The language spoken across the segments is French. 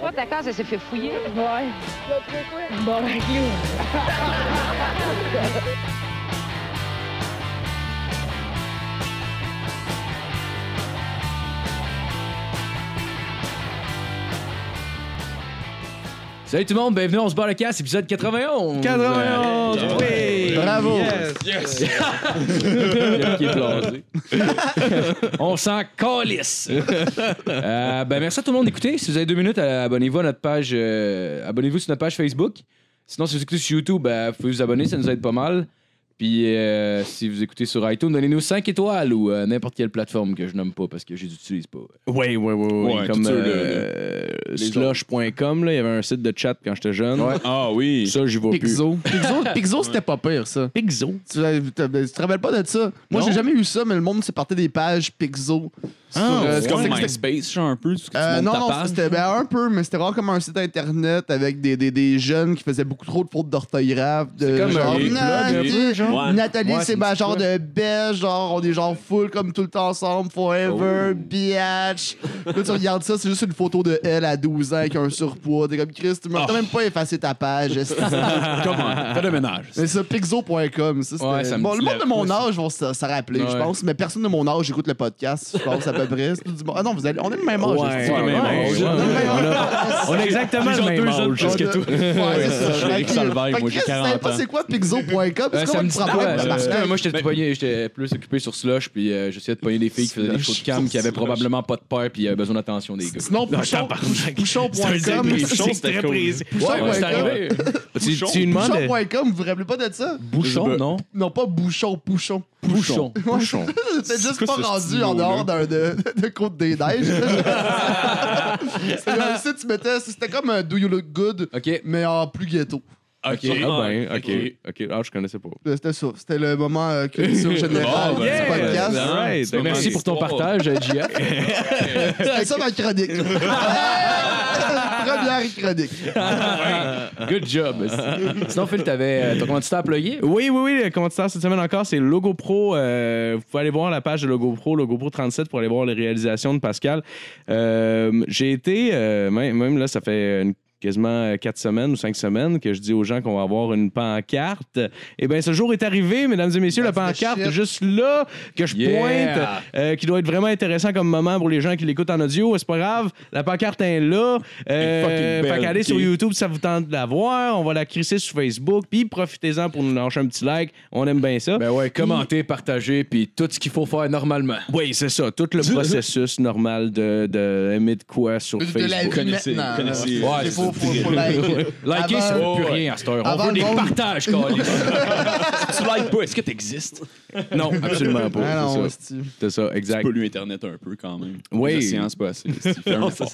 Toi, ta case, elle s'est fait fouiller. Ouais. Bon, ben, clou. Salut tout le monde, bienvenue, on se bat le casse, épisode 91. 91, Euh, oui. Bravo. Yes. qui est blasé. on s'en calisse. Euh, ben, merci à tout le monde d'écouter. Si vous avez deux minutes, euh, abonnez-vous à notre page. euh, abonnez-vous sur notre page Facebook. Sinon, si vous écoutez sur YouTube, ben, vous pouvez vous abonner, ça nous aide pas mal. Puis euh, si vous écoutez sur iTunes, donnez-nous 5 étoiles ou euh, n'importe quelle plateforme que je nomme pas parce que je les utilise pas. Oui, oui, oui, oui. Ouais, Comme tout ça, euh, slush.com, là, il y avait un site de chat quand j'étais jeune. Ouais. Ah oui. Ça, j'y vois plus. Pixo. Pixo, Pixo, c'était pas pire, ça. Pixo. Tu, ben, tu te rappelles pas de ça? Moi, j'ai jamais eu ça, mais le monde s'est parti des pages Pixo. Ah, sur, euh, c'est c'est comme comme ça que c'était- MySpace, genre un peu. tu- tu Euh, montes non, ta non, page. c'était ben, un peu, mais c'était vraiment comme un site internet avec des, des, des jeunes qui faisaient beaucoup trop de fautes d'orthographe. De, C'est comme genre, un blog, Non, un tu- peu, genre. Ouais. Nathalie, Ouais, c'est c'est une ma petite genre blog. de beige, genre on est genre full comme tout le temps ensemble, forever, biatch. Là, tu regardes ça, c'est juste une photo de elle à 12 ans avec un surpoids. T'es comme Chris, tu m'as même pas effacé ta page. esti. Comment? Fais le ménage. Mais ça, pixo.com, ça, c'était- Ouais, ça me bon, dit le monde la- de mon âge vont se se rappeler, je Ouais. pense, mais personne de mon âge écoute le podcast, je pense, à peu près. C'est tout du monde. Ah non, vous allez, on est le même âge. Ouais, esti. on est le même âge. On est le même âge. On a exactement le même âge. On a- que tout. Ouais, c'est ça. Je suis Eric Fait que- Salvaille, fait que moi, j'ai Chris, tu savais 40 pas ans. c'est quoi pixo.com? Euh, C'est quoi ça me le dit quoi, problème? euh, Parce que- Moi, j'étais pogné- j'étais plus occupé sur Slush, puis euh, j'essayais de pogner des filles qui faisaient des shows de cam, qui avaient probablement pas de père, puis avaient besoin d'attention des gars. Sinon, Pouchon- Pouchon.com. Bouchon, c'était cool. hein. Ouais, ouais, c'est comme- arrivé. Tu, Bouchon. tu demandes. euh, Bouchon.com, vous vous rappelez pas de ça? Bouchon, non? Non, pas Bouchon, Pouchon. Bouchon. Bouchon. C'était juste quoi pas ce rendu stylo, en là? dehors d'un de, de Côte des Neiges. C'était un site, tu mettais, c'était comme un Do You Look Good, OK. mais en plus ghetto. Ok. Ah, ben, ok. Ok. Ah, je connaissais Ben, pas. C'était ça. C'était le moment euh, culture générale Bon, du ben, podcast. ben, Alright. Ben, Merci pour ton partage, euh, JF. C'était ça ma chronique. Première chronique. Good job. Sinon, Phil, t'avais euh, ton commanditaire à plugger? Oui, oui, oui. Le commanditaire cette semaine encore, c'est Logo Pro. Euh, vous pouvez aller voir la page de Logo Pro, Logo Pro 37, pour aller voir les réalisations de Pascal. Euh, J'ai été, euh, même, même là, ça fait une- quasiment euh, quatre semaines ou cinq semaines que je dis aux gens qu'on va avoir une pancarte. Eh bien, ce jour est arrivé, mesdames et messieurs, la That's the pancarte shit. juste là que je Yeah. pointe, euh, qui doit être vraiment intéressant comme moment pour les gens qui l'écoutent en audio. C'est pas grave, la pancarte est là. Euh, Elle est fucking fait belle, qu'aller sur ok. YouTube si ça vous tente de la voir. On va la crisser sur Facebook. Puis profitez-en pour nous lâcher un petit like. On aime bien ça. Ben ouais, commenter, partager, puis tout ce qu'il faut faire normalement. oui, c'est ça. Tout le processus normal de, de aimer de quoi sur De la Facebook. vie Connaissez- maintenant. connaissez- euh, là. Ouais, c'est Il faut, faut- faut liker. Liker, ça Avant- veut plus rien à cette heure. Avant On veut le des monde. partages, câlisse. Tu likes pas, est-ce que t'existes? Non, absolument pas. Ah non, c'est ça. c'est- C'est ça, Tu exact. pollues Internet un peu quand même. Oui. La science, pas assez. Si, fais un effort.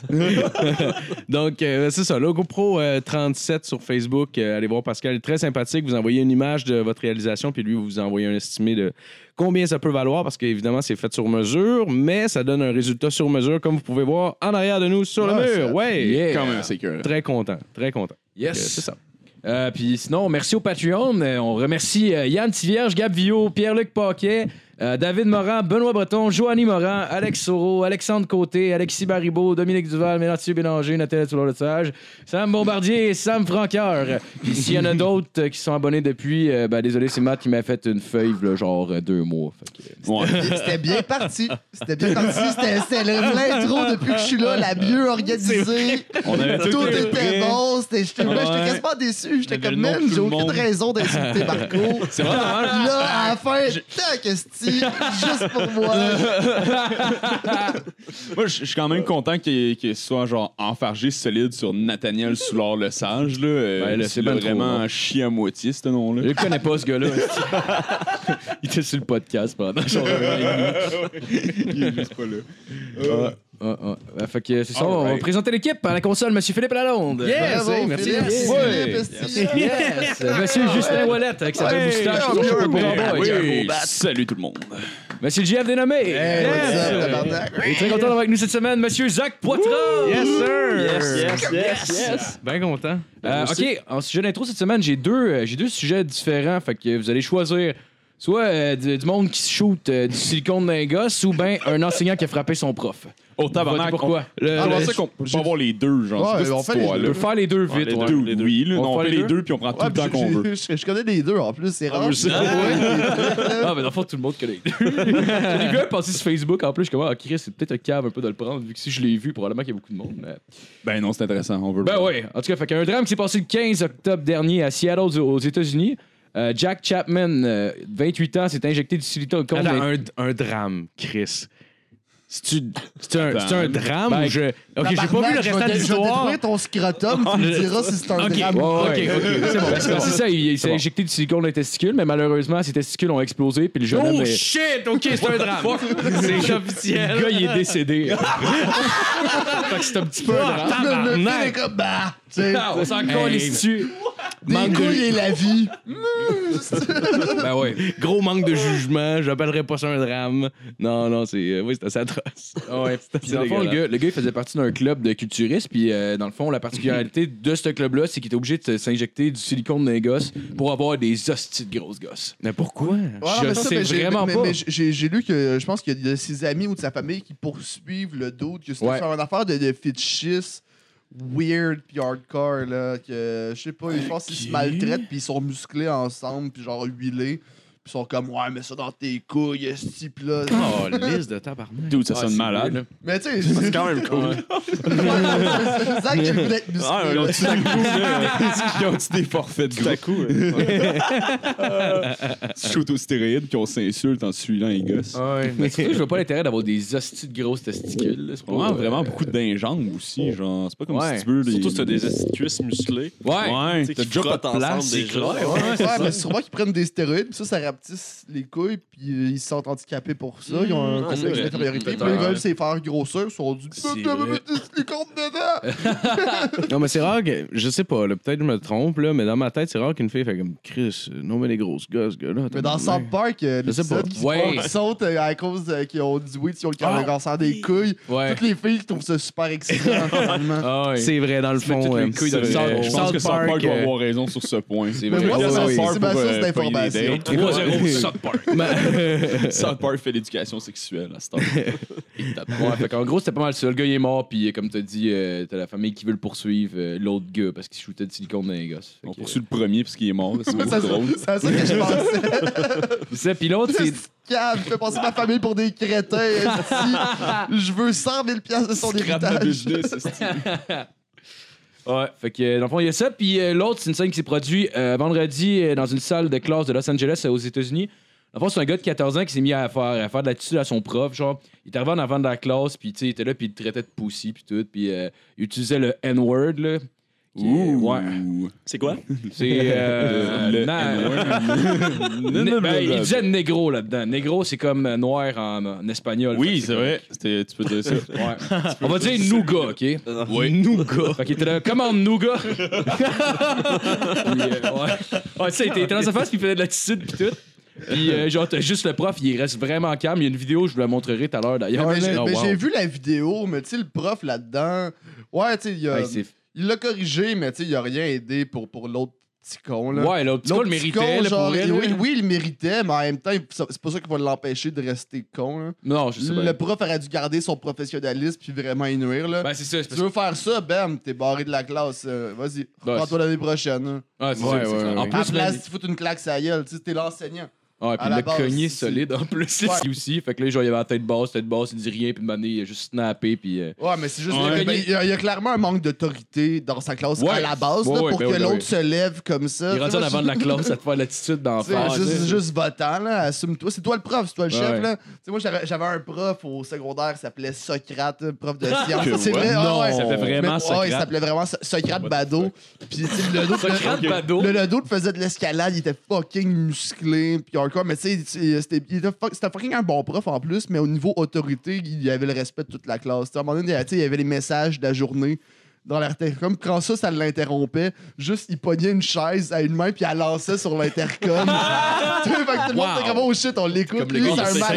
Donc, euh, c'est ça. Logo Pro euh, 37 sur Facebook. Euh, allez voir Pascal. Il est très sympathique. Vous envoyez une image de votre réalisation, puis lui, vous envoyez un estimé de combien ça peut valoir, parce qu'évidemment, c'est fait sur mesure, mais ça donne un résultat sur mesure, comme vous pouvez voir en arrière de nous sur Ouais, le ça- mur. Ouais. Yeah. Quand même, c'est que. Très content. Très content. Yes. Donc, euh, c'est ça. Euh, Puis sinon, merci au Patreon. Euh, on remercie euh, Yann Tivierge, Gab Villot, Pierre-Luc Paquet, euh, David Morin, Benoît Breton, Joanny Morin, Alex Soro, Alexandre Côté, Alexis Baribeau, Dominique Duval, Mélanie Bélanger, Nathalie Toulon-Lesage, Sam Bombardier et Sam Franqueur. Puis s'il y en a d'autres euh, qui sont abonnés depuis, euh, ben, désolé, c'est Matt qui m'a fait une feuille, là, genre euh, deux mois. Fait que- Ouais. C'était bien parti. C'était bien parti. C'était c'était le- l'intro depuis que je suis là, la mieux organisée. On avait tout Tout fait. était bon. C'était- J'étais là, j'étais Ouais. quasiment déçu. J'étais T'avais le comme, nom de tout même, j'ai le aucune monde. raison d'insulter Marco. C'est vraiment dommage. Là, à la fin, tac, esti, juste pour moi. Moi, je je suis quand même content qu'il qu'il soit genre enfargé solide sur Nathaniel Soulard le Sage. Là. Euh, Ouais, là, c'est c'est ben trop, vraiment hein. chier à moitié, ce Je nom-là. le connais pas, ce gars-là. Il était sur le podcast pendant genre un an et demi. Il est juste pas là. Euh, Ah, ah. Ben, fait que c'est ça, on va Alright. présenter l'équipe à la console, Monsieur Philippe Lalonde. Yes, Bravo, hey, merci. Philippe, Yes. Philippe, esti. Yes! Monsieur Justin Wallet avec sa belle Hey, moustache. oh, toujours ben oh, beau oh, cowboy. ah, Oui, salut tout le monde. Monsieur JF Dénommé. Hey, what's Yes. up, tabarnak? Et très content d'avoir avec nous cette semaine, Monsieur Zach Poitras. Yes, sir. yes, yes. Bien content. Euh, ok, en sujet d'intro cette semaine, j'ai deux, euh, j'ai deux sujets différents. Fait que vous allez choisir soit euh, du, du monde qui se shoot euh, du silicone d'un gosse ou bien un enseignant qui a frappé son prof. Oh, tabarnak. Votez pourquoi? Le- Je Ah, pensais mais qu'on peut pas avoir les deux, genre. Ouais, c'est pas on cette fait les On histoire-là. peut faire les deux Ouais, vite. les ouais. deux. Deux, oui. là. On Non, On fait fait les les deux, puis on prend tout Ouais, le temps qu'on je- veut. Je, je connais les deux en plus, c'est rare. moi aussi. Ah, mais dans le fond, tout le monde connaît les deux. J'ai vu un passé sur Facebook. En plus, je suis comme, ah, Chris, c'est peut-être un cave un peu de le prendre, vu que si je l'ai vu, probablement qu'il y a beaucoup de monde. mais- Ben non, c'est intéressant. On veut. Ben ouais. En tout cas, fait qu'un drame qui s'est passé le 15 octobre dernier à Seattle, du- aux États-Unis. Euh, Jack Chapman, euh, 28 ans, s'est injecté du silicone. contre Attends, les- un, un drame, Chris. C'est-tu c'est un, c'est un drame Ben, ou je. Ok, j'ai pas Tabarnak, vu le je vais dé- restant de Je vais l'histoire. détruire ton scrotum, tu me diras si c'est un Ok. drame. Ouais, ouais. Ok, ok, c'est bon, Parce que c'est bon. C'est ça, il, il s'est bon. injecté du silicone dans les testicules, mais malheureusement, ses testicules ont explosé, puis le jeune homme Oh est... shit, ok, c'est un drame. C'est officiel. Le gars, il est décédé. fait que c'est un petit peu... Le- Ah, Le film tabarnak. est comme bah, tu sais, On s'en Hey. calisse dessus. des Manque de- couilles et la vie. Ben ouais. Gros manque de jugement, j'appellerais pas ça un drame. Non, non, c'est. euh, oui, c'est assez atroce. Ouais, puis assez dans le fond, le Ah dégueulasse. gars, le gars, il faisait partie d'un club de culturistes. Puis euh, dans le fond, la particularité de ce club-là, c'est qu'il était obligé de s'injecter du silicone dans les gosses pour avoir des hosties de grosses gosses. Mais pourquoi? Ouais, Je mais ça, ben, sais mais j'ai- vraiment mais- pas. mais j'ai j'ai lu que je pense qu'il y a de ses amis ou de sa famille qui poursuivent le doute que c'était Ouais. sur une affaire de, de fétichiste weird puis hardcore là que je sais pas je pense qu'ils se maltraitent puis ils sont musclés ensemble puis genre huilés puis ils sont comme ouais mais ça dans tes couilles esti pis là Oh, liste de tabarnak. Dude, ça Ah, sonne c'est malade. weird, mais tu sais C'est quand même cool. Zach il voulait être musclé Ah, un là. autre sac coup, là. Ils ont des forfaits de Tout à gros coup. euh, shoot aux stéroïdes, puis on s'insulte en suivant les gosses. là. Ouais, mais surtout, je vois pas l'intérêt d'avoir des hosties de grosses testicules. là. C'est pas Vraiment, euh, vraiment beaucoup d'ingénambes aussi, genre. C'est pas comme Ouais. si tu veux. les- Surtout si t'as des esti de cuisses musclées. Ouais. Ouais, Tu sais, t'as qui déjà pas frottent de place, ensemble c'est déjà. Ben clair. Ouais, Ouais, mais sûrement qu'ils prennent des stéroïdes, puis ça, ça rapetisse les couilles, puis ils se sentent handicapés pour ça. Ils ont un Mmh, c'est complexe vrai. d'infériorité, puis Ouais. ils veulent se les faire grossir, ils sont du. C'est Ils vrai. dedans! Non, mais c'est rare que. Je sais pas, là, peut-être que je me trompe, là, mais dans ma tête, c'est rare qu'une fille fait comme Chris, euh, non, mais les grosses gosses, gars, là. Mais dans tabarnak. South Park, euh, Je sais pas. l'épisode qui, se Ouais. passe, qui saute euh, à cause euh, qu'ils ont du weed, ils ont le Ah. cancer des couilles, Ouais. toutes les filles qui trouvent ça super excitant, finalement. Ah ouais. C'est vrai, dans le mets fond. toutes les ouais. couilles dans C'est les- vrai. Je pense que South Park va euh, avoir raison sur ce point. C'est Mais vrai. moi, South c'est- Park c'est pour, ma source euh, pogner d'information. des dates. 3-0 South Park. South Park fait l'éducation sexuelle à cette heure. Ouais, fait qu'en gros, c'était pas mal ça. Le gars, il est mort, puis euh, comme t'as dit, euh, t'as la famille qui veut le poursuivre, euh, l'autre gars, parce qu'il shootait du silicone dans les gosses. Fait On que, poursuit le premier parce qu'il est mort. là, C'est Mais ça, beaucoup Ah, drôle. C'est à ça que je pensais. euh, ça, Puis l'autre, c'est. Juste calme, je fais passer ma famille pour des crétins. esti. Je veux 100 000 piastres de son Scrap ma héritage. business, esti. Ouais. Fait que euh, dans le fond, il y a ça. Puis euh, l'autre, c'est une scène qui s'est produite euh, vendredi euh, dans une salle de classe de Los Angeles euh, aux États-Unis. Dans le fond, c'est un gars de 14 ans qui s'est mis à faire, à faire de l'attitude à son prof. Genre, il était arrivé en avant de la classe, puis tu sais, il était là, puis il le traitait de pussy, puis tout. Puis euh, il utilisait le N-word, là. qui est- Ouh. Ouais. C'est quoi? C'est. euh, Le na- Non, non, Ben, non, il non. disait négro là-dedans. Négro, c'est comme euh, noir en, en espagnol. Fait Oui, que c'est vrai. C'était- Tu peux dire ça. Ouais. On va dire nougat, OK? Oui. Nougat. Fait qu'il était là, commande nougat. Puis, euh, ouais. Ouais, tu sais, il était il était dans sa face, puis il faisait de l'attitude, puis tout. Puis, euh, genre, t'as juste le prof, il reste vraiment calme. Il y a une vidéo, je vous la montrerai tout à l'heure d'ailleurs. Ah, mais j'ai là. mais Oh, wow. j'ai vu la vidéo, mais tu sais, le prof là-dedans. Ouais, tu sais, il a- Hey, c'est- il l'a corrigé, mais tu sais, il a rien aidé pour, pour l'autre petit con. Là. Ouais, là, en tout L'autre le petit méritait, con, là, genre, pour elle. oui, là. oui, il le méritait, mais en même temps, ça- c'est pas ça qui va l'empêcher de rester con. là. Non, je sais pas. Le prof aurait dû garder son professionnalisme puis vraiment innuire. Là. Ben, c'est ça. c'est tu parce que- veux faire ça, bam, t'es barré de la classe. euh, Vas-y, Ben, prends-toi l'année prochaine. hein. Ah, c'est Ouais, ça, c'est ouais, ça. ouais. En À la plus, là, place, tu fous une claque sa gueule, tu sais, t'es l'enseignant. Ouais, puis À il la l'a base, cogné c'est- solide en plus, Ouais. lui aussi. Fait que là, genre, il avait la tête basse, tête basse, il dit rien, puis de manière, il a juste snappé, puis. euh, Ouais, mais c'est juste. Ouais. que, ben, Il, y a, il y a clairement un manque d'autorité dans sa classe Ouais. à la base Ouais, là, ouais, pour ben que oui, ben l'autre oui. se lève comme ça. Il est rendu en Tu sais, avant de la classe à te faire l'attitude d'en Tu sais, face. juste, juste votant, là, assume-toi. C'est toi le prof, c'est toi le Ouais, ouais. chef. Là. Tu sais, Moi, j'avais j'avais un prof au secondaire qui s'appelait Socrate, prof de sciences. Que c'est ouais. vrai, ah Non, ouais. ça fait Mais- vraiment ouais, Socrate. il s'appelait vraiment So- Socrate Bado. Puis tu sais, le doute, Socrate le, Bado. Ah, le, le doute faisait de l'escalade, il était fucking musclé. Puis encore, mais tu sais, tu- c'était il était fuck- c'était fucking un bon prof en plus, mais au niveau autorité, il y avait le respect de toute la classe. Tu sais, à un moment donné, tu sais, il y avait les messages de la journée dans l'intercom. Comme quand ça, ça l'interrompait, juste il pognait une chaise à une main puis elle lançait sur l'intercom. tu sais, fait que tout le monde était comme oh shit, on l'écoute. Comme le Lui, gars, c'est un il s'essaye.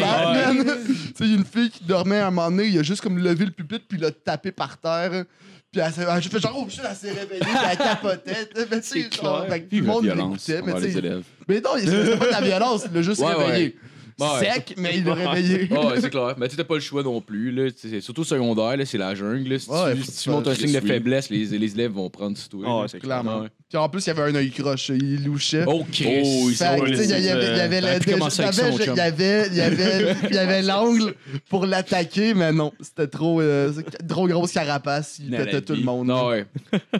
malade, man. Tu sais, il y a une fille qui dormait à un moment donné, il a juste comme levé le pupitre puis l'a tapé par terre. Puis elle, s'est- elle a juste fait genre, oh shit, elle s'est réveillée, puis elle capotait. Mais tu sais, genre, fait que tout le La monde violence l'écoutait, mais envers tu les sais. élèves. Mais non, c'était pas de la violence, il l'a juste Ouais, réveillé. Ouais. sec, mais il l'a réveillé. Ah ouais, c'est clair. Mais tu n'as pas le choix non plus. Là. Tu sais, c'est Surtout secondaire, là, c'est la jungle. là. Si, Ouais, tu, faut si que tu tu montres un fasses signe de des suivis. faiblesse, les, les élèves vont prendre sur toi. là. c'est Clairement. Ouais. Puis en plus, il y avait un œil croche, il louchait. Oh, Chris. Oh, ils Fait sont que, tu sais, il y avait- il y avait T'aurais la- pu commencer avec son déjà- chum. il y avait- il y avait- il y avait l'angle pour l'attaquer, mais non, c'était trop, euh, c'est- trop grosse carapace, il Mais la pétait tout le vie. monde. Non, ouais.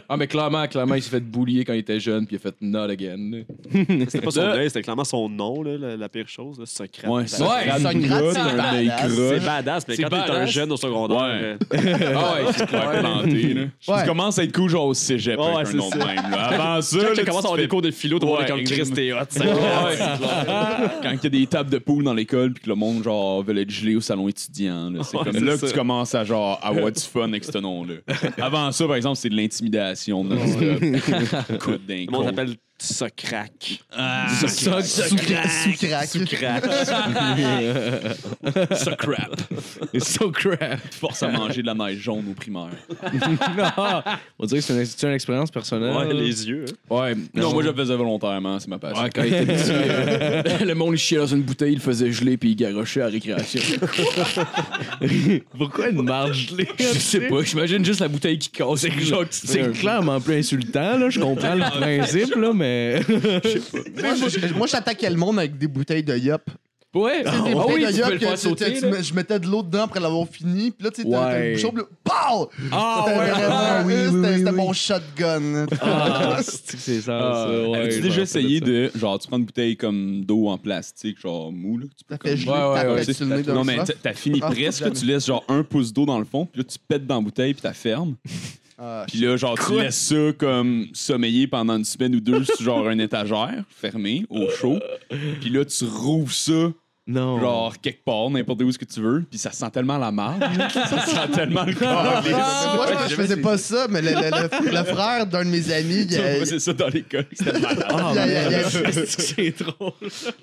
ah, mais clairement, clairement, il s'est fait boulier quand il était jeune, puis il a fait not again. là. C'était pas son Là- nez, c'était clairement son nom, là, la, la pire chose. là, Secret. Ouais, c'est ça- Ouais, Ça Crane gratte, goutte, c'est un œil badass. c'est croche. badass, mais C'est quand t'es un badass. jeune au secondaire. Ouais. euh, Ah, ouais, c'est Ouais, clair. planté, là. Ouais. Tu commences à être cool, genre au cégep, Ouais, avec c'est un nom de ça. même. là. Avant ça, Quand là, tu tu commences à avoir te des cours de philo, tout le monde est Ouais, comme Chris, exactement. t'es hot. c'est Ouais. clair. Quand il y a des tables de poule dans l'école puis que le monde genre veut être gelé au salon étudiant, là, c'est Ouais, comme c'est là que ça. tu commences à genre avoir du fun avec ce nom-là. Avant ça, par exemple, c'est de l'intimidation non-stop. Coup d'un Le monde s'appelle Socrac. Ah, Soc- Sous- Sous-crac. Socrap. so crap. force à manger de la neige jaune au primaire. non. On dirait que c'est une, c'est une expérience personnelle. Ouais, les yeux. hein. Ouais. Non, moi je le faisais volontairement, c'est ma passion. Ouais, quand il était petit, euh, le monde il chiait dans une bouteille, il le faisait geler puis il garochait à la récréation. Pourquoi une marge gelée? Je sais pas, j'imagine juste la bouteille qui casse et que genre tu sais, C'est clairement plus insultant, là. Je comprends le principe, là, mais. Moi, je- Moi, j'attaquais le monde avec des bouteilles de yop. Ouais, Tu sais, des Ah bouteilles oui, de tu yop peux le que faire tu- tu- sauter. tu mets- je mettais de l'eau dedans après l'avoir fini. Puis là, tu sais, t'as- t'as Ouais. une bouchon bleue. Pow! Ah, C'était ah, vraiment- oui, euh, oui, c'était- oui, c'était oui. mon shotgun. Ah, c'est c'est ça, Ah, ça. Ouais, ben, As-tu je déjà me essayé rappelle de, genre, tu prends une bouteille comme d'eau en plastique, genre mou, là, tu peux Ça fait comme- geler, Ouais, ouais, tapais ouais, sur le nez d'un non, mais soir. t'as- t'as fini Ah, presque, jamais. tu laisses genre un pouce d'eau dans le fond, puis là, tu pètes dans la bouteille, puis t'as ferme. Ah, Puis là, genre, tu laisses ça comme sommeiller pendant une semaine ou deux sur genre une étagère fermée, au chaud. Puis là, tu rouvres ça, ça. Oh. Non. genre quelque part, n'importe où ce que tu veux. Puis ça sent tellement la marde. ça sent tellement le corps. Moi, je faisais pas ça, mais le, le- le- le frère d'un de mes amis, il a- C'est ça dans l'école. C'était malade. Ah, il a- il a- man. il a- c'est drôle.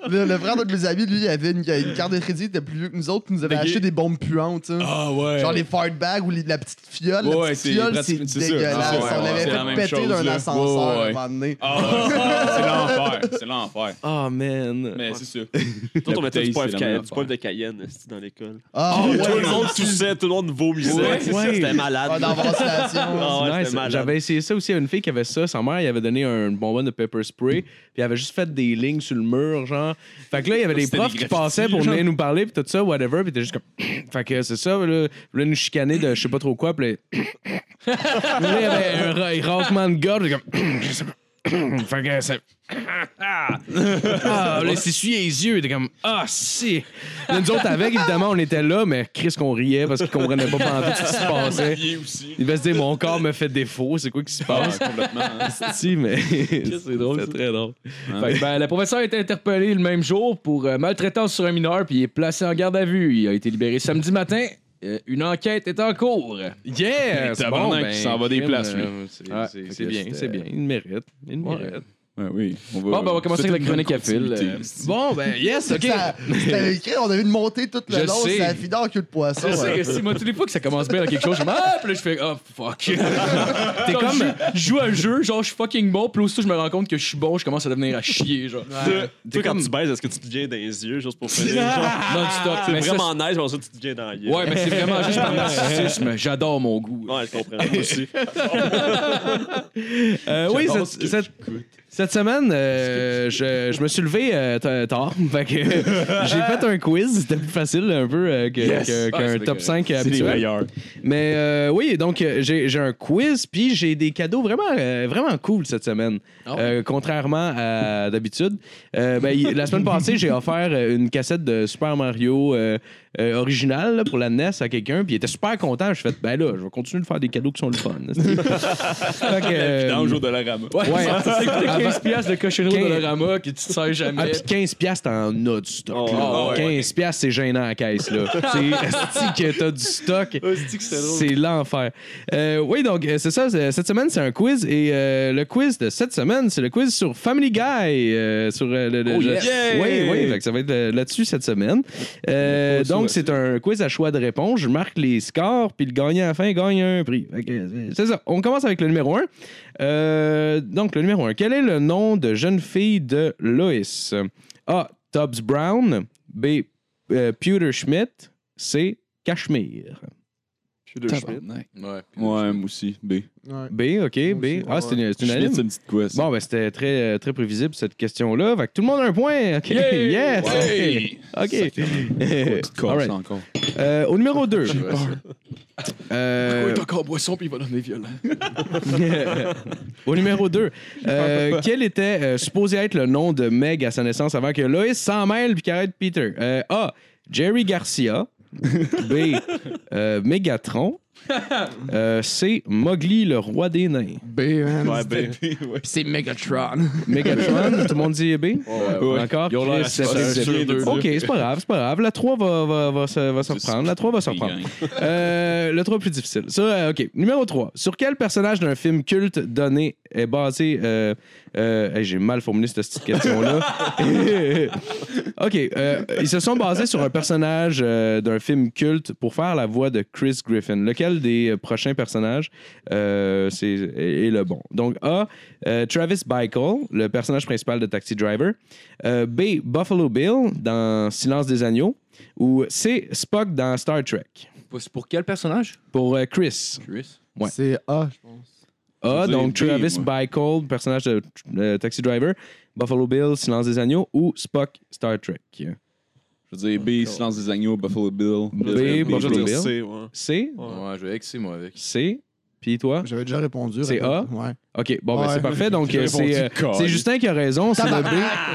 le, le frère d'un de mes amis, lui, il avait une, une carte de crédit, il était plus vieux que nous autres, puis il nous avait Ok. acheté des bombes puantes. hein. Ah ouais. Genre les fart bags ou les- la petite fiole. Ouais, la petite c'est fiole, c'est pratiquement- c'est ça. dégueulasse. Ah, ouais, On ouais, l'avait c'est la même fait péter chose, d'un là. ascenseur Ouais, ouais. à un moment donné. Ah ouais, c'est l'enfer, c'est l'enfer. Ah, man. Mais c'est sûr. Toi, on mettait du bouteille, poivre c'est la ca- même du poivre de Cayenne esti, dans l'école. Ah, ouais, Tout le monde toussait, tout le monde vomissait. Ouais, C'est ça, ouais. C'était malade. ah, dans ventilation. Ah, ouais, C'est c'était nice. malade. J'avais essayé ça aussi à une fille qui avait ça. Sa mère, il avait donné un bonbonne de pepper spray. Puis il avait juste fait des lignes sur le mur, genre. Fait que là, il y avait des C'était profs des qui graffitis, passaient pour genre. venir nous parler, puis tout ça, whatever. Puis t'es juste comme. fait que c'est ça, là. Ils voulaient nous chicaner de je sais pas trop quoi. Puis là, Puis là, il y avait un ra- rassement de gorge. puis comme. je sais pas. fait que c'est. ah, là, il s'essuyait les yeux. Il était comme. Ah, si. Là, nous autres, avec, évidemment, on était là, mais Chris, qu'on riait parce qu'il comprenait pas pendant tout ce qui se passait. Lié aussi. Il va se dire mon corps me fait défaut, c'est quoi qui se passe complètement. hein. Si mais c'est drôle, ça. très drôle. Fait que, ben, le professeur a été interpellé le même jour pour euh, maltraitance sur un mineur, puis il est placé en garde à vue. Il a été libéré samedi matin. Euh, une enquête est en cours. Yeah, c'est bon, ben, crime, euh, C'est c'est- c'est bien, bien, c'est c'est bien, il mérite, il mérite. Ouais, oui. On va, Bon, ben, on va commencer avec la chronique à fil. Euh, Bon ben yes, OK. Ça- C'était écrit, on avait une montée toute Je le long, sais. ça a fini en queue de poisson. Je sais ouais. que si, moi, tous les fois que ça commence bien dans quelque chose, je me dis, ah, puis là, je fais, oh, fuck. T'es comme, je, je joue à un jeu, genre, je suis fucking bon, puis aussitôt, je me rends compte que je suis bon, je commence à devenir à chier, genre. Toi, toi, quand tu baises, est-ce que tu te viens dans les yeux juste pour finir? genre? Non-stop. C'est Mais ça, vraiment nice, mais ensuite tu te viens dans les yeux. Ouais, mais c'est vraiment juste par narcissisme. J'adore mon goût. Ouais, je comprends. Moi aussi. Euh, oui, J'adore ce que cette, cette- cette semaine, euh, je, je me suis levé euh, t- tard. Fait que j'ai fait un quiz. C'était plus facile un peu euh, que- Yes. que- Ah, qu'un c'est top correct. 5 C'est les habituel. meilleurs. Mais euh, oui, donc euh, j'ai j'ai un quiz, puis j'ai des cadeaux vraiment, euh, vraiment cool cette semaine. Ah ouais? Euh, contrairement à d'habitude. Euh, ben, y- la semaine passée, j'ai offert euh, une cassette de Super Mario euh, euh, original là, pour la NES à quelqu'un, puis il était super content. Je fais, ben là, je vais continuer de faire des cadeaux qui sont le fun. Fait que, euh, Dans le jour de la rame. Ouais. Ça coûte 15 piastres de cochonnerie Quin- de la rama que tu te sers Ah, jamais. puis 15 piastres, t'en as du stock. Oh, là. ah ouais. 15 piastres, c'est gênant à la caisse, là. c'est esti que t'as du stock. C'est l'enfer. Euh, oui, donc, euh, c'est ça. c'est- Cette semaine, c'est un quiz. Et euh, le quiz de cette semaine, c'est le quiz sur Family Guy. euh, sur euh, le, le- Oh, je- yes. Oui, oui. fait que ça va être euh, là-dessus cette semaine. Euh, donc, c'est un quiz à choix de réponse. Je marque les scores, puis le gagnant à la fin gagne un prix. Fait que, euh, C'est ça. On commence avec le numéro 1. donc, le numéro 1. Quel est le nom de jeune fille de Lois? A. Tubbs Brown. B. euh, Peter Schmidt. C. Cachemire. Tabarnak. Ouais. Ouais, moi aussi. B. Ouais. B, OK, B. aussi, ah, c'est une, c'est une Schmidt, anime. c'est une petite quoi, ça? Bon, ben, c'était très, euh, très prévisible, cette question-là. Fait que tout le monde a un point. OK, Yay! yes! Ouais. OK. Petite course, hein. All right. encore. Euh, au numéro euh, 2. encore en boisson puis il va donner hein. violent. au numéro 2. quel était euh, supposé être le nom de Meg à sa naissance avant que Lois s'en mêle puis qu'arrête Peter? Euh, A. Jerry Garcia. B. euh, Megatron. Euh, C. Mowgli, le roi des nains. B, man. Ouais, ben. Pis c'est Megatron. Megatron, tout le monde dit B? Ouais. Encore? Ils ont l'air Chris, c'est assez facile. sûrs d'eux. Ok, c'est pas grave, c'est pas grave. La 3 va, va, va se, va se reprendre. La 3 va se reprendre. Euh, le 3 plus difficile. Sur, euh, OK. Numéro 3. Sur quel personnage d'un film culte donné est basé. euh, euh, hey, J'ai mal formulé cette petite question-là. OK. euh, ils se sont basés sur un personnage euh, d'un film culte pour faire la voix de Chris Griffin. Lequel des euh, prochains personnages euh, c'est- est, est le bon? Donc, A. euh, Travis Bickle, le personnage principal de Taxi Driver. Euh, B. Buffalo Bill dans Silence des Agneaux. Ou C. Spock dans Star Trek. C'est Oh, pour quel personnage? Pour euh, Chris. Chris. Ouais. C'est A, je pense. Je A, veux donc dire B, Travis Bickle, personnage de euh, Taxi Driver, Buffalo Bill, Silence des Agneaux ou Spock, Star Trek. Je veux dire, B, Silence des agneaux, Buffalo Bill. B, Je Buffalo vais dire Bill. C, ouais. C, Ouais, je vais exer, moi, avec. C, puis toi? J'avais déjà répondu. C'est répète. Ouais. Ok, bon, ben, Ouais. c'est parfait. Donc, J'ai euh, c'est euh, répondu, c'est colle. Justin qui a raison. C'est le B.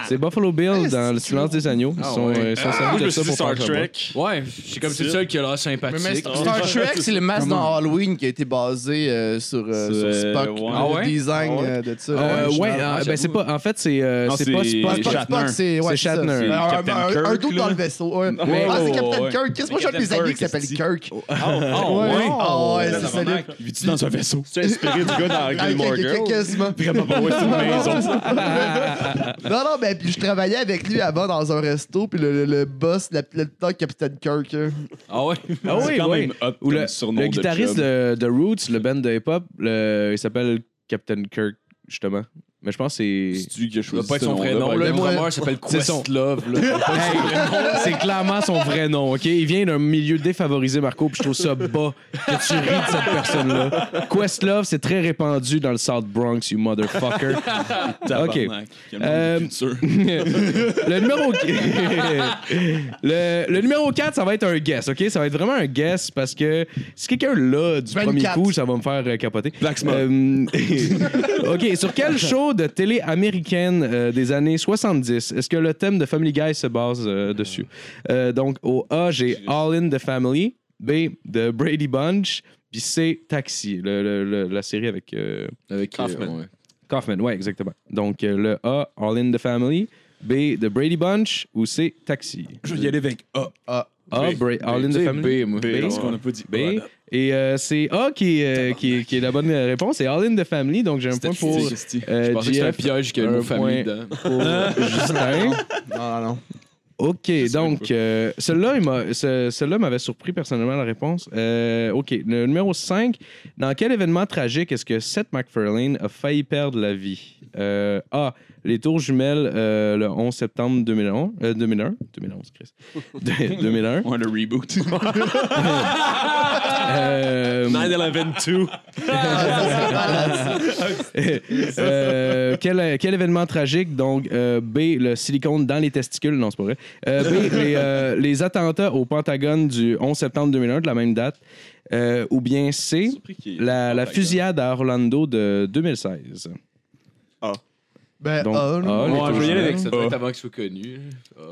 C'est Buffalo Bill dans Le Silence des Agneaux. Ils Ah sont, ouais. euh, ils sont Moi, servis je de me ça suis dit pour Star faire Trek. Ouais, c'est comme c'est C'est- le seul qui a l'air Mais, mais sympathique. Star Trek, c'est le masque dans Halloween qui a été basé euh, sur, euh, Sur, sur euh, Spock. ouais. Le Ah ouais? design Ah ouais? euh, de ça. Euh, Ouais, ouais, je- euh, ah, ben, c'est j'avoue. pas. En fait, c'est euh, Non, c'est pas c'est- Pas- Spock. pas- pas- Shatner. pas- C'est C'est ouais, ça. Shatner. Un- un- Captain un- Un Kirk, doute dans là. le vaisseau. ouais. Ouais, Ah, c'est ouais, Captain ouais. Kirk. Qu'est-ce que moi, j'ai un de mes Captain amis Kirk, qui s'appelle c'est- Kirk. Ah, Ouais. ouais. Ah ouais, Là, c'est ça solide. Vis-tu dans un vaisseau? Tu as inspiré du gars dans Ah, Gilmore que- que- que- Girls? Quasiment. Vraiment pas, ouais, c'est une maison. Non, non, ben, puis je travaillais avec lui avant dans un resto, puis le, le, le boss, la- le temps Captain Kirk. hein. Ah ouais? Ah C'est oui, quand oui. même hot Ou le, comme surnom le de guitariste job. de, de Roots, le band de hip-hop, le- il s'appelle Captain Kirk, justement. Mais je pense que c'est. C'est-tu qui a Ça doit choisi pas être ce son vrai nom-là, nom. là. Le par exemple. drummer s'appelle C'est son- Questlove. là. C'est clairement son vrai nom, OK? Il vient d'un milieu défavorisé, Marco, puis je trouve ça bas que tu ris de cette personne-là. Questlove, c'est très répandu dans le South Bronx, you motherfucker. Tabarnak. Quel Euh, monde de culture. le numéro le, le numéro 4, ça va être un guess, OK? Ça va être vraiment un guess parce que si quelqu'un l'a du 24. premier coup, ça va me faire euh, capoter. Black Smoke. Euh, OK, sur quel show de télé américaine euh, des années 70 est-ce que le thème de Family Guy se base euh, dessus? Euh, donc, au A, j'ai All in the Family, B, The Brady Bunch, puis C, Taxi, le- le- le- la série avec... euh, Avec Kaufman. ouais. Kaufman, ouais, exactement. Donc, euh, le A, All in the Family. B, The Brady Bunch. Ou C, Taxi. Je vais y aller avec A. A, Bra- All in Tu the sais, Family. B, moi. B. Parce qu'on n'a pas dit B. A. Et euh, c'est A qui, euh, qui, qui est la bonne réponse. C'est All in the Family. Donc, j'ai un point pour C'est- c'est- euh, Je pensais que c'était un GF, piège qui a un le mot famille point. dedans. pour Justin. Euh, Non, non, non. OK, donc, euh, celui-là il m'a- ce- celui-là m'avait surpris personnellement la réponse. Euh, OK, le numéro 5. Dans quel événement tragique est-ce que Seth MacFarlane a failli perdre la vie? Euh, A. Les tours jumelles euh, le 11 septembre 2001. euh, 2001. 2011, Chris. De- 2001. On a le reboot. Euh, 9-11-2. euh, quel, quel événement tragique? Donc, euh, B, le silicone dans les testicules. Non, c'est pas vrai. Euh, B, les, euh, les attentats au Pentagone du 11 septembre 2001, de la même date. Euh, ou bien C, la, la fusillade à Orlando de 2016. Ben, Donc, ah, ah, non. les Ouais, je vais y aller avec ça. Ah. peut-être avant qu'il soit connu.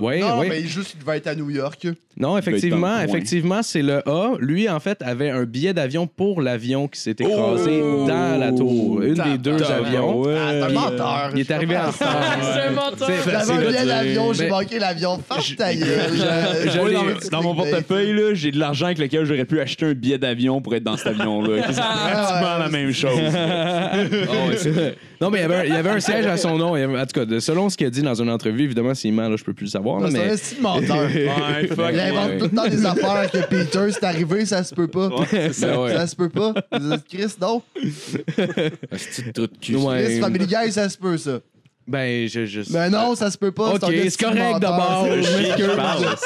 Oui, Non, Eh oui. Euh, mais juste, il devait être à New York. Non, dans effectivement, le coin. effectivement, c'est le A. Lui, en fait, avait un billet d'avion pour l'avion qui s'est écrasé dans la tour. Une des deux avions. Ah, c'est un menteur. Il est arrivé en retard. C'est un menteur. C'est- J'avais c'est- un billet d'avion, Mais- j'ai manqué l'avion. Fâche ta gueule. Euh, Moi, J'avais dans, un mon- petit dans mon clickbait. portefeuille, là, j'ai de l'argent avec lequel j'aurais pu acheter un billet d'avion pour être dans cet avion-là. C'est pratiquement la même chose. non, mais il y, avait un, il y avait un siège à son nom. Il y avait- en tout cas, de- selon ce qu'il a dit dans une entrevue, évidemment, s'il ment, là, je peux plus le savoir. là, Non, C'est mais... un style menteur. Ouais, fuck. Il invente tout le temps des affaires que Peter, c'est arrivé, ça se peut pas. Ben ouais. Ça se peut pas. Chris, non. Un petit trou de cul. Ouais. Chris, Family Guy, ça se peut, ça. Ben, je juste. Mais non, ça se peut pas. Ok, un c'est esti correct menteur, d'abord.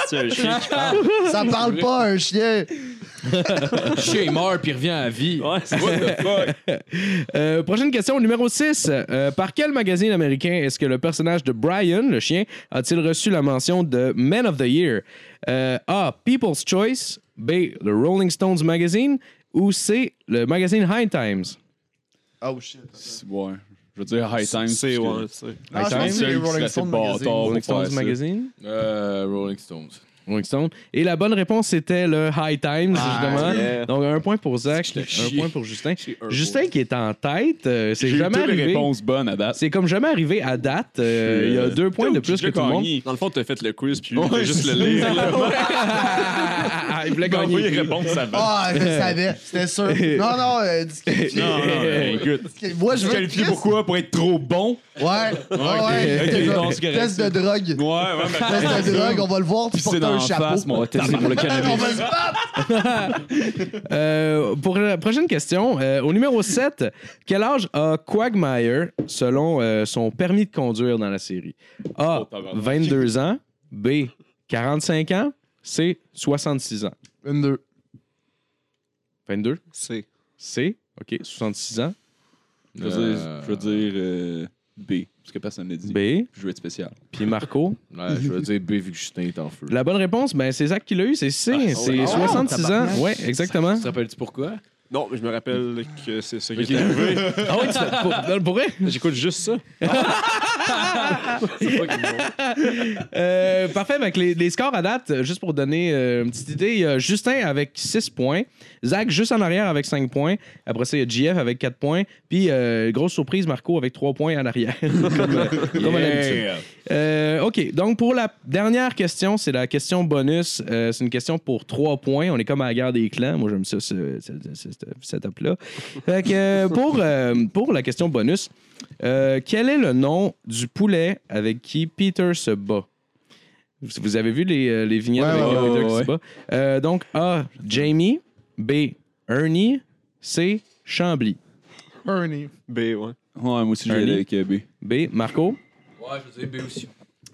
c'est un Un chien chien qui qui parle. C'est un parle. chien qui parle. Ça parle pas, un chien. Le chien est mort puis il revient à vie. Ouais, c'est What the fuck? Euh, prochaine question, numéro 6. par quel magazine américain est-ce que le personnage de Brian, le chien, a-t-il reçu la mention de Man of the Year? Euh, A. People's Choice. B. Le Rolling Stones Magazine. Ou C. Le magazine High Times. Oh shit. C'est- Ouais. Je veux dire High Times. C'est, parce que- ouais, c'est. Non, Ah, je pense que c'est les Rolling Stones Magazine. Rolling Stones Magazine. Euh, Rolling Stones. Rolling Stone. Et la bonne réponse, c'était le High Times, justement. yeah. Donc, un point pour Zach, un point pour Justin. Justin qui est en tête, euh, c'est J'ai jamais jamais toutes les arrivé. réponses bonnes à date. C'est comme jamais arrivé à date. Euh, Il y a deux points de plus que tout le monde. Dans le fond, t'as fait le quiz, puis lui, il fait juste le lire. Ah, Il voulait Il a envoyé gagner. répondre, ça va. Ah, je le savais, c'était sûr. Non, non, euh, disqualifié. Non, non, non, écoute. Disqualifié. Moi, je veux. Qualifié Chris. pourquoi? Pour être trop bon? Ouais, ouais, ouais. ok, Test- non, c'est correct, Test de drogue. Ouais, ouais, mais Test de drogue, on va le voir, tu c'est portes dans un la chapeau. face, mon tabarnak. pour le on va se battre. Euh, pour la prochaine question, euh, au numéro 7, quel âge a Quagmire selon euh, son permis de conduire dans la série? A. Oh, tabarnak. 22 ans. B. 45 ans. C. 66 ans. Une, deux. 22. C'est. C. OK. 66 ans. Je veux dire, je veux dire euh, B, parce que personne ne l'a dit. B. Je veux être spécial. Puis Marco. Ouais, je veux dire B vu que Justin est en feu. La bonne réponse, ben, c'est Zach qui l'a eu. C'est C. c'est ouais. 66 ans. tabarnak. Ouais, exactement. te rappelles-tu pourquoi? Non, mais je me rappelle que c'est ça qui est arrivé. Ah oui, tu fais- pour, dans le pour vrai? J'écoute juste ça. Euh, parfait, avec les, les scores à date, euh, juste pour donner euh, une petite idée, il y a Justin avec 6 points, Zach juste en arrière avec 5 points, après ça, il y a JF avec 4 points, puis euh, grosse surprise, Marco avec 3 points en arrière. Comme, euh, comme à l'habitude. Euh, OK, donc pour la dernière question, c'est la question bonus. Euh, c'est une question pour 3 points. On est comme à la guerre des clans. Moi, j'aime ça, ce, ce- ce- ce- ce setup-là. Fait que euh, pour, euh, pour la question bonus, euh, quel est le nom du poulet avec qui Peter se bat? Vous- Vous avez vu les, euh, les vignettes Ouais, avec ouais, Peter ouais, qui ouais. se bat? Euh, donc, A, Jamie. B, Ernie. C, Chambly. Ernie. B, ouais. Ouais, moi aussi, je vais Ernie? aller avec euh, B. B, Marco. Ouais, je veux dire B aussi.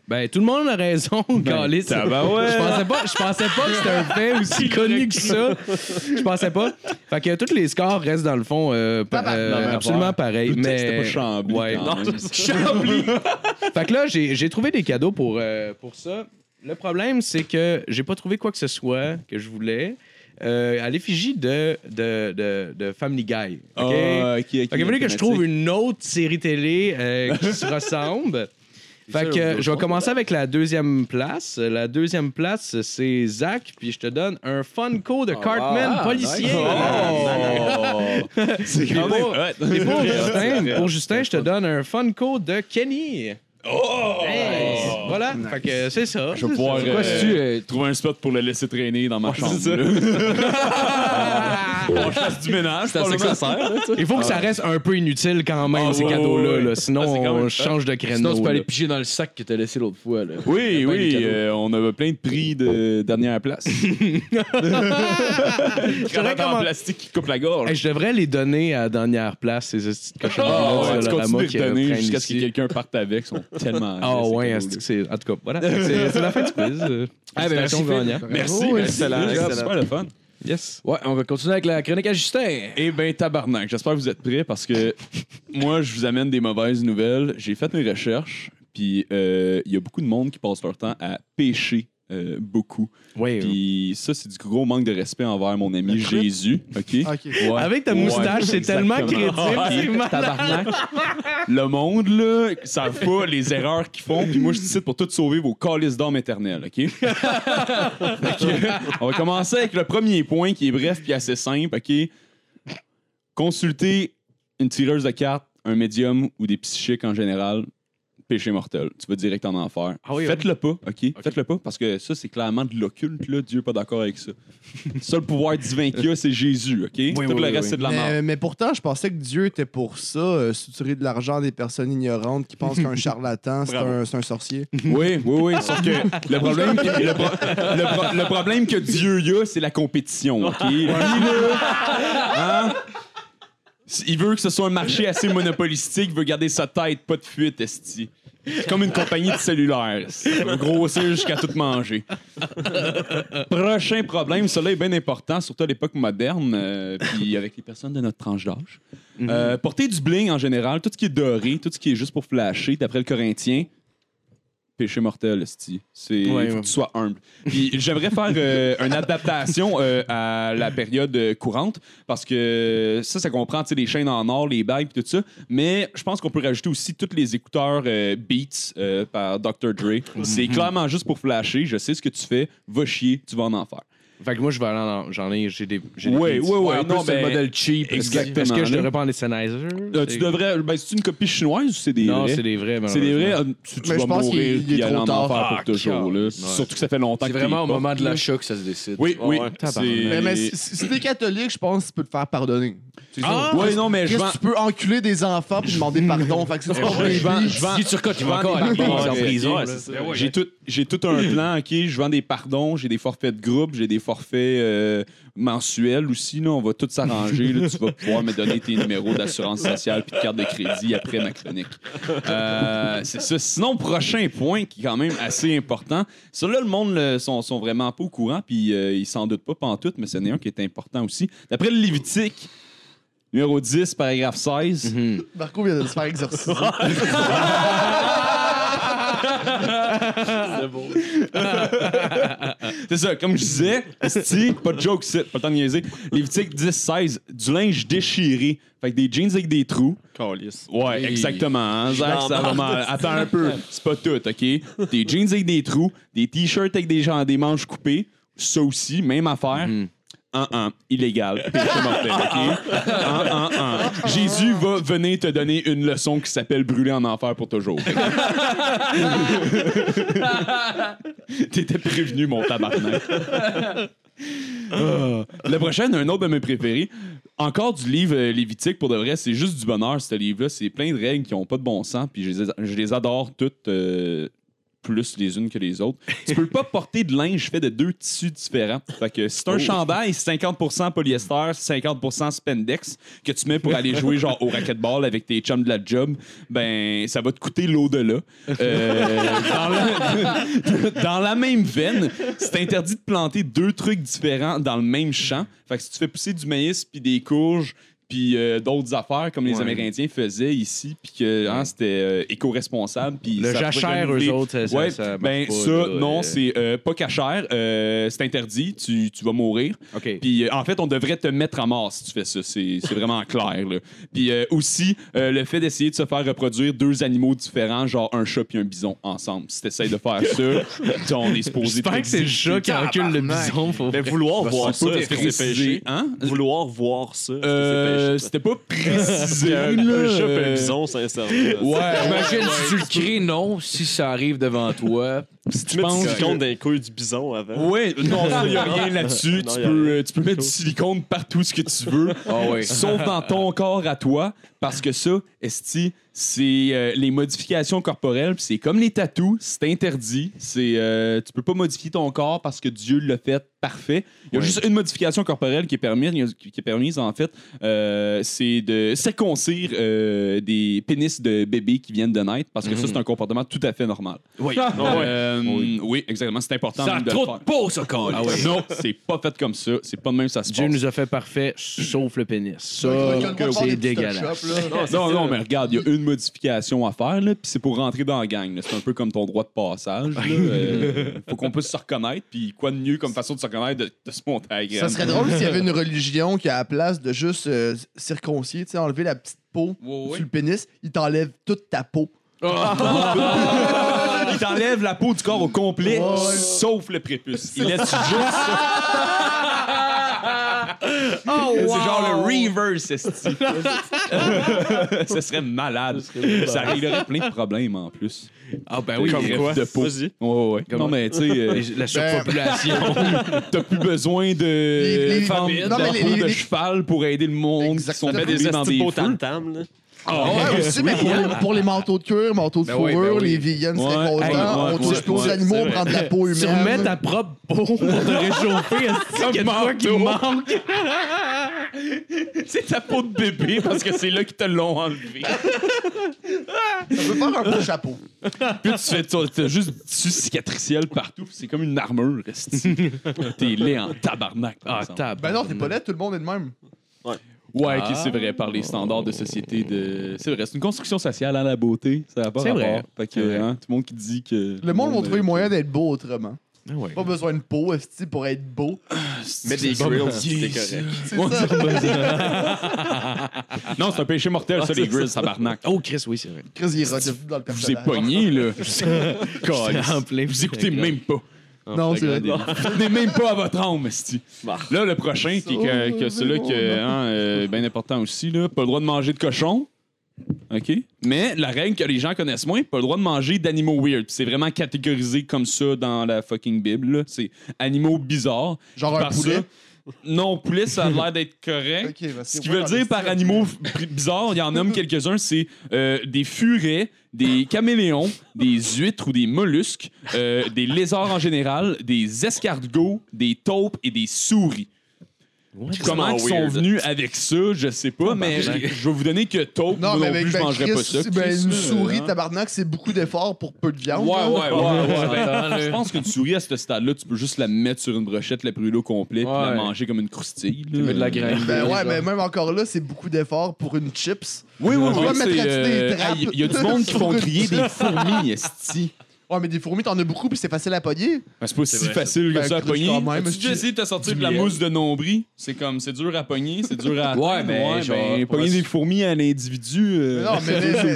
Ben, tout le monde a raison, Ben, Calis. ouais. Je pensais pas, je pensais pas que c'était un fait aussi connu que ça. Je pensais pas. Fait que tous les scores restent dans le fond euh, pa- Pas mal. euh, Non, mais absolument ouais. pareil. Putain, Mais C'était pas Chambly. Ouais. quand Non, même. c'est Chambly. Fait que là, j'ai j'ai trouvé des cadeaux pour, euh, pour ça. Le problème, c'est que j'ai pas trouvé quoi que ce soit que je voulais euh, à l'effigie de, de, de, de Family Guy. OK? Ah, ok, ok. Fait que voulez que je trouve une autre série télé euh, qui se ressemble. Fait que euh, je vais commencer avec la deuxième place. La deuxième place, c'est Zach, puis je te donne un Funko de Cartman wow. policier. Oh! C'est Puis quand même pour, hot. puis pour C'est Justin, vrai. pour Justin, je te donne un Funko de Kenny. Oh! Voilà, fait que c'est ça. Je vais pouvoir Pourquoi euh, si tu. euh, trouver un spot pour le laisser traîner dans ma chambre. c'est ça. là. Bon, je fasse du ménage. C'est à ça que ça sert, probablement. Il faut que ça reste un peu inutile quand même, Ah, ces ouais, cadeaux-là. ouais, là. ouais. Sinon, Ah, c'est quand même on hot. change de créneau. Sinon, tu peux là. aller piger dans le sac que t'as laissé l'autre fois. Là. Oui, Il y a plein de oui, cadeaux. euh, on a plein de prix de dernière place. Cravate en comment- plastique qui coupe la gorge. Hey, je devrais les donner à la dernière place, ces petites cochonneries-là Oh, de tu Dolorama continues qui de donner traînent jusqu'à ce ici. que quelqu'un parte avec. Ils sont tellement. Ah agréables, ouais, ces c'est- cadeaux-là. c'est- en tout cas, voilà. C'est c'est la fin du quiz. Euh, Ah, ben, merci, félicitations, Phil. gagnant. Eh Merci, Bravo, merci. excellent, Regarde, excellent. C'est super le fun. Yes. Ouais, on va continuer avec la chronique à Justin. Eh ben tabarnak, j'espère que vous êtes prêts parce que moi, je vous amène des mauvaises nouvelles. J'ai fait mes recherches, puis euh, il y a beaucoup de monde qui passe leur temps à pêcher euh, beaucoup. Ouais. hein. Puis ça, c'est du gros manque de respect envers mon ami Jésus, OK? Ok. Ouais. Avec ta moustache, c'est tellement exactement. crédible. c'est malade. Tabarnak. Le monde, là, ils savent pas les erreurs qu'ils font, puis moi, je décide pour tout sauver vos calices d'âme éternelle, OK? Fait que, on va commencer avec le premier point qui est bref puis assez simple, OK? Consulter une tireuse de cartes, un médium ou des psychiques en général, péché mortel. Tu vas direct en enfer. Ah oui, Faites-le pas, OK? Faites-le pas, parce que ça, c'est clairement de l'occulte, là. Dieu est pas d'accord avec ça. Le seul pouvoir divin qu'il y a, c'est Jésus, OK? tout le oui, reste, oui. c'est de la mort. Mais, mais pourtant, je pensais que Dieu était pour ça, euh, suturer de l'argent des personnes ignorantes qui pensent qu'un charlatan, c'est Bravo. un, c'est un sorcier. Oui, oui, oui. Sauf que le problème, que- le, pro- le pro- le problème que Dieu y a, c'est la compétition. OK? Lui, là, hein, Il veut que ce soit un marché assez monopolistique, il veut garder sa tête, pas de fuite, esti. C'est comme une compagnie de cellulaire. Il veut grossir jusqu'à tout manger. Prochain problème, cela est bien important, surtout à l'époque moderne, euh, puis avec les personnes de notre tranche d'âge. Mhm. Euh, porter du bling en général, tout ce qui est doré, tout ce qui est juste pour flasher, d'après le Corinthien, péché mortel, esti. C'est il Ouais, faut ouais. que tu sois humble. Puis j'aimerais faire euh, une adaptation euh, à la période euh, courante parce que ça, ça comprend tu sais, les chaînes en or, les bagues, puis tout ça. Mais je pense qu'on peut rajouter aussi tous les écouteurs euh, Beats euh, par Dr. Dre. Mhm. C'est clairement juste pour flasher. Je sais ce que tu fais. Va chier, tu vas en enfer. Fait que moi, je vais aller en. J'en ai. J'ai des. j'ai des Oui, oui, beats. oui. Ouais, en plus, c'est le modèle cheap. Exactement. Est-ce que je là. devrais pas en Sennheiser? Euh, tu devrais. Ben, c'est une copie chinoise ou c'est des Non, vrais? c'est des vrais. C'est des vrais. euh, tu tu Mais vas je pense qu'il- mourir il est puis aller trop en tard. enfer Ah, pour toujours. là. Surtout que ça fait longtemps C'est que t'es vraiment au pas. moment de l'achat que ça se décide. Oui, Oh, oui. c'est- Mais, mais si, si- si t'es catholique, je pense que tu peux te faire pardonner. Tu sais, Ah! Oui, non, mais Eh, je Chris, vends. Eh, tu peux enculer des enfants puis demander pardon. fait que si tu prends un Je vends- billet, je vends- Si tu recotes, tu vas encore des aller pardons, en ok, prison. ok, là. c'est ça. J'ai tout, j'ai tout un plan, OK? Je vends des pardons, j'ai des forfaits de groupe, j'ai des forfaits euh, mensuels aussi. Là, on va tout s'arranger. là. tu vas pouvoir me donner tes numéros d'assurance sociale puis de carte de crédit après ma chronique. Euh, c'est ça. Sinon, prochain point qui est quand même assez important. Ça, là, le monde le, sont, sont vraiment pas au courant puis euh, ils s'en doutent pas pantoute, mais c'est un qui est important aussi. D'après le Lévitique, numéro 10, paragraphe 16, Marco vient de se faire exorciser. C'est ça, comme je disais, esti, pas de joke, c'est pas le temps de niaiser. Lévitique 10, 16, du linge déchiré. Fait que des jeans avec des trous. Calice. Ouais, Hey. exactement. hein, Zach, ça va l'embarque. mal. Attends un peu, c'est pas tout, OK? Des jeans avec des trous, des t-shirts avec des, gens, des manches coupées, ça aussi, même affaire. Mhm. Un, un, illégal. Péché mortel, OK? Un, un, un. Jésus va venir te donner une leçon qui s'appelle brûler en enfer pour toujours. T'étais prévenu, mon tabarnak. Ah. Le prochain, un autre de mes préférés. Encore du livre euh, Lévitique, pour de vrai, c'est juste du bonheur, ce livre-là. C'est plein de règles qui n'ont pas de bon sens, puis je les, je les adore toutes, euh, plus les unes que les autres. Tu peux pas porter de linge fait de deux tissus différents. Fait que c'est un chandail, 50% polyester, 50% spandex, que tu mets pour aller jouer genre au racquetball avec tes chums de la job, ben ça va te coûter l'au-delà. Euh, dans, la, dans la même veine, c'est interdit de planter deux trucs différents dans le même champ. Fait que si tu fais pousser du maïs puis des courges puis euh, d'autres affaires comme les Ouais. Amérindiens faisaient ici puis que hein, c'était euh, éco-responsable puis ça Le pouvait jachère, renouveler- eux autres, ça- Ouais, ça marche ben pas, ça, là, non, euh. c'est euh, pas cachère, euh, c'est interdit, tu, tu vas mourir. OK. Puis euh, en fait, on devrait te mettre à mort si tu fais ça, c'est c'est vraiment clair. là. Puis euh, aussi, euh, le fait d'essayer de se faire reproduire deux animaux différents, genre un chat puis un bison ensemble. Si t'essayes de faire ça, t'en- on est supposé... J'espère que c'est le chat qui encule le bison. Faut... Mais Ben, vouloir voir ça, est-ce que Bah, c'est péché. péché? Hein? Vouloir voir ça, est-ce Euh, que c'est péché? C'était pas précisé. Un là, un chat et un euh, bison, sincèrement. Ouais, Imagine si tu le crées, non, si ça arrive devant toi. Si tu je mets pense du que- silicone dans les couilles du bison avant. Ouais, non, ça, il a rien là-dessus. Non, Tu, y a peux, rien. euh, tu peux mettre du silicone partout ce que tu veux, Ah oui. sauf dans ton corps à toi, parce que ça, Esti, c'est euh, les modifications corporelles, puis c'est comme les tatous, c'est interdit. C'est, euh, tu peux pas modifier ton corps parce que Dieu l'a fait parfait. Il y a juste une modification corporelle qui est permise, il y a- qui est permise en fait, euh, c'est de circoncire euh, des pénis de bébés qui viennent de naître, parce que ça, c'est un comportement tout à fait normal. Mhm. Oui. Euh, oui. exactement, c'est important Ça a même de le trop faire. de peau, ça, quand Ah ouais, non, c'est pas fait comme ça. C'est pas de même ça se Dieu passe. nous a fait parfait, sauf le pénis. Ça, Recule-moi pour faire c'est des petits dégueulasse. touch-ups, là. Ah, Non, non, mais regarde, il y a une modification à faire, là, puis c'est pour rentrer dans la gang. là. C'est un peu comme ton droit de passage. Là. Euh, faut qu'on puisse se reconnaître, puis quoi de mieux comme façon de se reconnaître de, de se monter à la graine. Ça serait drôle s'il y avait une religion qui, à la place de juste euh, circoncier, tu sais, enlever la petite peau Ouais, ouais. sur le pénis, il t'enlève toute ta peau. Il t'enlève la peau du corps au complet, Ouais. sauf le prépuce. Il laisse juste. Oh, C'est genre le reverse, esti. Ce serait malade. Ça réglerait plein de problèmes en plus. Ah, ben oui, Comme mais- quoi? De peau. Vas-y. Ouais, ouais, ouais. Non, mais tu sais, euh, La surpopulation. t'as plus besoin Les- de les- vendre de, Non, mais les- peau les- de les- cheval pour aider le monde qui Exactement. sont T'as Fais coulés des dans estis des beaux feux. tam-tam, là. Ah, ouais. Ouais, aussi, mais pour, les, pour les manteaux de cuir, manteaux de Ben oui, fourrure, ben oui. les vegans seraient Ouais, contents. hey, ouais, on touche ouais, pas aux ouais, animaux, c'est on vrai. prend de la peau humaine. Tu Ben remets ta propre peau pour te réchauffer. Est-ce qu'il y a de quoi qui manque? C'est ta peau de bébé parce que c'est là qu'ils te l'ont enlevé. Ça peut faire un beau chapeau. Puis tu fais t'as- t'as juste du tissu cicatriciel partout, puis c'est comme une armure. esti. T'es laid en tabarnak. par Ah, exemple. tab. Ben non, t'es pas laid, tout le monde est de même. Ouais, Ah. ok, c'est vrai, par les standards de société. de C'est vrai, c'est une construction sociale à la beauté. Ça a pas C'est rapport. vrai. Fait que, C'est vrai. hein, tout le monde qui dit que. Le monde va trouver moyen d'être beau autrement. Ah ouais. Pas besoin de peau, esti, pour être beau. Mets des grills, c'est correct. C'est ça. Non, c'est un péché mortel, ça, les grills, tabarnak. Oh, Chris, oui, c'est vrai. Chris, il est rendu dans le Je vous ai personnage. pogné, là. Calisse. en plein- Vous écoutez même pas. Non, c'est vrai. Vous venez même pas à votre âme, esti. Là, le prochain, qui est Oh, que, que celui-là, que, hein, euh, bien important aussi, là, pas le droit de manger de cochon. OK? Mais la règle que les gens connaissent moins, pas le droit de manger d'animaux weird. Puis C'est vraiment catégorisé comme ça dans la fucking Bible. là. C'est animaux bizarres. Genre un Par ça- poulet. non, poulet, ça a l'air d'être correct. Ok, parce Ce que qui moi, veut j'en ai dire par six. animaux euh, b- bizarres, il y en nomme quelques-uns, c'est euh, des furets, des caméléons, des huîtres ou des mollusques, euh, des lézards en général, des escargots, des taupes et des souris. Comment ils sont weird. venus avec ça, je sais pas, mais je je vais vous donner que taupe, moi Non, mais non avec plus, je ben, mangerais Chris, pas ça. c'est- ben, Qu'est-ce une que c'est, souris, hein? tabarnak, c'est beaucoup d'efforts pour peu de Ouais, viande. ouais, là. ouais. ouais, ben, je pense qu'une souris à ce stade-là, tu peux juste la mettre sur une brochette, la brûler au complet, puis la Ouais. manger comme une croustille. Tu là. mets de la graine. Ben ouais, mais même encore là, c'est beaucoup d'efforts pour une chips. Oui, oui, Pourquoi oui. mettrais-tu c'est, des euh, trappes hey, Il y a du monde qui sur font une crier des fourmis, esti. Ouais, mais des fourmis, t'en as beaucoup, puis c'est facile à pogner. Ben, c'est pas si vrai, facile ça. que ça à Ben, pogner. quand même, As-tu esti. déjà essayé de te sortir de la mousse de nombril? C'est comme, c'est dur à pogner, c'est dur à atteindre. ben, genre, ben, pour pogner la- des fourmis à l'individu... euh, Non, mais mets, mets-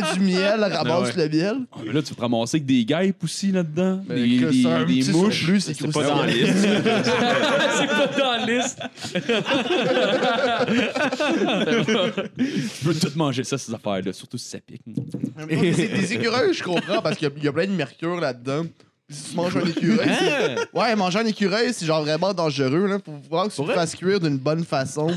mets du miel, ramasse le miel. ah, mais là, tu vas te ramasser avec des guêpes aussi là-dedans. Ben, des que des, ça, un des petit mouches. surplus, c'est Pas dans la croustillant. liste. C'est pas dans la liste. Tu peux tout manger ça, ces affaires-là, surtout si ça pique. Mais C'est des écureuils, je comprends, parce qu'il y a- il y, a plein de mercure là-dedans. Puis Si tu manges un écureuil, Hein? c'est- ouais, manger un écureuil, c'est genre vraiment dangereux. Là, faut voir que tu le fasses cuire d'une bonne façon.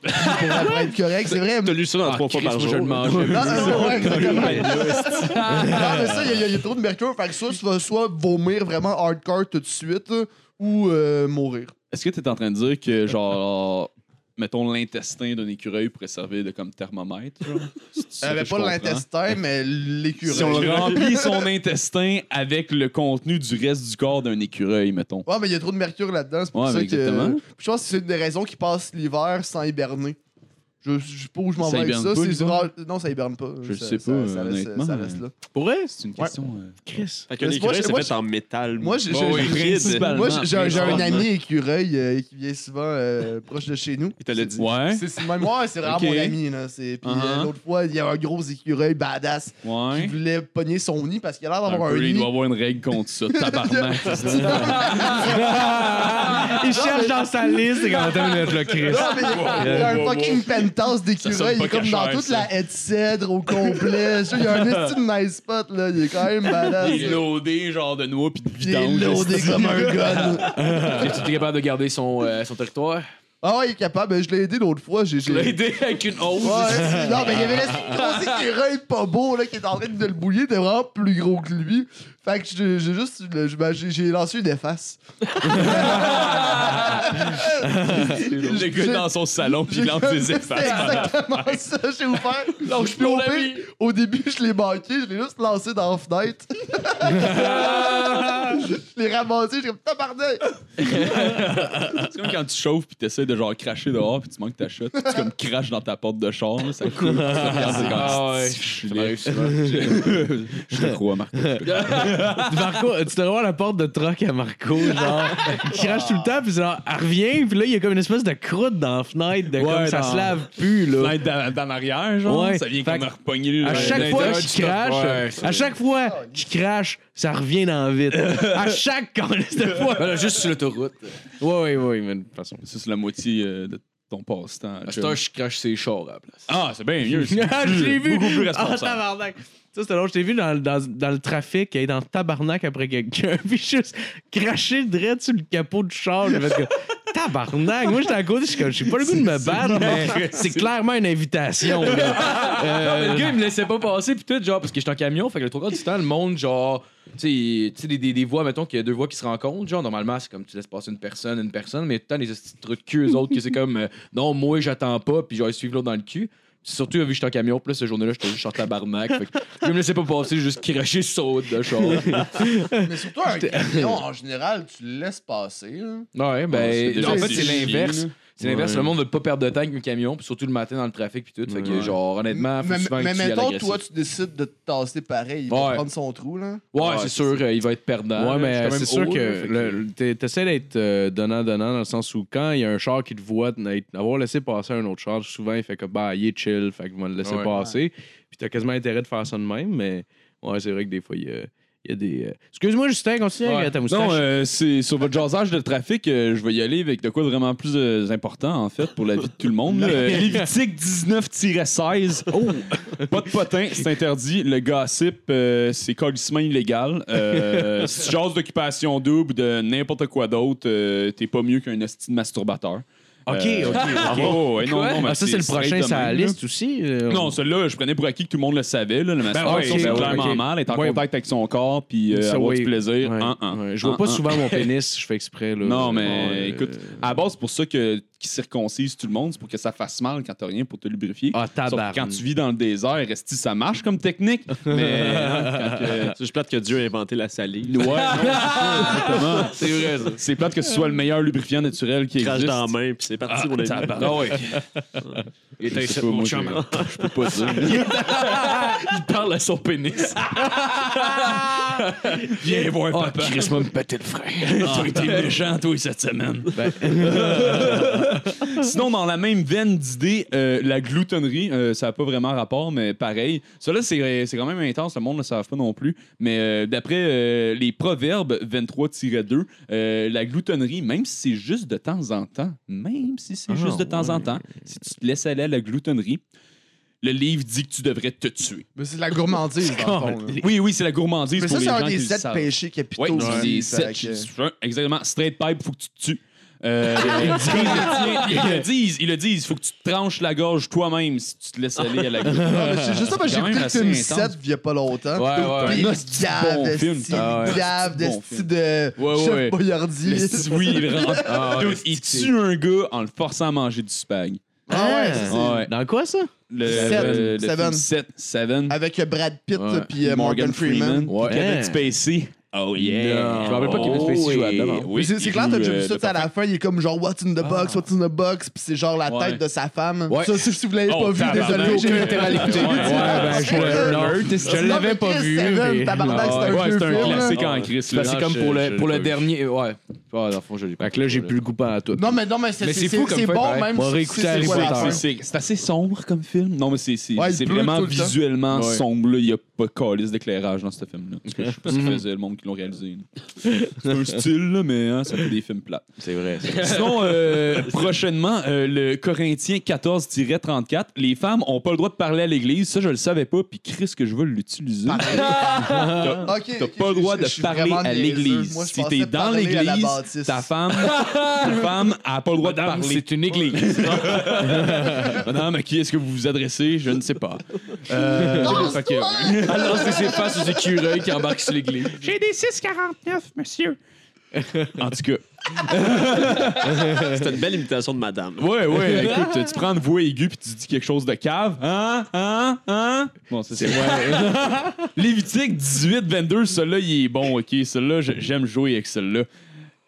pour après être correct, c'est vrai. T'as lu ça Ah, dans trois fois par jour. je le mange. Non, non, ouais, exactement. Non, mais ça, il y a- il y, a trop de mercure. Fait que soit tu vas soit vomir vraiment hardcore tout de suite là, ou euh, mourir. Est-ce que tu es en train de dire que, genre, mettons, l'intestin d'un écureuil pourrait servir de comme thermomètre? genre? C'est ça Euh, que ben, je pas comprends. l'intestin, mais l'écureuil. Si on remplit son intestin avec le contenu du reste du corps d'un écureuil, mettons. Ouais, mais il y a trop de mercure là-dedans. C'est pour Ouais, ça ben, que. exactement. Puis Je pense que c'est une des raisons qui passe l'hiver sans hiberner. Je, je sais pas où je m'en Ça vais avec hiberne pas, ça. c'est l'hiver? rare- Non, ça hiberne pas. Je ça, sais ça- pas, Ça, reste, honnêtement, ça mais- reste là. Pour vrai? C'est une question. euh, Chris. Fait que Moi, l'écureuil, je- c'est moi, fait je- en métal. Moi, j'ai Bon, j'ai- oui, j'ai- rigide. moi, j'ai- j'ai un- j'ai un Bah principalement. ami écureuil euh, qui vient souvent euh, proche de chez nous. Il te l'a dit. Ouais, C'est c'est le même. Ouais, c'est vraiment Hein? Ok. mon ami. Là. c'est- Puis Uh-huh. euh, l'autre fois, il y a un gros écureuil badass qui ouais. voulait pogner son nid parce qu'il a l'air Un d'avoir un, peu, il nid. doit avoir une règle contre ça. Tabarnak. Il cherche dans sa liste et quand même le Chris. Non, mais il y a- il y a un fucking penthouse d'écureuil. Il est comme dans toute la haie de cèdre au complet. Je sais, Il y a un esti de nice spot, là. Il est quand même badass. Il est loadé, genre de noix puis de Il est vidange. loadé comme un gun. Est-ce capable de garder son, euh, son territoire? Ah ouais, il est capable. Je l'ai aidé l'autre fois. J'ai, j'ai... L'aider avec une hausse. Ouais, c'est- non, mais il y avait l'esprit de gros écureuil pas beau là, qui est en train de le bouiller. Il était vraiment plus gros que lui. Fait que j'ai, j'ai juste. le- j'ai- ben, J'ai, j'ai lancé une efface. Le gars dans son salon puis il lance des C'est effaces. exactement ça, j'ai ouvert. Non, je Puis au pire, Au début, je l'ai manqué, je l'ai juste lancé dans la fenêtre. je l'ai ramassé, j'ai comme tabarnak. C'est comme quand tu chauffes puis t'essaies de genre cracher dehors puis tu manques ta shot. Tu comme craches dans ta porte de char, là, ça coule. Ça regarde, c'est comme, Ah ouais. Sti, je l'ai. Je te crois, Marco. Marco, tu te voir la porte de troc à Marco, genre, qui crache tout le temps, puis genre, elle revient, puis là, il y a comme une espèce de croûte dans la fenêtre, de comme ça dans- se lave plus, là. Fenêtre dans, dans l'arrière, genre. Ouais. Ça vient Fait comme que- repogner le- À chaque fois l'intérieur que du tu craches, à chaque fois que tu craches, ça revient dans vite. À chaque con- de fois. Ben là, juste sur l'autoroute. Ouais, ouais, ouais, mais de toute façon. Ça, c'est la moitié euh, de ton passe-temps. À cette heure, je crache ses chars à la place. Ah, c'est bien mieux. c'est Ah, plus- je l'ai vu. Beaucoup plus Ah, responsable. tabarnak. Ça, c'était drôle. Je t'ai vu dans, dans, dans le trafic, être dans le tabarnak après quelqu'un, puis juste cracher direct sur le capot du char. J'ai fait que, tabarnak. Moi, j'étais à côté, je suis comme, j'ai pas le goût de me battre, mais c'est clairement une invitation. Euh, là. Non, mais le gars, il me laissait pas passer, pis tout, genre, parce que j'étais en camion, fait que le trois quarts du temps, le monde, genre, tu sais, il- tu sais, des, des, des voix, mettons, qu'il y a deux voix qui se rencontrent. Genre, normalement, c'est comme tu laisses passer une personne, une personne, mais tant les petits trucs de cul, eux autres, que c'est comme euh, non, moi, j'attends pas, puis je vais suivre l'autre dans le cul. Puis Surtout, vu que j'étais en camion, puis là, ce journée-là, j'étais juste en tabarnak. fait que je me laissais pas passer, j'ai juste craché saute de char. Mais surtout, un camion, en général, tu le laisses passer. là. Ah, Ouais, c'est ben, déjà en fait, du c'est chien, l'inverse. là. C'est l'inverse. Le monde veut pas perdre de temps avec un camion, puis surtout le matin dans le trafic, puis tout. Fait que, Ouais. genre, honnêtement, faut mais souvent que mais tu y ailles mettons, agressif. toi, tu décides de te tasser pareil. Il va Ouais. prendre son trou, là. Ouais, Ouais, c'est c'est sûr, euh, il va être perdant. Ouais, Je suis mais quand même c'est sûr haut, là, que fait le- t'es- t'essaies d'être euh, donnant-donnant dans le sens où quand il y a un char qui te voit t'en- avoir laissé passer un autre char, souvent il fait que bah, il est chill, fait que vous me le laissez Ouais. passer. Puis t'as quasiment intérêt de faire ça de même, mais ouais, c'est vrai que des fois il y a, il y a des. euh, Excuse-moi, Justin, continue Ouais. avec ta moustache. Non, euh, c'est sur votre jasage de trafic, euh, je vais y aller avec de quoi de vraiment plus euh, important, en fait, pour la vie de tout le monde. là. Euh, Lévitique 19-16. Pas de potin, c'est interdit. Le gossip, euh, c'est colissement illégal. Euh, si tu jases d'occupation double, de n'importe quoi d'autre, euh, t'es pas mieux qu'un esti de masturbateur. Ok, ok, ok. Oh, ouais, non, Quoi? non, mais Ah, ça, c'est le prochain, straight de c'est la même, liste aussi. là. euh, Non, celui-là, je prenais pour acquis que tout le monde le savait. Là, le masturbation, Ben ouais, c'est ok, clairement ouais, ok. mal. Être en Ouais. contact avec son corps, puis euh, Ça, avoir oui. du plaisir. Ouais, Hein, hein. ouais. Je vois Hein, pas hein. souvent mon pénis, je fais exprès. Là, Non, mais Bon, euh, écoute, à la base, c'est pour ça que, qu'ils circoncisent tout le monde, c'est pour que ça fasse mal quand t'as rien pour te lubrifier. Ah, Sauf que tabarnak. quand tu vis dans le désert, resti, ça marche comme technique, mais hein, quand que- C'est juste plate que Dieu a inventé la salive. Ouais, non, exactement. c'est vrai. C'est plate que ce soit le meilleur lubrifiant naturel qui Crache existe. dans la main, puis c'est parti, mon ami. Tabarnak. Il est Je sais ici, pas, mon moi, chum. je- je peux pas dire. Il parle à son pénis. Viens voir papa. Oh, Chris m'a me pété le frein. Ah. T'as été méchant, toi, cette semaine. Ben. Sinon, dans la même veine d'idée, euh, la gloutonnerie, euh, ça n'a pas vraiment rapport, mais pareil. Ça, là, c'est c'est quand même intense, le monde ne le savent pas non plus. Mais euh, d'après euh, les proverbes 23-2, euh, la gloutonnerie, même si c'est juste de temps en temps, même si c'est Ah, juste de temps en ouais. temps, si tu te laisses aller à la gloutonnerie, le livre dit que tu devrais te tuer. Mais c'est de la gourmandise, dans le fond. là. Oui, oui, c'est la gourmandise Mais pour ça, les c'est gens un qui des le sept savent. péchés capitaux. Oui, aussi, c'est fait sept que- euh, choses. Exactement. Straight pipe, faut que tu te tues. Euh, ils, le disent, ils le disent, ils le disent, faut que tu te tranches la gorge toi-même si tu te laisses aller à la gorge. Non, mais c'est juste ça, parce que Quand j'ai même écouté le assez film intense. 7 il y a pas longtemps. Ouais, ouais, Puis ouais. il gave, bon esti, film, il ça, ouais. gave C'est bon d'esti de Ouais, ouais, ouais. chef boyardier. Le- Oui, il, rentre. Dude, il tue un gars en le forçant à manger du spag. Ah ouais, c'est- Ouais. Dans quoi ça? Le, Seven. le- le film Seven. Seven. Seven. Avec euh, Brad Pitt Ouais. puis euh, Morgan, Freeman. Ouais. Kevin Hein. Spacey. Oh yeah. Non. Je me rappelle pas Kevin Oh, Spacey joue oui. là-dedans. hein. Mais c'est c'est clair, t'as déjà vu ça, tout tu sais, à la fin, il est comme genre What's in the box, What's in the box, puis c'est genre la Ouais. tête de sa femme. Ouais. Ça, si si vous l'avez Oh, pas vu, tabarnak. désolé, j'ai littéralement écouté. Ouais, Ah, ben, je le Non, nerd, mais je l'avais pas Chris vu. Seven, mais- tabarnak, c'est un Ouais, vieux c'est un film, là. classique en Christ. Ah, là. ouais. C'est Non, comme je- pour je le, pour l'ai le pas vu. dernier. Ouais. Ah, dans le fond, je l'ai pas Fait que là, j'ai plus le goût à tout. Non, mais non, mais c'est Mais c'est c'est- fou comme c'est film, bon, pareil. même On si va tu réécouter sais Harry c'est quoi la Potter. fin. C'est- C'est c'est assez sombre comme film. Non, mais c'est c'est- Ouais, il c'est pleut vraiment tout le temps. visuellement Ouais. sombre. là. Il n'y a pas de calice d'éclairage dans ce film-là. Parce que Je sais pas Mhm. ce que faisait le monde qui l'ont réalisé. là. C'est un style, là, mais hein, ça fait des films plats. C'est vrai. Sinon, euh, prochainement, euh, le Corinthien 14-34, les femmes n'ont pas le droit de parler à l'Église. Ça, je le savais pas. Puis Chris, que je veux l'utiliser. T'as Ok, t'as ok, pas le je- droit je- de je suis parler vraiment à niaiseux. Moi, l'Église. je Si pensais t'es dans parler à la l'Église, bâtisse. ta femme, ta femme a pas le droit de parler. C'est une église. Madame, à qui est-ce que vous vous adressez Je ne sais pas. Euh, fait que- Ah, Alors, c'est ses faces aux écureuils qui embarquent sur l'église. en tout cas, C'était une belle imitation de madame. ouais, ouais, écoute, tu prends une voix aiguë puis tu dis quelque chose de cave. Hein, hein, hein Bon, ça, c'est Lévitique 18-22, celui-là, il est bon, ok. Celui-là, je- j'aime jouer avec celui-là.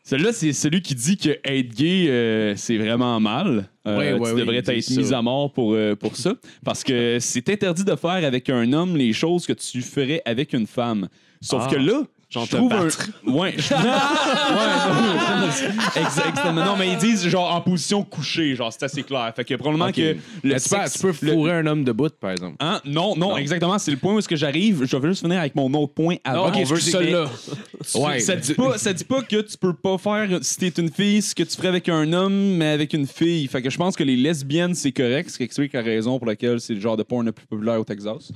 Celui-là, c'est celui qui dit que être gay, euh, c'est vraiment mal. Euh, Ouais, ouais, tu ouais, devrais il dit être ça. mis à mort pour, euh, pour ça. Parce que c'est interdit de faire avec un homme les choses que tu ferais avec une femme. Sauf Ah. que là, Genre je te trouve un... battre. Ouais, je- Ouais, non, exactement. Non, mais ils disent genre en position couchée, genre c'est assez clair. Fait que probablement Ok. que le tu, peux, sexe- tu peux le- fourrer un homme de bout, par exemple. Hein? Non, non, exactement. C'est le point où est-ce que j'arrive. Je vais juste finir avec mon autre point avant. ok, On veut c'est que- celle-là. Tu- Ouais. Ça dit pas, ça dit pas que tu peux pas faire si t'es une fille ce que tu ferais avec un homme, mais avec une fille. Fait que je pense que les lesbiennes c'est correct, ce qui explique la raison pour laquelle c'est le genre de porn le plus populaire au Texas.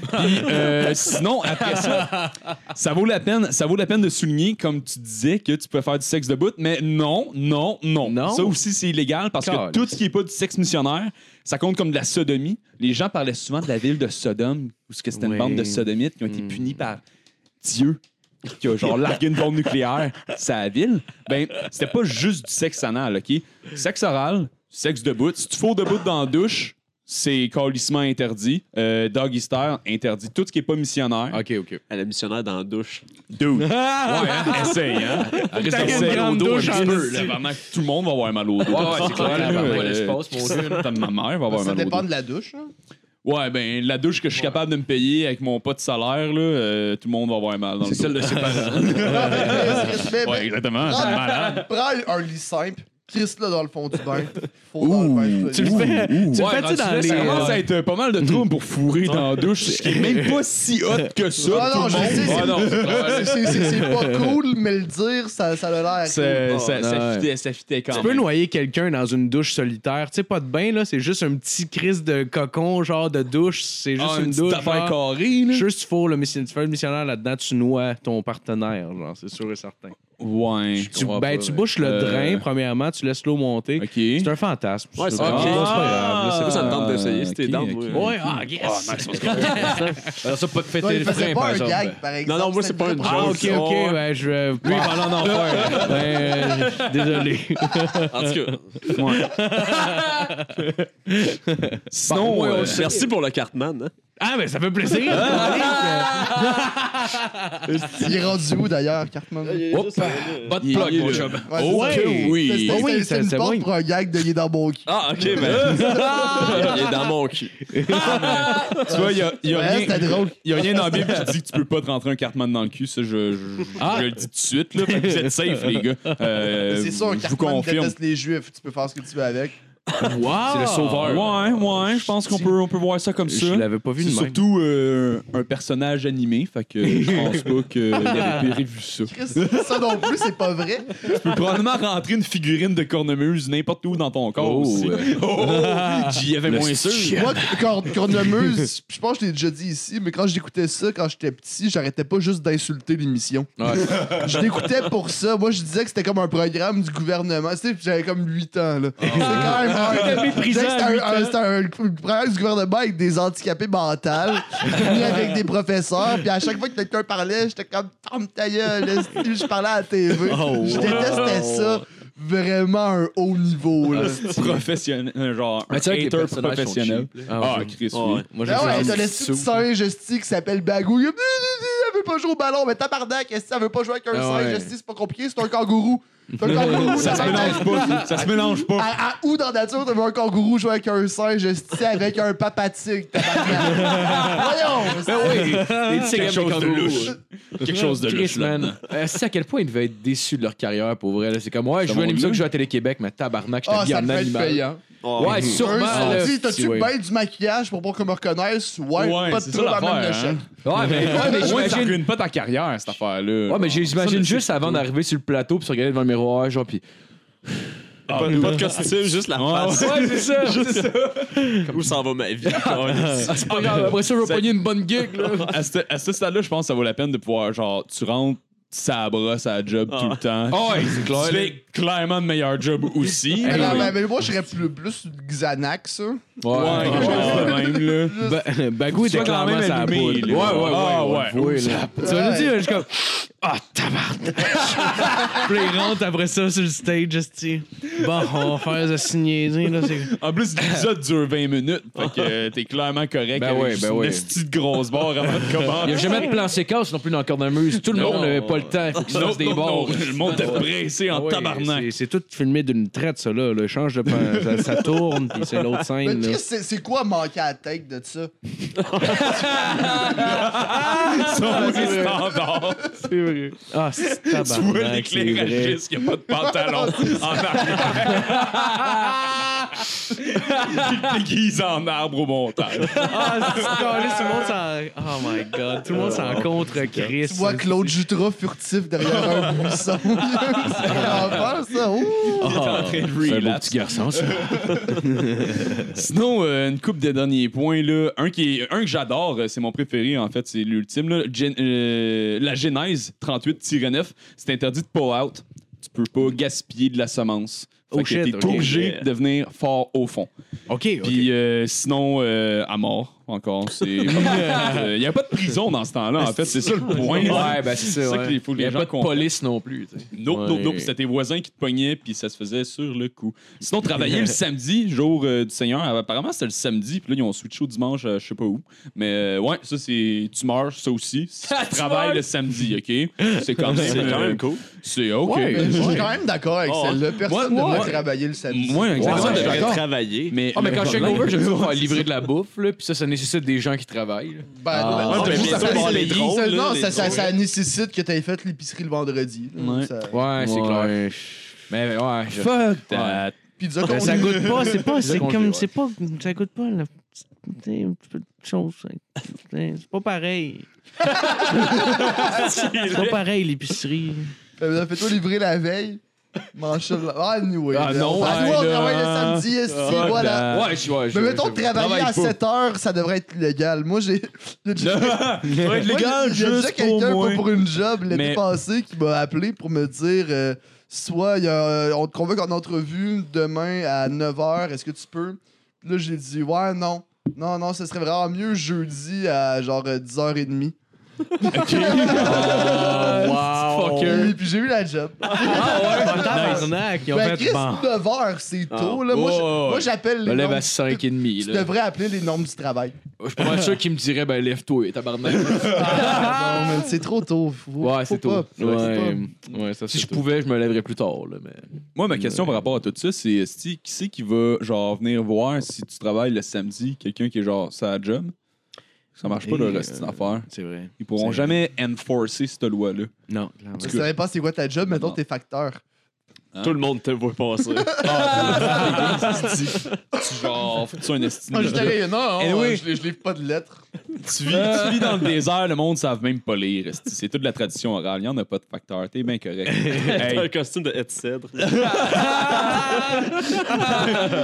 Puis, euh, sinon après ça, ça vaut la peine, ça vaut la peine de souligner comme tu disais que tu peux faire du sexe de bout, mais non, non, non, Non. Ça aussi c'est illégal parce que Calme. tout ce qui est pas du sexe missionnaire, ça compte comme de la sodomie. Les gens parlaient souvent de la ville de Sodome où ce que c'était une Oui. bande de sodomites qui ont été Mm. punis par Dieu qui a genre largué une bombe nucléaire sa ville, ben, c'était pas juste du sexe anal, OK? Sexe oral, sexe de bout. Si tu fous de bout dans la douche, c'est calissement interdit. Euh, doggy style, interdit. Tout ce qui est pas missionnaire. Ok, ok. Elle est missionnaire dans la douche. Dude. Ouais, hein? Essaye, hein? Reste Ah! T'as en une selle grande au dos douche un en petit peu, esti. là, pendant que Tout le monde va avoir mal au dos. ouais, c'est clair, là, là, euh, ouais, l'espace, mon Dieu. Christ, Ma mère va avoir Ça mal au dos. dépend de la douche. hein. Ouais, ben, la douche que je suis capable de me payer avec mon pas de salaire, là, euh, tout le monde va avoir mal dans le C'est dos. celle de ses parents. Non, mais Chris, respect, Ouais, mais exactement. prends- C'est malade. Prends un lit simple, Chris là dans le fond du bain. Faut dans le bain. Tu le fais, tu le Ouais, fais-tu rendu dans là, les. Ça commence euh, à être euh, pas mal de troubles pour fourrer dans la douche, ce qui est même pas si hot que ça. Ah tout non, le je monde. sais, Ah c'est- non, C'est- c'est- c'est c'est pas cool, mais le dire, ça, ça a l'air. c'est- ça- Ah ça ouais. fitait- ça fitait quand Tu même. peux noyer quelqu'un dans une douche solitaire. Tu sais, pas de bain, là. C'est juste un petit crise de cocon, genre de douche. C'est juste Ah, une, petite douche. affaire genre, carrée, là. Juste, tu fous le missionnaire, tu fais le missionnaire là-dedans, tu noies ton partenaire, genre, c'est sûr et certain. Ouais. Tu, ben, comprends pas, tu mais- bouches le Euh. drain, premièrement, tu laisses l'eau monter. OK. C'est un fantasme. Ouais, c'est c'est pas ok. grave, c'est pas grave, là, c'est- C'est quoi ça me tente Ah, d'essayer, ok, c'était dans ok. moi. Ouais, ah, yes. Alors ça, pas de Non, péter il le frein, faisait par pas un exemple. gag, par exemple. non, moi, c'est pas une vrai- joke. Ah, ok, ok, Ouais. ouais, je vais. Oui, pendant en enfer. Ben, euh, désolé. En tout cas, Sinon, ouais, euh, on- merci pour le Cartman. hein. Ah, ben, ça fait plaisir. Ah, Ah, Il est rendu où d'ailleurs, Cartman? Oups, pas de plug, mon chum. Ouais, Oh, c'est- ouais, oui. c'est- Oh, oui, c'est- ça- Ah C'est une ça porte moigne. pour un gag de Yedar Bonki. Ah, ok, ben. Il est dans mon cul. tu vois, il y a, il y a Ouais, rien. c'était drôle. Il n'y a rien dans la Bible qui dit que tu peux pas te rentrer un cartman dans le cul. Ça, je, je, je- je le dis tout de suite. Là, Fait que vous êtes safe, les gars. Euh, C'est sûr, je vous Cartman confirme. déteste les juifs. Tu peux faire ce que tu veux avec. C'est le sauveur. Ouais, ouais, je pense qu'on peut, on peut voir ça comme ça. Je l'avais pas vu C'est de même. surtout euh, un personnage animé, fait que je pense pas qu'il avait prévu ça. Chris, ça non plus, c'est pas vrai. Tu peux probablement rentrer une figurine de cornemuse n'importe où dans ton corps Oh, aussi. ouais. Oh, J'y avais moins sûr. Moi, quand cornemuse, je pense que je l'ai déjà dit ici, mais quand j'écoutais ça, quand j'étais petit, j'arrêtais pas juste d'insulter l'émission. je l'écoutais pour ça. Moi, je disais que c'était comme un programme du gouvernement. Tu sais, j'avais comme 8 ans, là. C'était quand même un... je disais que C'était un, un- c'était un programme du gouvernement avec des handicapés mentaux, mis avec des professeurs. Puis à chaque fois que quelqu'un parlait, j'étais comme « Ferme ta gueule! esti, Je parlais à la TV. Je détestais ça. Vraiment un haut niveau, là. Professionnel, un genre un Mais tu sais que les hater personnages sont professionnel. Ah, Chris, oui. Ouais. Moi, Ben ouais, t'as le sou- petit singe esti, qui s'appelle Bagou. Il elle veut pas jouer au ballon, mais tabarnak, esti, elle veut pas jouer avec un Ah ouais. singe, esti, c'est pas compliqué, c'est un kangourou. C'est un kangourou, Ça se tabarnak. mélange pas. Ça se mélange pas. À, à- où dans la nature t'as vu un kangourou jouer avec un singe, esti, avec un papatique, tabarnak? Ben Voyons! esti. Quelque chose de louche. Quelque chose de Chris, louche. là. man. Euh, C'est à quel point ils devaient être déçus de leur carrière, pour vrai. là. C'est comme, ouais, je veux mon une émission Dieu. que je joue à Télé-Québec, mais tabarnak, j'étais Ah, bien ça en devait être animal. payant. Ah, Ouais, Eux, sûrement. ils là, se sont dit, si, t'as-tu ouais. bien du maquillage pour pas qu'on me reconnaisse? Ouais, Ouais, pas c'est de ça trouble à même l'affaire, hein? le chèque. Ouais, mais, ouais, mais Au moins, ça j'imagine euh, ruine pas ta carrière, cette affaire-là. Ouais, mais Ça, j'imagine mais juste c'est avant cool. d'arriver sur le plateau puis se regarder devant le miroir, genre, puis. Ah, Pas, pas de costume, juste la face. Ouais, c'est ça! Où s'en va ma vie? C'est pas grave, après ça, je vais pogner une bonne gig, là. à ce, à ce stade-là, je pense que ça vaut la peine de pouvoir, genre, tu rentres, ça brosse à la job Ah. tout le temps. Oh, ouais, c'est tu fais clairement de meilleur job aussi. Mais, non, Ouais, mais- mais moi, je serais plus, plus Xanax, ça. ouais, quelque chose de même, là. clair. Bagou était Sois quand clairement même sa allumé, poudre. là. Ah, ouais, on le ouais. voit, là. Tu vois, là, tu sais, je suis comme. Ah, tabarnak! Puis là, il rentre après ça sur le stage, esti. Bon, on va faire de signer, là. c'est- En plus, l'épisode dure 20 minutes. Fait que euh, t'es clairement correct. Ben avec ouais, juste ben une ouais. esti de grosse barre avant de Il n'y a commencer. jamais de plan séquence non plus dans le cornemuse. Tout le Non. monde n'avait pas le temps. Il faut qu'il se Non, fasse des Ah non, bords. non, Le monde est pressé en Ah Ouais, tabarnak. c'est- C'est tout filmé d'une traite, ça, là. Le change de. pan- ça- Ça tourne, puis c'est l'autre Mais scène, là. Chris, c'est c'est quoi manquer à la tête de ça? Son standard. Ah, c'est Tu vois tabarnak. c'est vrai. l'éclairagiste qui a pas de pantalon Ah, en arrière. Il te déguise ben. en arbre au montage. Ah, c'est calé, tout le monde s'en. Oh my god, tout le monde s'en contre Chris. Tu vois Claude Jutras furtif derrière un buisson. c'est l'enfer, ça. Ouh. Il est en train de C'est un beau relapse. petit garçon, ça. Sinon, euh, une coupe de derniers points. Là. Un, qui est- un que j'adore, euh, c'est mon préféré, en fait, c'est l'ultime. là. Gen- euh, la Genèse 38-9, c'est interdit de pour out. Tu peux pas gaspiller de la semence. Fait Oh que shit, t'es ok. obligé de devenir fort au fond. OK. Puis euh, sinon, euh, à mort, encore. c'est- Il n'y a pas de prison dans ce temps-là, en fait. C'est ça le point. Ouais, ben c'est C'est ça. ça ouais. qu'il faut que Il y les a gens pas de comprennent. police non plus. tu sais. Nope, nope, nope. C'était tes voisins qui te pognaient, puis ça se faisait sur le coup. Sinon, travailler le samedi, jour euh, du Seigneur. Apparemment, c'était le samedi, puis là, ils ont switché au dimanche, euh, je sais pas où. Mais euh, ouais, ça, c'est. Tu meurs, ça aussi. Si tu travailles le samedi, OK? C'est quand même. C'est quand euh, même cool. C'est OK. Mais Je suis quand même d'accord avec Oh, celle-là. Personne ne ouais. devrait travailler le samedi. Moi, exactement. Ouais, Personne je suis devrait d'accord. travailler. Mais, Ah, mais le quand je suis problème- over, j'aime ça faire livrer de la bouffe, là, puis ça, ça nécessite des gens qui travaillent. là. Ben, non, Ouais, non, mais ça bien fait sûr, les les pays. drôles, Ça- là, Non, les ça- ça drôles. ça nécessite que tu aies fait l'épicerie le vendredi. là. Ça- Ouais, c'est clair. Mais ouais, je- Fuck Ah, Pizza Ben, ça congelée. goûte pas, c'est pas, c'est congelé, comme, ouais. c'est pas, ça goûte pas la petite- tu sais, une petite chose. hein. C'est pas pareil. c'est pas pareil l'épicerie. Euh, Fais-toi livrer la veille. Mange ça le- Ah, anyway. Ah, là, non, on va- ouais, nous, on là. travaille le samedi, ici, fuck voilà. that. Ouais, je- ouais, je- Mais mettons, je- travailler à 7 heures, ça devrait être légal. Moi, j'ai. j'ai- j'ai- Ça va être Moi, légal, il y a déjà juste pour quelqu'un moi. pas pour une job l'été Mais- passé qui m'a appelé pour me dire euh, soit il y a- euh, on te convoque en entrevue demain à 9h, est-ce que tu peux Puis Là, j'ai dit ouais, non. Non, non, ce serait vraiment mieux jeudi à genre euh, 10h30. Oh, Wow. Fucker. Puis, puis j'ai eu la job. Tabarnak, ils ont Ben, fait Chris, bon. 9h, c'est tôt. Là. Moi, Ah. Ouais, je- ouais, moi, ouais. j'appelle Je me les lève normes. à 5h30. Tu là. devrais appeler les normes du travail. Je suis pas mal sûr qu'il me dirait, ben, lève-toi, tabarnak. Ah, non, mais c'est trop tôt. Faut- Ouais, faut c'est tôt. pas. Faut pas. ouais, ça Si je tout. pouvais, je me lèverais plus tard, là, mais... Moi, Euh, ma question par rapport à tout ça, c'est esti, qui c'est qui va genre venir voir si tu travailles le samedi, quelqu'un qui est genre ça job? Ça marche pas, Et, là, le style euh, d'affaires. C'est vrai. Ils pourront c'est- jamais enforcer cette loi-là. Non. Tu savais pas c'est quoi ta job, mettons tes facteurs. Tout le monde te voit passer. Tu genre, fais-tu un esti? Ah, je dirais, non, non, Eh euh, oui. je, li- je livre pas de lettres. tu, vis, Euh, tu vis dans le désert, le monde ne savent même pas lire. esti. C'est toute la tradition orale. Il n'y en a pas de facteur. T'es bien correct. T'as un Hey, costume de Ed Cèdre.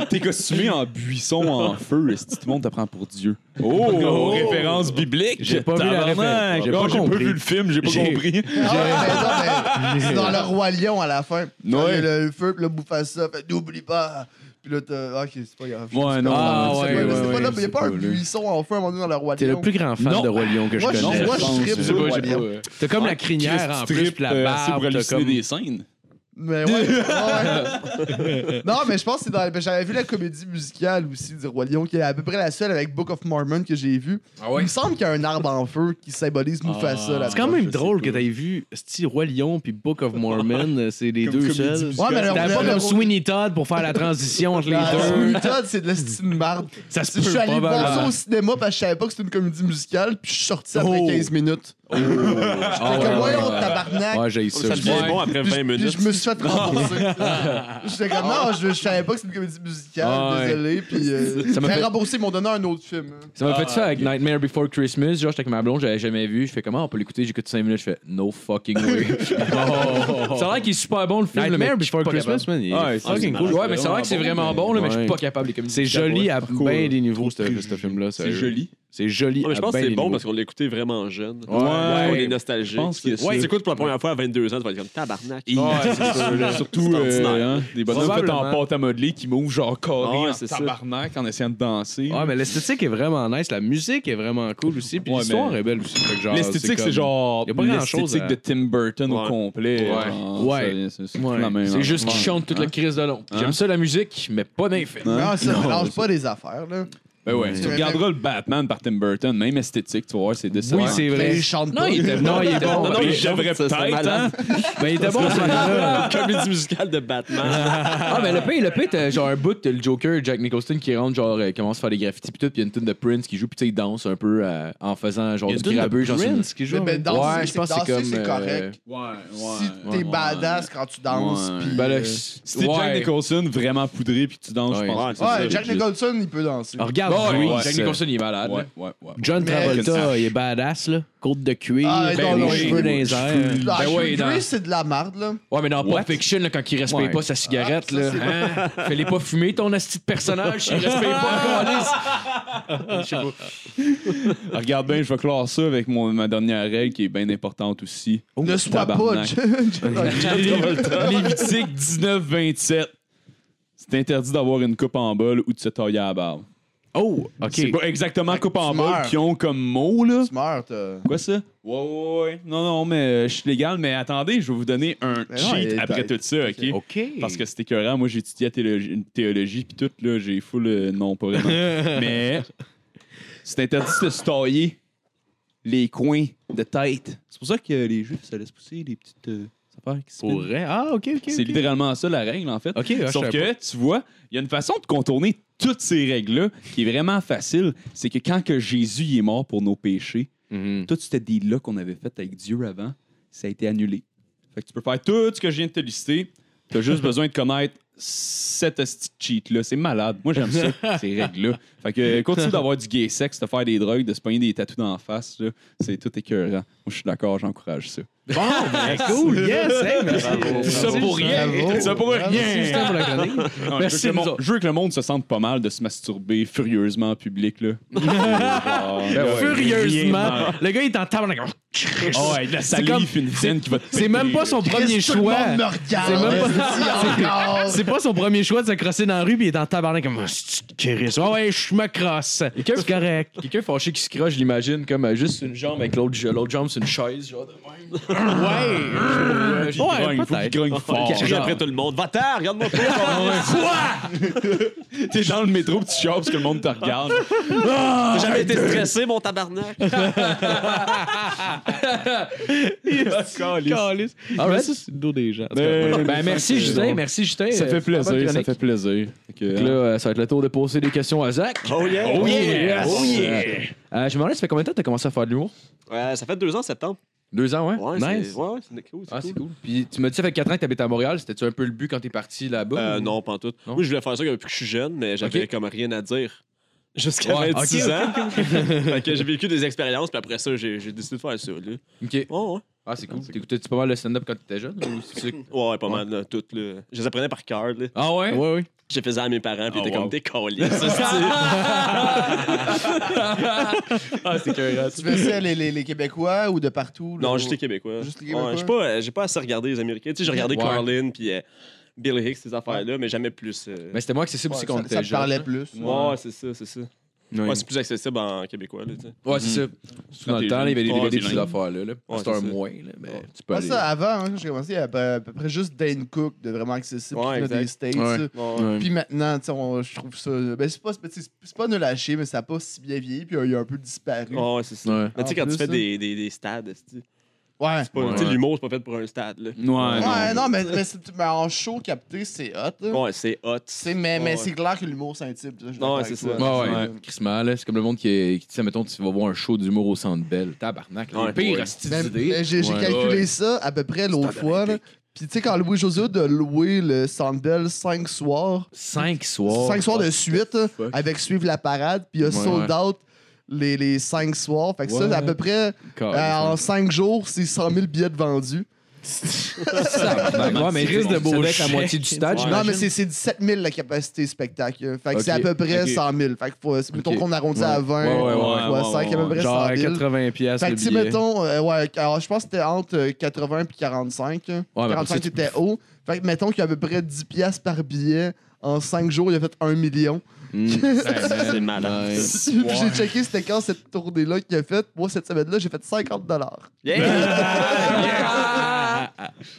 T'es costumé en buisson en feu. esti. Tout le monde te prend pour Dieu. Oh, référence biblique. J'ai pas vu la Tabarnak. référence. J'ai pas Non, compris. vu le film. J'ai pas J'ai- compris. Ah ouais, mais non, mais c'est dans le roi lion à la fin. Quand il y a le feu, puis le bouffe à ça, fait n'oublie pas. Puis là, t'as. Ah, ok, c'est pas grave. Ouais, non. Ah, C'est ouais, pas, ouais, c'est pas ouais, là, mais y a c'est pas un buisson en feu à un moment donné dans le roi T'es lion. le plus grand fan Non. de Roi Lion que je Moi, je- connais. moi, je Ah, pense. tripe sur Ouais, Roi j'ai Lion. euh, pas- T'as comme la crinière en plus, puis euh, euh, la barbe. t'as comme- des scènes. Mais ouais, ouais. Non, mais je pense que c'est dans. ben, J'avais vu la comédie musicale aussi du Roi Lion, qui est à peu près la seule avec Book of Mormon que j'ai vue. Ah Il me semble qu'il y a un arbre en feu qui Ah. symbolise Mufasa. là C'est quand même drôle que t'aies vu Style Roi Lion puis Book of Mormon, euh, c'est les deux seuls. Ouais, mais le- T'avais pas le- comme le- Sweeney Todd pour faire la transition entre les Ah, deux. Sweeney Todd, c'est de la style marde. Ça Je suis allé voir ça au cinéma parce que je savais pas que c'était une comédie musicale, puis je suis sorti après Oh. 15 minutes. J'étais Ah ouais, comme, voyons, ouais. tabarnac. Ouais, j'ai Ça ça. devient bon après Puis je- 20 puis minutes. je me suis fait rembourser. J'étais comme, non, je, je savais pas que c'était une comédie musicale, Ah ouais. désolé. Puis euh, Ça m'a j'ai fait- remboursé, ils m'ont donné un autre film. hein. Ça m'a fait ça avec Ah. Nightmare Before Christmas. Genre, j'étais avec ma blonde, j'avais jamais vu. Je fais comment on peut l'écouter? J'écoute 5 minutes, je fais no fucking way. Ça a l'air qu'il est super bon le film. mais Nightmare je suis Before pas Christmas, man. il est Ouais, fucking c'est cool. malade. Ouais, mais ça a l'air que c'est vraiment bon, là, mais je suis pas capable de communiquer. C'est joli à parcours, bien des niveaux, trop ce prévu. ce film-là. euh, C'est sérieux. joli. C'est joli. Non, mais je à pense Ah, bien que ben, c'est des bon niveaux. parce qu'on l'a écouté vraiment jeune. Ouais. on est Je nostalgique. pense que c'est- Ouais, tu écoutes pour la première fois à 22 ans, tu vas être comme tabarnak. Ouais, c'est sûr, là. Surtout C'est euh, ordinaire. hein, des bonhommes faits en Probablement. pâte à modeler qui m'ouvrent genre carré Ouais, en c'est ça. tabarnak en essayant de danser. Ouais, mais l'esthétique est vraiment nice. La musique est vraiment cool aussi. Puis Ouais, l'histoire mais- est belle aussi. Fait que genre, L'esthétique, c'est comme- genre Y a pas grand-chose l'esthétique à- de Tim Burton au Ouais. complet. Ouais. genre, Ouais. c'est- C'est tout la même C'est juste affaire. qu'il chante toute Hein? la crise de long. Hein? J'aime ça la musique, mais pas d'un film. Non, Ah, ça mélange pas les affaires, là. Ben ouais. Tu Ouais. regarderas le Batman par Tim Burton, même esthétique, tu vas voir, c'est décevant. Oui, c'est Mais vrai. ils chantent Non, pas. il était Non, il est bon. Non, non, Mais mais j'aimerais ça, c'est peut-être, malade. hein. Ben, Mais il était bon, celui-là. Comédie musicale de Batman. Ah, mais le pire, le pire, t'as genre un bout, t'as le Joker, Jack Nicholson qui rentre, genre, euh, commence à faire des graffitis, pis tout, pis y a une tune de Prince qui joue, pis tu sais, il danse un peu euh, en faisant genre Il y du a une tune de grabeux, genre. c'est une- Prince qui joue. Mais ben, avec- danser, Ouais, je c'est- pense que c'est danser, comme. euh, c'est correct. Ouais, ouais. Si t'es ouais. badass quand tu danses, Ouais. puis... Ben là, euh, Si t'es Jack ouais. Nicholson vraiment poudré puis que tu danses, Ouais. je pense Ouais, que c'est ça, Ouais, c'est Jack juste- Nicholson, il peut danser. Ah, Regarde Bon, Grease. Ben, Jack Nicholson, il est malade. Ouais, là. ouais, ouais. John Mais- Travolta, il est badass, là. Côte de cuir, Ah, non, les non, cheveux oui. dans les airs. Là, Ben Ashton ouais, dans- Grace, c'est de la marde, là. Ouais, mais dans What? Pulp Fiction, là, quand il respecte Ouais. pas sa cigarette, Ah, ça, là, c'est hein, fais-les pas fumer ton asti de personnage, il respecte pas Ah, Regarde bien, je vais clore ça avec mon- ma dernière règle qui est bien importante aussi. ne sois pas... tabarnak. Jack- Jack- Lévitique 19-27. c'est interdit d'avoir une coupe en bol ou de se tailler à la barbe. Oh, OK. C'est pas exactement coupe en tu bol meurs. qui ont comme mot, là. Tu meurs, t'as- Quoi ça? Ouais, ouais, ouais. Non, non, mais euh, je suis légal, mais attendez, je vais vous donner un Mais non, cheat il est après tout tête. ça, OK? OK. Parce que c'était écœurant. Moi, j'ai étudié la théologie, une théologie, puis tout, là, j'ai full. euh, non, pas vraiment. mais c'est interdit de se tailler les coins de tête. C'est pour ça que euh, les juifs, ça laisse pousser les petites euh, affaires qui se Pour mettent. vrai? Ah, OK, OK. C'est littéralement ça la règle, en fait. OK, ah, je Sauf savais que, tu vois, il y a une façon de contourner toutes ces règles-là qui est vraiment facile. C'est que quand que Jésus il est mort pour nos péchés, Mhm. tout ce deal-là qu'on avait fait avec Dieu avant, ça a été annulé. Fait que tu peux faire tout ce que je viens de te lister. Tu as juste besoin de connaître cette esti de cheat-là. C'est malade. Moi, j'aime ça, ces règles-là. Fait que euh, continue d'avoir du gay sexe, de faire des drogues, de se pogner des tatous dans la face. là. C'est tout écœurant. Moi, je suis d'accord, j'encourage ça. Bon, ben, cool, yes, hey, merci. Tout ça pour rien. Tout ça pour rien. Juste pour la chronique. Non, Merci, Ah, je, veux que le nous monde- autres. je veux que le monde se sente pas mal de se masturber furieusement en public. Là. Ben ouais, rien. Furieusement. Le gars, il est en table. Oh, ouais, de la salive, comme- une veine qui va te C'est même péter, pas là. son Chris, premier tout le choix. monde me regarde, C'est même pas- esti, encore. C'est pas son premier choix de se crosser dans la rue, puis il est en tabarnak comme Ah, c'est-tu Chris. Ah ouais, je me crosse. que- C'est correct. Quelqu'un fâché qui se croche, je l'imagine, comme euh, juste une jambe avec l'autre l'autre jambe, c'est une chaise, genre de même. Ouais. grogne, faut qu'il peut-être. grogne fort. Crie après tout le monde. Va-t'en, regarde-moi pas. T'es dans le métro, pis tu chiales parce que le monde te regarde. T'as jamais été stressé, mon tabarnak. All Calisse. right. Mais ça, c'est le dos des gens. En tout cas, voilà. Ben, merci, Justin. Merci, Justin. Ça Euh, fait pour ta plaisir, ça chronique. fait plaisir. Fait que, Donc Là, euh, ça va être le tour de poser des questions à Zach. Oh yeah. Oh yeah! Oh yeah! Euh, je me demandais, ça fait combien de temps que t'as commencé à faire de l'humour? Euh, ça fait deux ans, septembre. Deux ans, ouais? Ouais, nice. c'est- Ouais, ouais, c'est cool. c'est Ah, c'est cool. cool. Puis tu m'as dit ça fait 4 ans que t'habites à Montréal. C'était-tu un peu le but quand t'es parti là-bas? Euh, ou- non, pas en tout. Non? Moi, je voulais faire ça depuis que je suis jeune, mais j'avais Ok. comme rien à dire. Jusqu'à Ouais, 26 ok, ans. Fait que j'ai vécu des expériences, puis après ça, j'ai j'ai décidé de faire ça. Là. OK. Oh, ouais. Ah, c'est cool. T'écoutais-tu pas mal le stand-up quand t'étais jeune? ou c'est- ouais, ouais, pas mal, là, toutes. Là. Je les apprenais par cœur. Là. Ah ouais? Ouais, ouais. Je les faisais à mes parents, Ah, puis Oh, t'es wow. comme des colis. Ah, Tu fais ça, les, les, les Québécois ou de partout? là? non, j'étais québécois. Juste les Québécois? Ouais, j'ai pas, euh, j'ai pas assez regardé les Américains. Tu sais, j'ai regardé Ouais. Carlin, puis euh, Bill Hicks, ces affaires-là, mais jamais plus. euh, Mais c'était moi accessible aussi Ouais, quand ça, ça t'étais te jeune. hein? parlait plus. Ouais, c'est ça, c'est ça. Ouais, c'est plus accessible en québécois. Là, tu sais. Ouais, c'est ça. Dans Mm. le t'es temps, jeune. il y avait des- il y Ouais, avait des c'est petites jeune. affaires-là. là. Ouais, C'était un c'est ça. moins, là, mais tu peux Moi, aller... ça, avant, hein, quand j'ai commencé, il y avait à peu près juste Dane Cook de vraiment accessible Ouais, qui venait exact. des States. Ouais. ça. Ouais. Puis maintenant, tu sais, on- je trouve ça. Ben, c'est pas, c'est c'est pas nul à chier, mais ça n'a pas si bien vieilli, puis euh, il a un peu disparu. Ouais, ouais, c'est ça. Ouais. Mais tu sais, En quand plus, tu fais ça. des, des, des stades, c'est Ouais. pas- Ouais. tu sais, l'humour, c'est pas fait pour un stade. Là. Ouais, Ouais, non, mais, mais, c'est- mais en show capté, c'est hot. là. Ouais, c'est hot. C'est- mais mais Ouais. c'est clair que l'humour, c'est un type. ça, je suis Ouais, d'accord c'est avec ça. toi. euh, Ouais, ouais. Crissement, là, c'est comme le monde qui, est- qui tu sais, mettons, tu vas voir un show d'humour au Centre Bell. Tabarnak, les Ouais. pires Ouais. hosties Ben, d'idées. ben, j'ai j'ai Ouais. calculé ça à peu près l'autre fois. là. Puis tu sais, quand Louis-José a loué le Sandbell 5 soirs, Cinq soirs. 5 soirs de suite hein, Oh, Fuck. avec Suivre la parade, puis il a sold out les, les 5 soirs. Fait que Ouais. Ah, ça, à peu près, euh, en 5 jours, c'est 100 000 billets de vendus. Ouais, mais Crise de de beau beau avec la chèque. moitié du stade, Ouais. Non, mais j'imagine. c'est c'est 17 000 la capacité spectacle. hein. Fait que c'est à Ok. peu près Ok. 100 000. Fait que faut, mettons Ok. qu'on arrondit à 20, Ouais, ouais, ouais, fois ouais, 5, à peu près Genre 100 000. 80 pièces Fait le que, tu sais, billet. mettons, euh, ouais, alors, je pense que c'était entre euh, 80 puis 45. hein. Ouais, mais après ça, 45 tu- était haut. Fait que, mettons qu'il y a à peu près 10 piastres par billet. En 5 jours, il a fait 1 million. Mm. C'est malade. Puis J'ai checké c'était quand cette tournée-là qu'il a faite. Moi, cette semaine-là, j'ai fait 50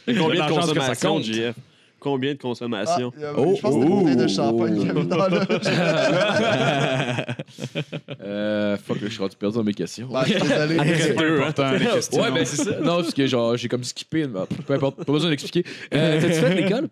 Et combien de L'argent que ça consommation, compte. JF? Combien de Ah, consommation? euh, Oh, je pense que c'était une bouteille oh, de champagne qu'il y avait dans le- Euh, fuck, là, je suis rendu perdu dans mes questions. Ah, je suis désolé. Deux, hein? Ouais, ben c'est ça. Non, parce que genre, j'ai comme skippé. mais Peu importe, pas besoin d'expliquer. Euh, T'as-tu fait de l'école?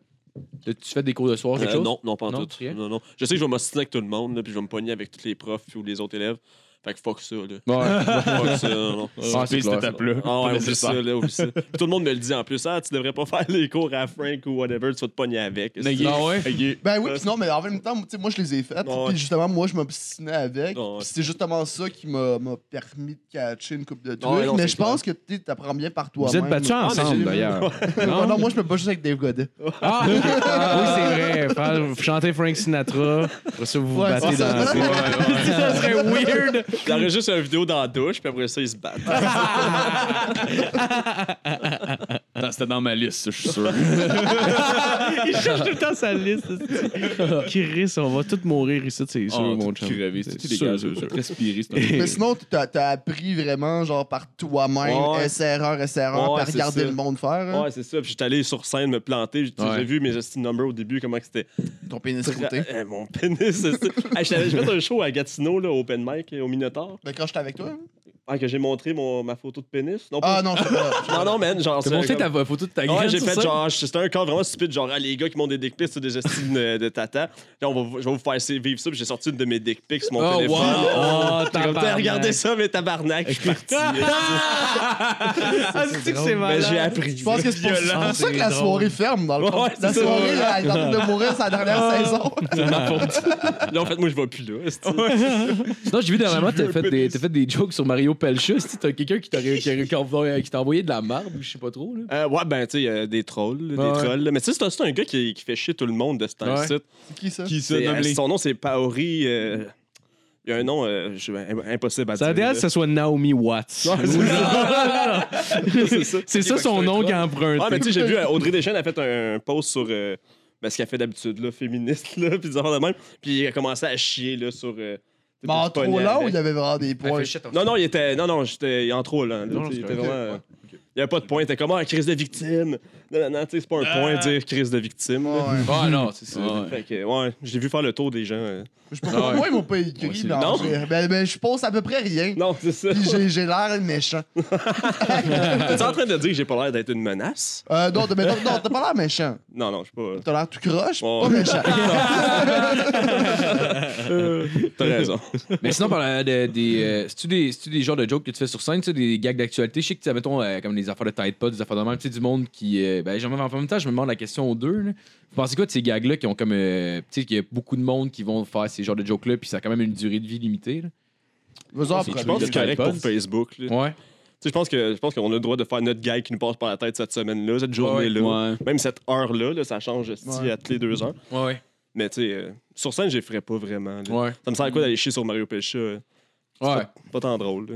T'as-tu fait des cours de soir, quelque Euh, chose? non, non, pas en Non, tout. rien? Non, non. Je sais que je vais m'ostiner avec tout le monde, là, puis je vais me pogner avec tous les profs ou les autres élèves. Fait que fuck ça, là. Ouais. Ah, Fuck ça, non, non. c'est cette clair, ça. étape-là. Ah ouais, Pas oublie nécessaire. ça, là, oublie ça. Puis tout le monde me le dit en plus. Ah, tu devrais pas faire les cours à Frank ou whatever, tu vas te pogner avec. Euh, C'est- Ah ouais? Ben oui, pis non, mais en même temps, tu sais, moi, je les ai faites. Ouais. Puis justement, moi, je m'obstinais avec. Ouais. Puis c'est justement ça qui m'a m'a permis de catcher une coupe de trucs. Ouais, non, mais c'est je pense que tu apprends bien par Vous toi-même. Ah, êtes battus mais j'ai ensemble, vu. d'ailleurs. Non, non, moi, je me bats juste avec Dave Godet. Ah, oui, c'est vrai. Faire- Vous chantez Frank Sinatra. Après ça, vous vous Ouais, battez c'est ça. dans Ouais, ouais. Ça serait weird. Il enregistre Ah, une vidéo dans la douche, puis après ça, ils se battent. Attends, c'était dans ma liste, je suis sûr. Il cherche tout le temps sa liste. Chris, on va tous mourir ici, c'est sûr, Oh, mon tout chum. crevé, c'est sûr, dégueulasse. c'est sûr. Respirer, c'est Mais sinon, tu as, appris vraiment, genre, par toi-même, Ouais. essai-erreur, essai-erreur, Ouais, par c'est regarder ça. le monde faire. hein. Ouais, c'est ça. Puis j'étais allé sur scène me planter. J'ai Ouais. j'ai vu mes hosties de numbers au début, comment que c'était. Ton pénis routé. Eh, mon pénis, c'est ça. Ah, j'étais allé- J'ai fait un show à Gatineau, là, au open mic, au Minotaur. Mais quand j'étais avec toi? hein? Ah, que j'ai montré mon, ma photo de pénis. Non, Ah pas- non, c'est pas là. non, non, man. Genre, T'as c'est montré comme- ta photo de ta gueule. Ouais, j'ai sur fait ça? genre, c'était un cadre vraiment stupide, genre, ah, les gars qui montent des dick pics sur des estimes de, de tata. Là, on va, je vais vous faire essayer- vivre ça, puis j'ai sorti une de mes dick pics sur mon Oh, wow! téléphone. Oh, T'es comme, T'as tabarnak. regardé ça, mais tabarnak, je suis parti. Ah, c'est que c'est Ben, j'ai appris. Je pense que c'est pour, c'est pour ça que la soirée ferme, dans le fond. Ouais, c'est La ça, soirée, ouais. là, elle est en train de mourir sa dernière saison. Là, en fait, moi, je vais plus là. c'est- Non, j'ai vu dernièrement, J'ai vu t'as un fait, des, pénis. t'as fait des jokes sur Mario Pelcha. si T'as quelqu'un qui t'a qui t'a- qui t'a- qui t'a envoyé de la merde ou je sais pas trop. Là. Euh, ouais, ben, tu sais, euh, des trolls, là, Ouais. des trolls. là. Mais tu sais, c'est un- c'est un, gars qui, qui fait chier tout le monde de ce temps-ci. C'est qui ça? Qui se C'est, euh, nomme les. Son nom, c'est Paori. euh, Il y a un nom euh, je- im- impossible à Ça a dire. l'air que ce soit Naomi Watts. là. C'est ça son nom qui a emprunté. Ah, mais tu sais, j'ai vu euh, Audrey Deschênes a fait un, un post sur euh, ben, ce qu'elle fait d'habitude, là, féministe, là, puis des affaires de même. Puis il a commencé à chier, là, sur. euh, Mais Bah, en trop pogné long, avec. il y avait vraiment des points. Non, non, il était. Non, non, j'étais en trop, là. Non, non, il c'est était correct. vraiment. euh, Il n'y avait pas de point. Il était comme, ah, crise de victime. Non, non, non, tu sais, c'est pas un point de dire crise de victime. là. Ouais. Ah non, c'est ça. Fait que, ouais, j'ai vu faire le tour des gens. euh. Je sais pas pourquoi Ah moi, ils m'ont pas écrit. mais en Non. vrai, ben, ben, je pose à peu près rien. Non, c'est ça. Puis j'ai- j'ai l'air méchant. T'es en train de dire que j'ai pas l'air d'être une menace? Euh, non, mais non, non, t'as pas l'air méchant. Non, non, je suis pas. T'as l'air tout croche, Ouais. pas méchant. T'as raison. Mais sinon, parlant de, des. euh, c'est-tu des, c'est-tu des genres de jokes que tu fais sur scène, tu sais, des gags d'actualité? Je sais que, tu sais, mettons, euh, comme les affaires de Tide Pod, des affaires de même, tu sais, du monde qui. euh, ben, j'en- en même temps, je me demande la question aux deux. Là. Vous pensez quoi de ces gags-là qui ont comme. euh, tu sais, qu'il y a beaucoup de monde qui vont faire ces genres de jokes-là, puis ça a quand même une durée de vie limitée. Là. Vas-y, en Je pense que premier. c'est correct pour Facebook. là. Ouais. Tu sais, je pense que je pense qu'on a le droit de faire notre gag qui nous passe par la tête cette semaine-là, cette journée-là. Ouais. Même cette heure-là, là, ça change si Ouais. à toutes les deux heures. Ouais, Mais tu sais, euh, sur scène, je les ferais pas vraiment. là. ouais. Ça me sert à quoi d'aller chier sur Mario Pelcha? euh? Ouais. Pas tant drôle. là.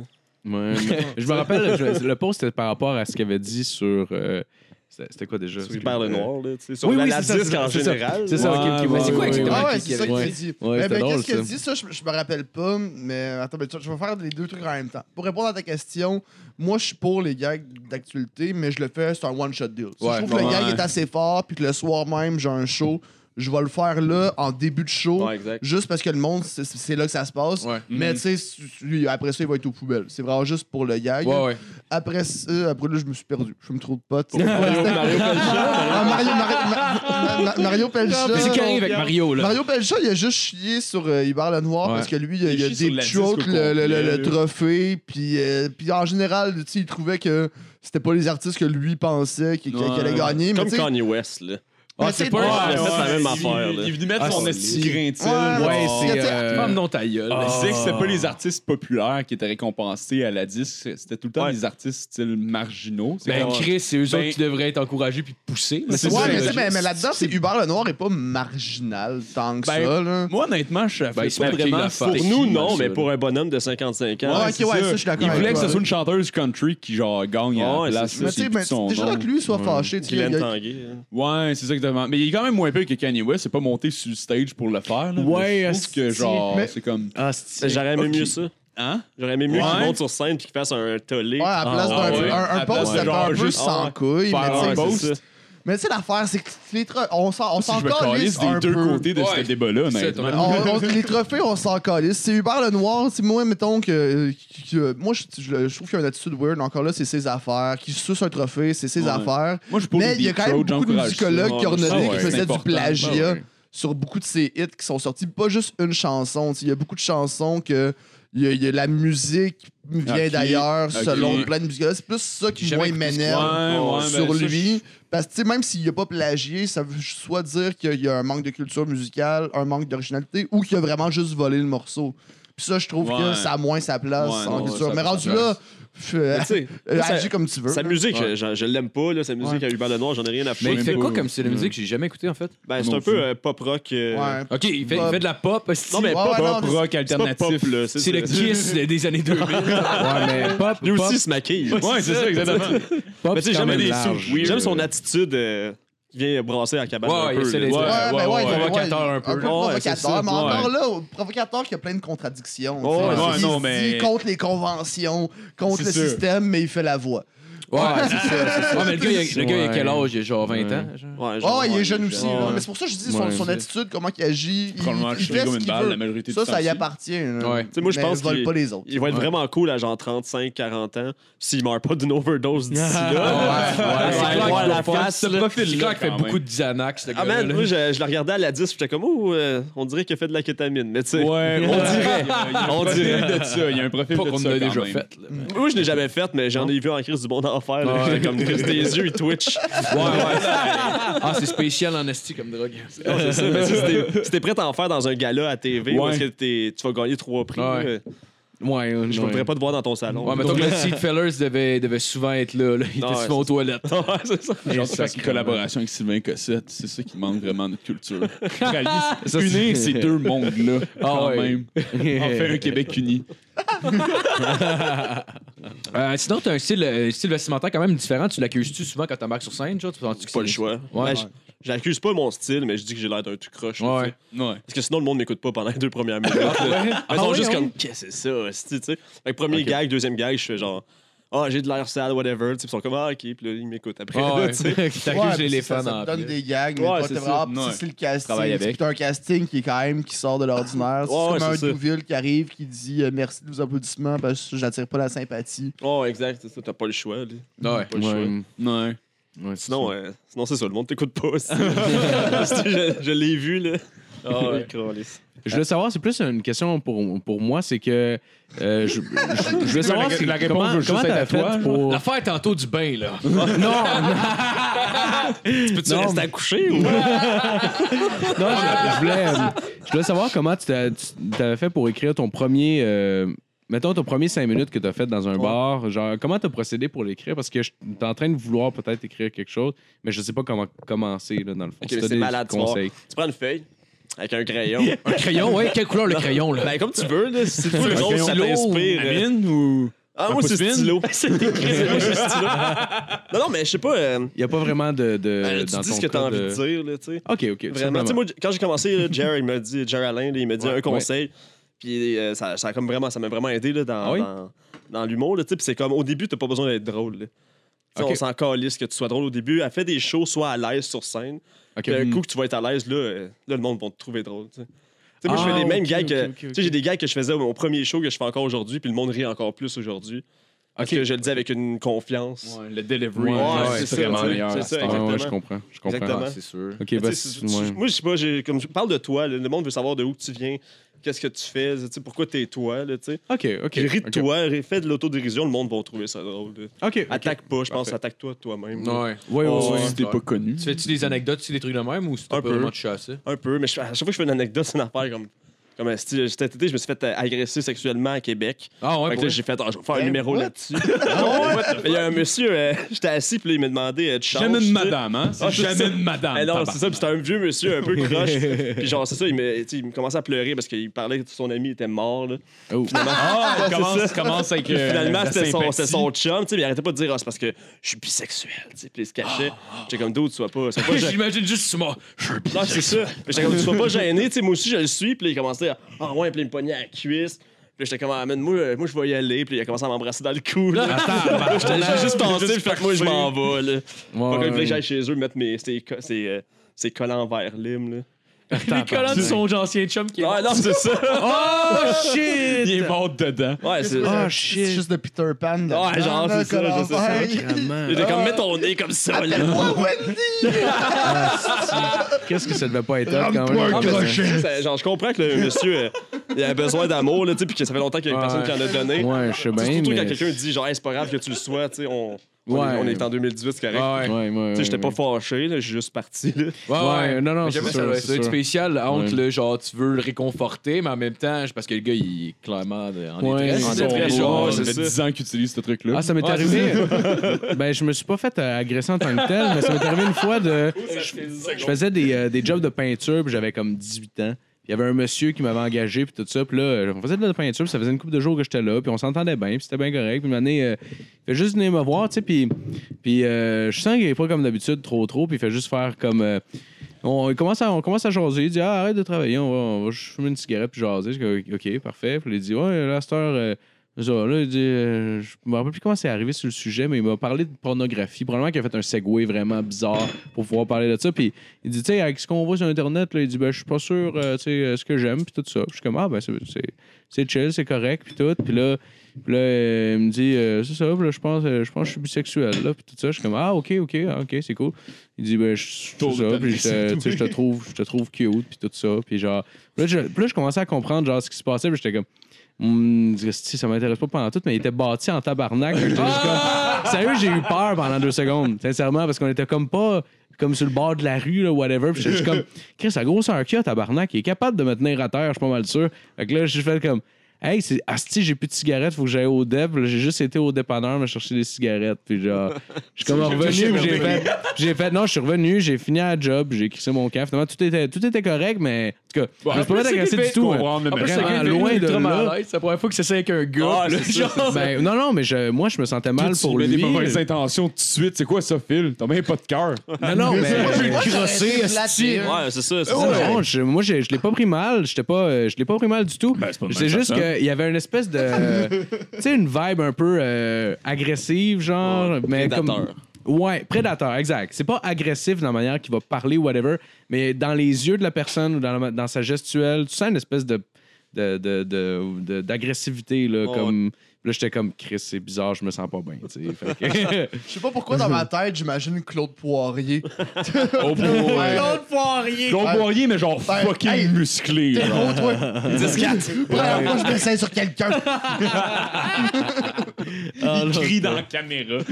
Ouais, mais- je me rappelle, je- le post était par rapport à ce qu'il avait dit sur. euh, c'était c'était quoi déjà Sur Hubert Lenoir, là, tu sais, sur Oui, la, oui, la c'est ça, disque c'est en ça, c'est ça. général. C'est ça, Ouais. ok, ok, ouais, ouais, c'est quoi ouais, exactement? Ah ouais, qui- c'est qui ça avait- qu'il a ouais. dit. Ouais, mais c'était ben, drôle, qu'est-ce qu'il a ça. dit? Ça, je, je me rappelle pas, mais attends, ben, tu- je vais faire les deux trucs en même temps. Pour répondre à ta question, moi, je suis pour les gags d'actualité, mais je le fais, c'est un one-shot deal. Si Ouais, je trouve que ouais. le gag est assez fort, puis que le soir même, j'ai un show, je vais le faire là, en début de show, Ouais, exact. juste parce que le monde, c'est- c'est là que ça se passe. Ouais. Mhm. Mais tu sais, tu- après ça, il va être aux poubelles. C'est vraiment juste pour le gag. Ouais, ouais. Après ça, après là, je me suis perdu. Je me trouve de potes. Mario, Mario Pelcha. Ah, Mario, Mario, Ma- Ma- Ma- Mario Pelcha. C'est carré avec Mario, là. Mario Pelcha, il a juste chié sur euh, Hubert Lenoir Ouais. parce que lui, il, a- Il il a chie sur des la trucs, disque au le, le- le- le complet, là. trophée. Puis, euh, puis en général, tu sais, il trouvait que c'était pas les artistes que lui pensait qui, qui- qui allaient gagner. Mais Comme tu sais, Kanye West. Là. mais tu c'est sais, pas- ouais, Ah, Ouais, c'est la même il- affaire, Il là. est venu mettre Ah, son c'est- esti grain de sel. Ouais, Ouais, parce que, c'est. tu sais, euh, Femme non ta gueule. Ah. Il disait que c'était pas les artistes populaires qui étaient récompensés à la disque, c'était tout le temps Ouais. des artistes style marginaux. C'est Ben, comme- Chris, c'est eux Ben- autres qui devraient être encouragés puis poussés. là. ouais, c'est ça, mais, tu sais, logique. mais- mais là-dedans, c'est Hubert Lenoir est pas marginal tant que Ben, ça. Là. Moi, honnêtement, je savais Ben, c'est pas pas vraiment la c'était Pour T'es qui, nous, là, non, ça, mais là. pour un bonhomme de 55 ans. Ouais, c'est ok, ouais, ça. ça, je suis d'accord Il avec voulait que toi, ce soit là. une chanteuse country qui, genre, gagne à Ouais, la place. c'est Mais là, tu sais, c'est mais plus son déjà nom. que lui soit fâché, tu sais, Guylaine il y a- Tanguay. hein. Ouais, c'est ça exactement. Mais il est quand même moins pire que Kanye West. C'est pas monté sur le stage pour le faire. Là, Ouais, Mais je trouve asti, que genre, mais- c'est comme. Ah, c'est- J'aurais aimé mieux ça. Hein? J'aurais aimé mieux Ouais. qu'il monte sur scène puis qu'il fasse un tollé. Ouais, à la place Ah, d'un ouais. un, À un post, place de ça fait genre un peu juste- sans couille. Faire Mais un tu sais, post. c'est ça. mais tu sais, l'affaire, c'est que les tro- on s'en on Si s'en je me calisse calisse un des deux peu. côtés de Ouais. ce débat-là, C'est mais. ton- On- on- les trophées, on s'en calisse. C'est Hubert Lenoir. tu sais, Moi, mettons que. euh, qui- que- moi, je, je- je trouve qu'il y a une attitude weird. Encore là, c'est ses affaires. Qui suce un trophée, c'est ses Ouais. affaires. Moi, je suis pour Mais les il y a Deep quand même Throat, beaucoup de j'encourage ça. musicologues qui ont Ah noté ouais, qui c'est faisaient du important. plagiat Ah ouais. sur beaucoup de ses hits qui sont sortis. Pas juste une chanson. tu sais, Il y a beaucoup de chansons que. il y a- il y a la musique vient Ok, d'ailleurs ok. selon plein de musicologues. C'est plus ça qui, moi, m'énerve Ouais, ouais, sur ben, ça, lui. Parce que, tu sais, même s'il n'a pas plagié, ça veut soit dire qu'il y a un manque de culture musicale, un manque d'originalité, ou qu'il a vraiment juste volé le morceau. Puis ça, je trouve que Ouais. ça a moins sa place Ouais, en non, culture. ça a Mais pas rendu sa là, f- euh, tu sais, euh, ça- agis comme tu veux. Sa musique, je, je- je l'aime pas, là, sa musique Ouais. à Hubert Lenoir, j'en ai rien à Mais foutre. il fait quoi comme style de musique que j'ai jamais écouté en fait Ben, c'est un peu euh, pop rock. euh, Ouais. Ok, il fait, il fait de la Bah, pop. hostie. Non, Ouais, mais pop, ouais, non, pop mais rock alternatif. pop, là, c'est le kiss des- des années 2000. Ouais, mais pop, Lui pop, aussi se maquille. Ouais, c'est ça, exactement. pop, Mais tu c'est sais, quand j'aime même les large. sous- J'aime son attitude euh, qui vient brasser à la cabane. Ouais, un il peu, essaie là. d'être- Ouais. Ouais, mais ouais, ouais, il y a- provocateur un peu. Un peu Ouais, c'est ça. provocateur, mais encore Ouais. là, au- provocateur qui a plein de contradictions. tu Ouais, sais. ouais, il non, se mais- dit contre les conventions, contre C'est le sûr. système, mais il fait la voix. Ouais, c'est ça, c'est ça. Ouais, mais le gars, il a, le gars, il a quel Ouais. âge Il a genre 20 ans. genre? Ouais, Ouais, genre, ouais, Ah, il ouais, est jeune aussi. ouais. là. Mais c'est pour ça que je dis son, Ouais, son c'est- probablement. attitude, comment il agit. Il, Probablement il acheté fait comme ce une qu'il balle, la veut. majorité du Ça, temps ça y aussi. appartient. là. Ouais. Tu sais, moi, je Mais pense il vole qu'il- pas les autres. Il va être Ouais. vraiment cool à genre 35, 40 ans s'il meurt pas d'une overdose d'ici là. Ouais, Ouais, c'est ouais, clair ouais, qu'il la doit faire face, ce là. profil-là. C'est clair qu'il quand fait beaucoup même. de Xanax, ce Ah man, gars-là. moi je, je le regardais à la 10, j'étais comme oh, euh, on dirait qu'il a fait de la kétamine, mais tu sais, Ouais, on dirait. on dirait de ça. Il y a un profil Pas de qu'on ça. l'a quand déjà même. fait. là. Moi je l'ai jamais fait, mais j'en ai vu en crise du bon enfer. là. J'étais comme Chris, tes yeux ils twitch. Ah, c'est spécial en esti comme drogue. Non, c'est ça, mais si t'es- si t'es prêt à en faire dans un gala à TV, où Ouais. est-ce que t'es- tu vas gagner trois prix, Ouais. euh, ouais, euh, je ne ouais. pourrais pas te voir dans ton salon. Ouais, mettons que le Seedfellers devait, devait souvent être là. là. Il Non, était ouais, souvent aux toilettes. Ouais, c'est ça. J'ai envie de faire une collaboration avec Sylvain Cossette. C'est ça qui manque vraiment à notre culture. Rallier Ça, c'est- unir ces deux mondes-là, quand ouais. même. En fait, un Québec uni. Euh, sinon, t'as un style, euh, style vestimentaire quand même différent. Tu l'accuses-tu souvent quand t'embarques sur scène? Genre, tu penses-tu que Pas le c'est- choix. Ouais. Ben, j- J'accuse pas mon style, mais je dis que j'ai l'air d'un tout croche. là, tu Ouais. sais. Ouais. Parce que sinon, le monde m'écoute pas pendant les deux premières minutes. là. Ils sont Ah ouais, juste ouais. comme, qu'est-ce que c'est ça? hostie, tu sais? Fait que premier gag, deuxième gag, je fais genre, ah, j'ai de l'air sale, whatever. Tu sais, Ils sont comme, ah, ok, puis là, ils m'écoutent après. Ah ouais. là, tu sais. Qui Ouais, t'accuse puis l'éléphant ça, ça dans te donne des gags, mais Ouais, toi, t'es c'est ça. vraiment Ouais. petit, c'est le casting. Travaille C'est avec. un casting qui est quand même qui sort de l'ordinaire. Ouais, c'est ouais, comme un c'est ça. Douville qui arrive qui dit euh, merci de vos applaudissements parce que j'attire pas la sympathie. Oh, exact, c'est ça. T'as pas le choix, là. Ouais. Pas le choix. Ouais. Ouais, c'est Sinon, euh, sinon c'est ça, le monde t'écoute pas. hostie. Hostie, je je l'ai vu, là. Ah ouais, câlisse. Je voulais savoir, c'est plus une question pour, pour moi, c'est que. euh, je, je, je voulais savoir La- c'est la réponse comment, veut juste comment être t'as à toi, genre. fait pour. L'affaire tantôt du bain, là. Peux-tu rester accouché ou Non, je, je voulais, euh, je voulais savoir comment tu t'as- tu- t'avais fait pour écrire ton premier. euh, mettons ton premier 5 minutes que tu as fait dans un bar. Genre, comment tu as procédé pour l'écrire? Parce que je t'es en train de vouloir peut-être écrire quelque chose, mais je sais pas comment commencer, là, dans le fond. Ok, Si mais t'as c'est des malade, tu conseils. Tu prends une feuille avec un crayon. Un crayon, ouais. Quelle couleur le crayon, là? ben, comme tu veux, là. Si tu veux, Un gros, ça stylo t'inspire. euh, Amine ou. Ah, Un moi, c'est pouce-pin? stylo. C'est écrit, moi, c'est stylo. Non, non, mais je sais pas. euh, Il n'y a pas vraiment de. de euh, tu dans dis ton ce que t'as cas envie de- de dire, là, tu sais. Ok, ok. tout Vraiment. Tu sais, simplement. moi, j- quand j'ai commencé, là, Jerry, il m'a dit, Jerry Alain, là, il m'a dit Ouais, un conseil. Puis euh, ça, ça a comme vraiment, ça m'a vraiment aidé là, dans, Ah oui? dans, dans l'humour. là, tu sais. Puis c'est comme, au début, t'as pas besoin d'être drôle. là. Tu sais, Ok. On s'en calisse que tu sois drôle au début. Elle fait des shows, soit à l'aise sur scène. Ok. Puis un coup que tu vas être à l'aise, là, euh, là, le monde va te trouver drôle. Tu sais. Tu sais, moi, je Ah, fais les mêmes ok, gags. que- ok, ok, Tu sais, j'ai des gags que je faisais au- au premier show que je fais encore aujourd'hui, puis le monde rit encore plus aujourd'hui. Parce Ok. que je le dis avec une confiance. Le delivery. Ouais, là, ouais, c'est c'est vraiment ça, meilleur. c'est à ça, cette Ouais, heure. ouais, exactement. je comprends. Je comprends. Exactement. C'est sûr. Ok, bah, Tu sais, c'est- tu- ouais. Moi, je sais pas, j'ai- comme, je parle de toi. là, le monde veut savoir de où que tu viens, qu'est-ce que tu fais, tu sais, pourquoi t'es toi. Là, tu sais. Ok, ok. Puis ris de ok. toi, ris- fais de l'autodérision, le monde va trouver ça drôle. là. Ok. Attaque pas, je pense, Parfait. attaque-toi toi-même. là. Ouais. Ouais, ouais, Oh, ouais. Si t'es pas connu. Tu fais-tu des anecdotes, tu des trucs de même ou c'est Un pas peu. vraiment de chasser? Un peu, mais je- à chaque fois que je fais une anecdote, c'est une affaire comme. Comme un style, cet été, je me suis fait euh, agresser sexuellement à Québec. Ah ouais, Fait que là, j'ai fait, Ah, je vais faire un Ben, numéro what? là-dessus. Ah ouais? Il y a un monsieur, euh, j'étais assis, puis là, il m'a demandé, euh, tu changes. Jamais tu de sais? madame, hein? C'est Ah, c'est ça. jamais de madame. Eh non, tabarnak. c'est ça, puis c'était un vieux monsieur un peu croche. puis genre, c'est ça, il me, tu sais, il me commençait à pleurer parce qu'il me parlait que son ami était mort. Là. Oh. Ah, Ouais, il commence, c'est il commence avec. euh, Finalement, la c'était son, sympathie. c'était son chum, tu sais, mais il arrêtait pas de dire, ah, c'est parce que je suis bisexuel, tu sais, puis il se cachait. Ah. J'étais comme, d'autres, sois pas. sois pas gêné. J'imagine juste sous moi. Je suis Non, c'est ça. Mais J'étais comme, tu sois pas gêné, tu sais, moi aussi, je le suis. Puis là, il commençait à, ah ouais, puis il me pognait à la cuisse. Puis là, j'étais comme, ah, man, moi, euh, moi, je vais y aller. Puis il a commencé à m'embrasser dans le cou. là. Là, j'étais- J'ai juste pensé, puis fait que moi, je m'en vais, là. Fait que là, il fallait que j'aille chez eux mettre mes, ces, co- ces, euh, ces collants verts lime, là. Les colonnes de son ancien chum qui est. Ouais, non, c'est ça. Oh shit! Oh, Il est mort dedans. Ouais, c'est Ah, ça. shit. C'est juste de Peter Pan. de- Ouais, Ah, genre, c'est ça, Colin je sais ça. Fay. J'étais comme, mets ton nez comme ça, là. Appelle-moi Wendy! Qu'est-ce que ça devait pas être hot, quand Rame-toi même? un Ah, mais c'est- crochet! ça- Genre, je comprends que le monsieur, euh, il a besoin d'amour, là, tu sais, puis que ça fait longtemps qu'il y a une personne qui en a donné. Ouais, je sais bien, Surtout quand mais... quelqu'un dit, genre, Hey, c'est pas grave que tu le sois, tu sais, on, On est- Ouais. On est en 2018, c'est correct. Ouais, ouais, ouais. Tu sais, j'étais pas ouais. fâché, là, je suis juste parti. Là. Ah Ouais, ouais. Ouais, non, non, Mais c'est J'avoue, sûr, ça doit c'est ça doit être sûr. spécial entre Ouais. le genre, tu veux le réconforter, mais en même temps, parce que le gars, il est clairement de- en Ouais, détresse. en là. détresse, Ouais, ouais, ouais, ça ouais. fait 10 ans qu'ils utilisent ce truc-là. Ah, ça m'est Ouais, arrivé. ben, je me suis pas fait euh, agresser en tant que tel, mais ça m'est arrivé une fois de. Je faisais des, euh, des jobs de peinture, puis j'avais comme 18 ans. Puis Il y avait un monsieur qui m'avait engagé, puis tout ça. Puis là, euh, on faisait de la peinture, puis ça faisait une couple de jours que j'étais là, puis on s'entendait bien, puis c'était bien correct. Puis une année, euh, il fait juste venir me voir, tu sais, puis, puis euh, je sens qu'il est pas comme d'habitude, trop trop, puis il fait juste faire comme... euh, on, il commence à, on commence à jaser, il dit ah, « Arrête de travailler, on va, on va juste fumer une cigarette puis jaser. » Je dis « Ok, parfait. » Puis il dit « Ouais, là, à cette heure... euh, ça, là, il dit, euh, je me rappelle plus comment c'est arrivé sur le sujet, mais il m'a parlé de pornographie. Probablement qu'il a fait un segway vraiment bizarre pour pouvoir parler de ça. Puis il dit, tu sais, avec ce qu'on voit sur Internet, là, il dit, ben, je suis pas sûr, euh, tu sais, euh, ce que j'aime, puis tout ça. Puis je suis comme, ah, ben, c'est- c'est c'est chill, c'est correct, puis tout. Puis là, puis là, euh, il me dit, euh, c'est ça, puis là, je pense, euh, je pense que je suis bisexuel, là, puis tout ça. Je suis comme, ah, ok, ok, ah, ok, c'est cool. Il dit, ben, je suis Tourne ça, ta puis je te- tête. tu sais, je te trouve, je te trouve cute, puis tout ça. Puis genre, puis là, je, puis là, je commençais à comprendre, genre, ce qui se passait, puis j'étais comme, Hum, si, ça m'intéresse pas pendant tout, mais il était bâti en tabarnak. J'étais juste Ah! comme- Sérieux, j'ai eu peur pendant deux secondes, sincèrement, parce qu'on était comme pas comme sur le bord de la rue, là, whatever. Puis j'étais juste comme, Chris, la grosseur qu'il a, tabarnak, il est capable de me tenir à terre, je suis pas mal sûr. Fait que là, j'ai fait comme, hey, c'est asti, j'ai plus de cigarettes, faut que j'aille au dep. Puis là, J'ai juste été au dépanneur me chercher des cigarettes. Puis genre, je suis comme revenu, puis j'ai fait, j'ai fait, non, je suis revenu, j'ai fini à la job, j'ai crissé mon camp. Finalement, tout était, tout était correct, mais en tout cas, je me suis pas mal agressé du tout. hein. En plus, Vraiment c'est quelqu'un qui est loin de ultra là. mal à l'aise. C'est la première fois que c'est ça avec un gars. Ah, là, c'est ça, genre. Ben, non, non, mais je, moi, je me sentais mal Tu pour mets lui. des mauvaises intentions tout de suite. C'est quoi ça, Phil? T'as même pas de cœur. Non, non, mais. crosser, esti. Ouais, c'est ça. C'est Non, ça. non, je- moi, je, je l'ai pas pris mal. J'étais pas, euh, je l'ai pas pris mal du tout. c'est pas mal, c'est juste ça. qu'il y avait une espèce de. tu sais, une vibe un peu euh, agressive, genre. mais comme. prédateur. Ouais, prédateur, exact. C'est pas agressif dans la manière qu'il va parler, whatever, mais dans les yeux de la personne ou dans, la- dans sa gestuelle, tu sens une espèce de de- de- de- de- d'agressivité là Ouais. comme là j'étais comme Chris c'est bizarre je me sens pas bien tu sais Fait que- Je sais pas pourquoi dans ma tête, j'imagine Claude Poirier. Oh, boy. Claude Poirier! Claude Poirier, mais genre Ben, fucking hey, musclé. T'es genre. gros, toi! 10-4! Première fois, je descends sur quelqu'un! Il crie dans la caméra. Le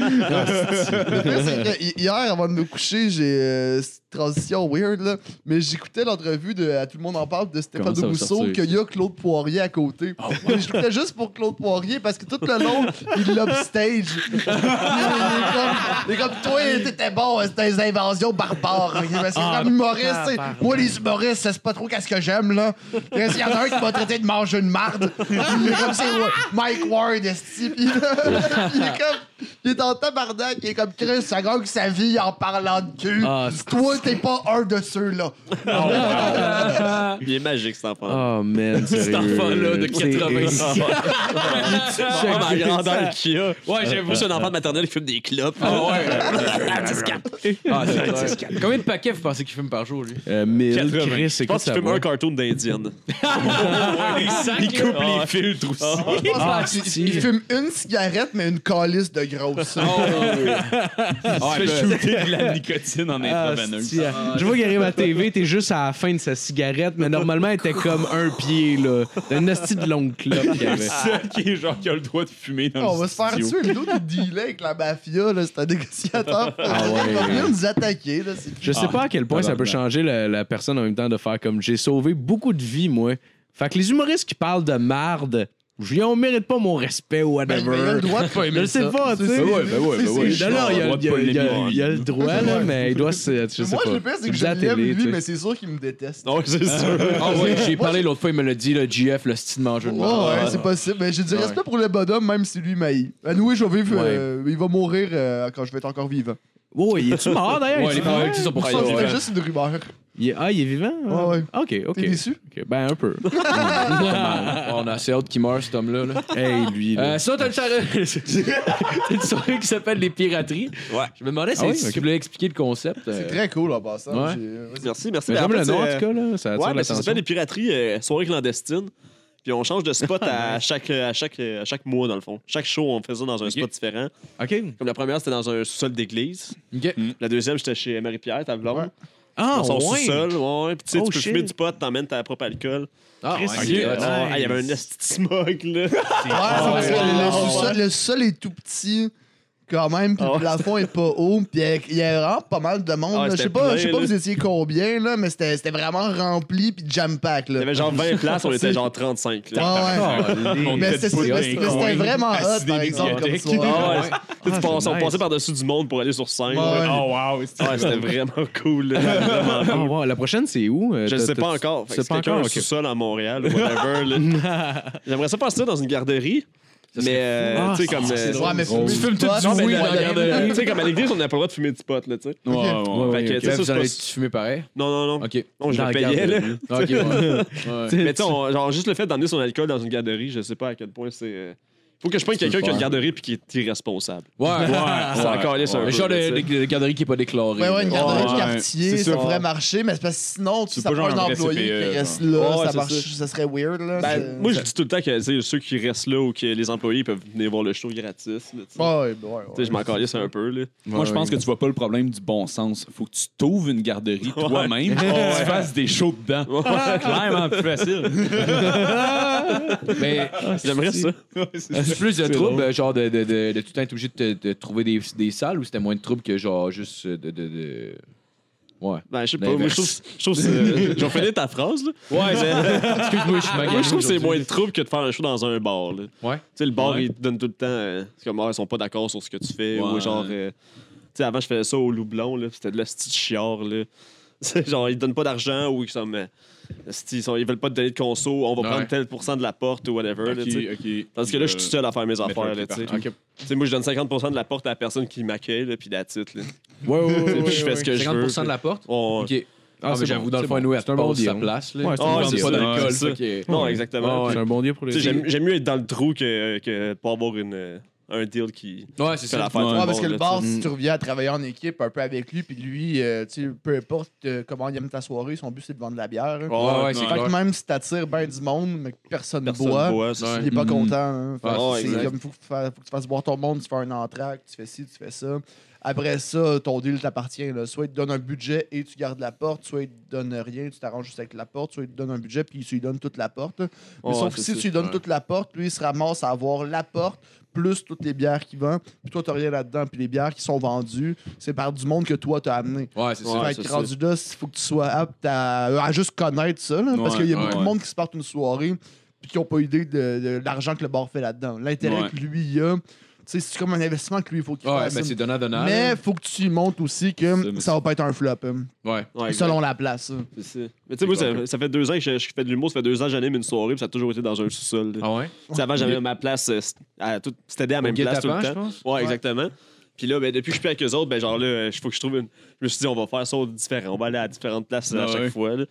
pire, c'est que hi- hier, avant de me coucher, j'ai. euh, cette transition weird, là. Mais j'écoutais l'entrevue de À Tout le monde en parle de Stéphane Comment ça de va Rousseau, sortir, qu'il y a Claude Poirier à côté. Ah Mais Je l'écoutais juste pour Claude Poirier parce que tout le long, il l'obstage. il, est comme- il est comme, toi, t'étais bon, hein, c'était des inventions barbares. Il est- Parce que Ah, comme humoriste, tu sais, moi, les humoristes, c'est pas trop qu'à ce que j'aime, là. Il y en a un qui m'a traité de manger une marde. Il est comme, c'est ouais, Mike Ward, esti. Puis là, il est comme. Il est en tabarnak, il est comme Chris, ça gagne sa vie en parlant de cul. Ah, c'est- Toi, t'es pas un de ceux-là. Il est magique, cet enfant. Ah, Oh man, Cet sérieux. enfant-là de C'est- 80. Ah, ma grandeur qu'il a. Ouais, j'ai Moi, c'est un enfant de maternelle qui fume des clopes. Ah, c'est clair. Combien de paquets vous pensez qu'il fume par jour, lui? Euh, mille, 80. Chris, c'est Je quoi pense qu'il ça? fume un cartoon d'Indienne. Il euh, coupe les filtres aussi. Je pense Ah, qu'il- si. il fume une cigarette, mais une calice de grosse. Ah, Ah, ben, Il se fait shooter de la nicotine en Ah, intraveineuse. c'est- je vois qu'il arrive à TV, t'es juste à la fin de sa cigarette, mais normalement, elle était comme un pied, là. T'as une hostie de longue clope qu'il y avait. Seul Ah. qui est genre qui a le droit de fumer dans On le va se faire studio. tuer. Le dos de dealer avec la mafia, là, c'est un négociateur. Ah Il va venir nous attaquer. Là, c'est- Je sais pas à quel point ça peut changer la, la personne en même temps de faire comme j'ai sauvé beaucoup de vies, moi. Fait que les humoristes qui parlent de marde, je- on mérite pas mon respect ou Ben, mais il a whatever. le droit de pas aimer Je sais ça. pas, tu sais. C'est- Ben ouais, ben ouais, ben c'est- ouais. c'est chiant. Non, non, il y a- Le droit de il y a- pas il y a- l'aimer. il y a le droit, là, mais il doit se. Je sais Moi, pas. je le pire, c'est que Il je faisait la l'aime, télé, tu lui, sais. mais c'est sûr qu'il me déteste. Non, c'est sûr. Ah ouais, j'ai parlé l'autre fois, il me l'a dit, le GF, le style mangeur de Ouais, merde. Ah, ouais, c'est possible. Mais j'ai du respect pour le bonhomme, même si lui m'aïe. Ben, oui, je vais vivre. euh, il va mourir euh, quand je vais être encore vivant. Oh, il est-tu mort d'ailleurs? Ouais, Il est les paroles qui sont pour ça. Ça, c'est ouais. juste une rumeur. Il est- Ah, il est vivant? Ouais, ouais. Ok, ok. T'es déçu? Ok, Ben, un peu. On a assez hâte qu'il meure, cet homme-là. là. hey, lui. là. Euh, sinon, t'as une, soirée... t'as une soirée qui s'appelle Les Pirateries. Ouais. Je me demandais si Ah oui, tu ok. voulais expliquer le concept. C'est euh, très cool en passant. ouais. J'ai- vas-y. Merci, merci. Mais Mais en j'aime fait, le nom, en c'est, euh, tout cas, là. Ça attire Ouais, mais ça l'attention. s'appelle les pirateries, euh, soirée clandestine. Puis on change de spot à chaque, à, chaque, euh, à chaque mois, dans le fond. Chaque show, on fait ça dans un spot différent. OK. Comme la première, c'était dans un sous-sol d'église. ok. La deuxième, j'étais chez Marie-Pierre, ta blonde. Ah, dans son ouais. sous-sol, ouais. Puis tu sais, Oh, tu peux shit. fumer du pot, t'emmènes ta propre alcool. Ah, ouais, Chris, ok. il- Ah, nice. ah, Il y avait un esti de smog, là. Ouais, c'est parce que Ah ouais. le- le Ah, sous-sol- Le sol est tout petit. quand même, puis Ah ouais, le plafond est pas haut, puis il y a- il y a vraiment pas mal de monde. Ah là. ouais, je sais c'était pas, plein, je sais pas là. vous étiez combien, là, mais c'était c'était vraiment rempli, puis jam-pack. Il y là. avait genre 20 places, on était genre 35. Ouais, Là. Ah, ouais. Mais c'était pas mais c'était- mais c'était vraiment hot, par exemple, comme soir. Ah ouais, tu sais, tu passes- on passait par-dessus du monde pour aller sur scène. Ouais. là. Ah ouais, c'était vraiment cool. là. Ah, wow, La prochaine, c'est où? euh, Je ne t'as- sais pas t'as- encore. Fait C'est que pas c'est quelqu'un encore, au ok. sous-sol à Montréal, ou whatever. là. J'aimerais ça passer ça dans une garderie. Mais, euh, fou. Ah, tu sais, comme. euh, Ouais, mais Tu fumes tout du pot, weed ouais, dans la ouais, garderie. tu sais, comme à l'église, on n'a pas le droit de fumer du pot, là, tu sais. Ok. Ouais, ouais, Fait que, ok. tu sais, ça, Vous c'est allez pas- fumer pareil? Non, non, non. Ok. Non, je Dans le la payais, là. garderie. Ok, ouais. Ouais. Mais tu sais, on- genre, juste le fait d'amener son alcool dans une garderie, je sais pas à quel point c'est. euh, Faut que je prenne quelqu'un qui a une garderie puis qui est irresponsable. Ouais, Ah, c'est encore laisse un Le peu, genre là, de, tu sais. de- de garderie qui n'est pas déclarée. Ouais, ouais, une là. garderie Ah Ouais, de ouais. quartier, C'est ça sûr. pourrait marcher, mais c'est parce que sinon, tu C'est ça pas prend genre un un vrai employé CPE, qui reste genre. là, E, Ah Ouais, ça c'est marche, ça serait weird, là. Ben, c'est- moi, je dis tout le temps que tu sais, ceux qui restent là ou que les employés peuvent venir voir le show gratis. là, tu sais. Ouais, ouais, ouais. Tu sais, Je m'en calisse un peu. Là. Moi, je pense que tu vois pas le problème du bon sens. Faut que tu t'ouvres une garderie toi-même, tu fasses des shows dedans. Clairement plus facile. Mais euh, J'aimerais ça. c'est plus de troubles, euh, genre de, de, de, de tout le temps être obligé de, te- de trouver des, des salles ou c'était moins de troubles que genre juste euh, de. de, de... Ouais. Ben, je sais pas. L'inverse. Moi, je trouve. Je trouve c'est- je vais finir ta phrase. Là. Ouais, excuse-moi, je suis magané Moi, je trouve que c'est aujourd'hui. moins de trouble que de faire un show dans un bar. Là. Ouais. Tu sais, le bar, il te donne tout le temps. euh, c'est comme, ah, ils sont pas d'accord sur ce que tu fais. Ou Ouais. genre. euh, tu sais, avant, je faisais ça au Loublon, là, puis c'était de la petite chiard, là. C'est genre, ils te donnent pas d'argent ou ils sont. euh, sti- ils, sont- ils veulent pas te donner de conso, on va Ouais. prendre tel pourcent de la porte ou whatever. là, tu sais. Parce que là, je suis tout seul à faire mes euh, mettre un affaires. pied Là, tu sais. partout. Tu sais, moi, je donne 50 de la porte à la personne qui m'accueille, là, puis la titre. Là. Ouais, ouais, ouais, Tu sais, ouais. puis je fais ce que je veux. 50% de la porte? On- Ok. Ah, c'est mais bon, j'avoue, dans le c'est fond, bon. nous, elle C'est un passe bon sa deal. place. Là. Ouais, c'est Ah, un ouais, bon c'est deal. ça. pas ouais, d'alcool, c'est ça. ça. qui est- Non, exactement. C'est un bon deal pour Tu les sais, J'aime j'aime mieux être dans le trou que, que pas avoir une, euh, un deal qui Ouais, c'est fait ça. l'affaire. tout Ouais, monde, parce que là, le bar, si tu reviens à travailler en équipe un peu avec lui, puis lui, euh, tu sais, peu importe euh, comment il aime ta soirée, son but c'est de vendre de la bière. hein. Ouais, ouais, c'est fait clair. que même si t'attires bien du monde, mais que personne, Personne boit, boit, c'est Ouais. ça. il est pas Mm. content. hein. Fait que Ah, c'est exact. comme faut que, tu fasses, faut que tu fasses boire ton monde, tu fais un entracte, tu fais ci, tu fais ça. Après ça, ton deal t'appartient. là. Soit il te donne un budget et tu gardes la porte, soit il te donne rien, tu t'arranges juste avec la porte, soit il te donne un budget puis tu lui donnes toute la porte. Mais Ouais, sauf que si c'est ça. tu lui donnes toute la porte, lui, il se ramasse à avoir la porte plus toutes les bières qui vendent, puis toi, t'as rien là-dedans, puis les bières qui sont vendues, c'est par du monde que toi, t'as amené. Ouais, c'est ça. Ouais, Fait ça, que c'est- rendu là, il faut que tu sois apte à, à juste connaître ça, là, parce Ouais, qu'il y a ouais, beaucoup de ouais. monde qui se partent une soirée puis qui n'ont pas idée de, de l'argent que le bar fait là-dedans. L'intérêt Ouais. que lui il a, tu sais, c'est comme un investissement que lui, il faut qu'il Ouais, fasse. hein. mais c'est donnant-donnant. mais là. faut que tu montres aussi C'est- que mais ça va pas être un flop, hein, Ouais. Ouais, exact. selon la place. hein. C'est ça. Mais tu sais, moi, ça, ça fait deux ans que je, je fais de l'humour, ça fait deux ans que j'anime une soirée, puis ça a toujours été dans un sous-sol. là. Ah ouais? Tu sais, avant, j'avais ma place, euh, c't- à tout- c'était à la même place tout guet-apens, le je temps. pense? Ouais, exactement. Puis là, ben, depuis que je suis plus avec eux autres, ben, genre là, il faut que je trouve une. Je me suis dit, on va faire ça au différent. On va aller à différentes places à Ah chaque ouais. fois. là.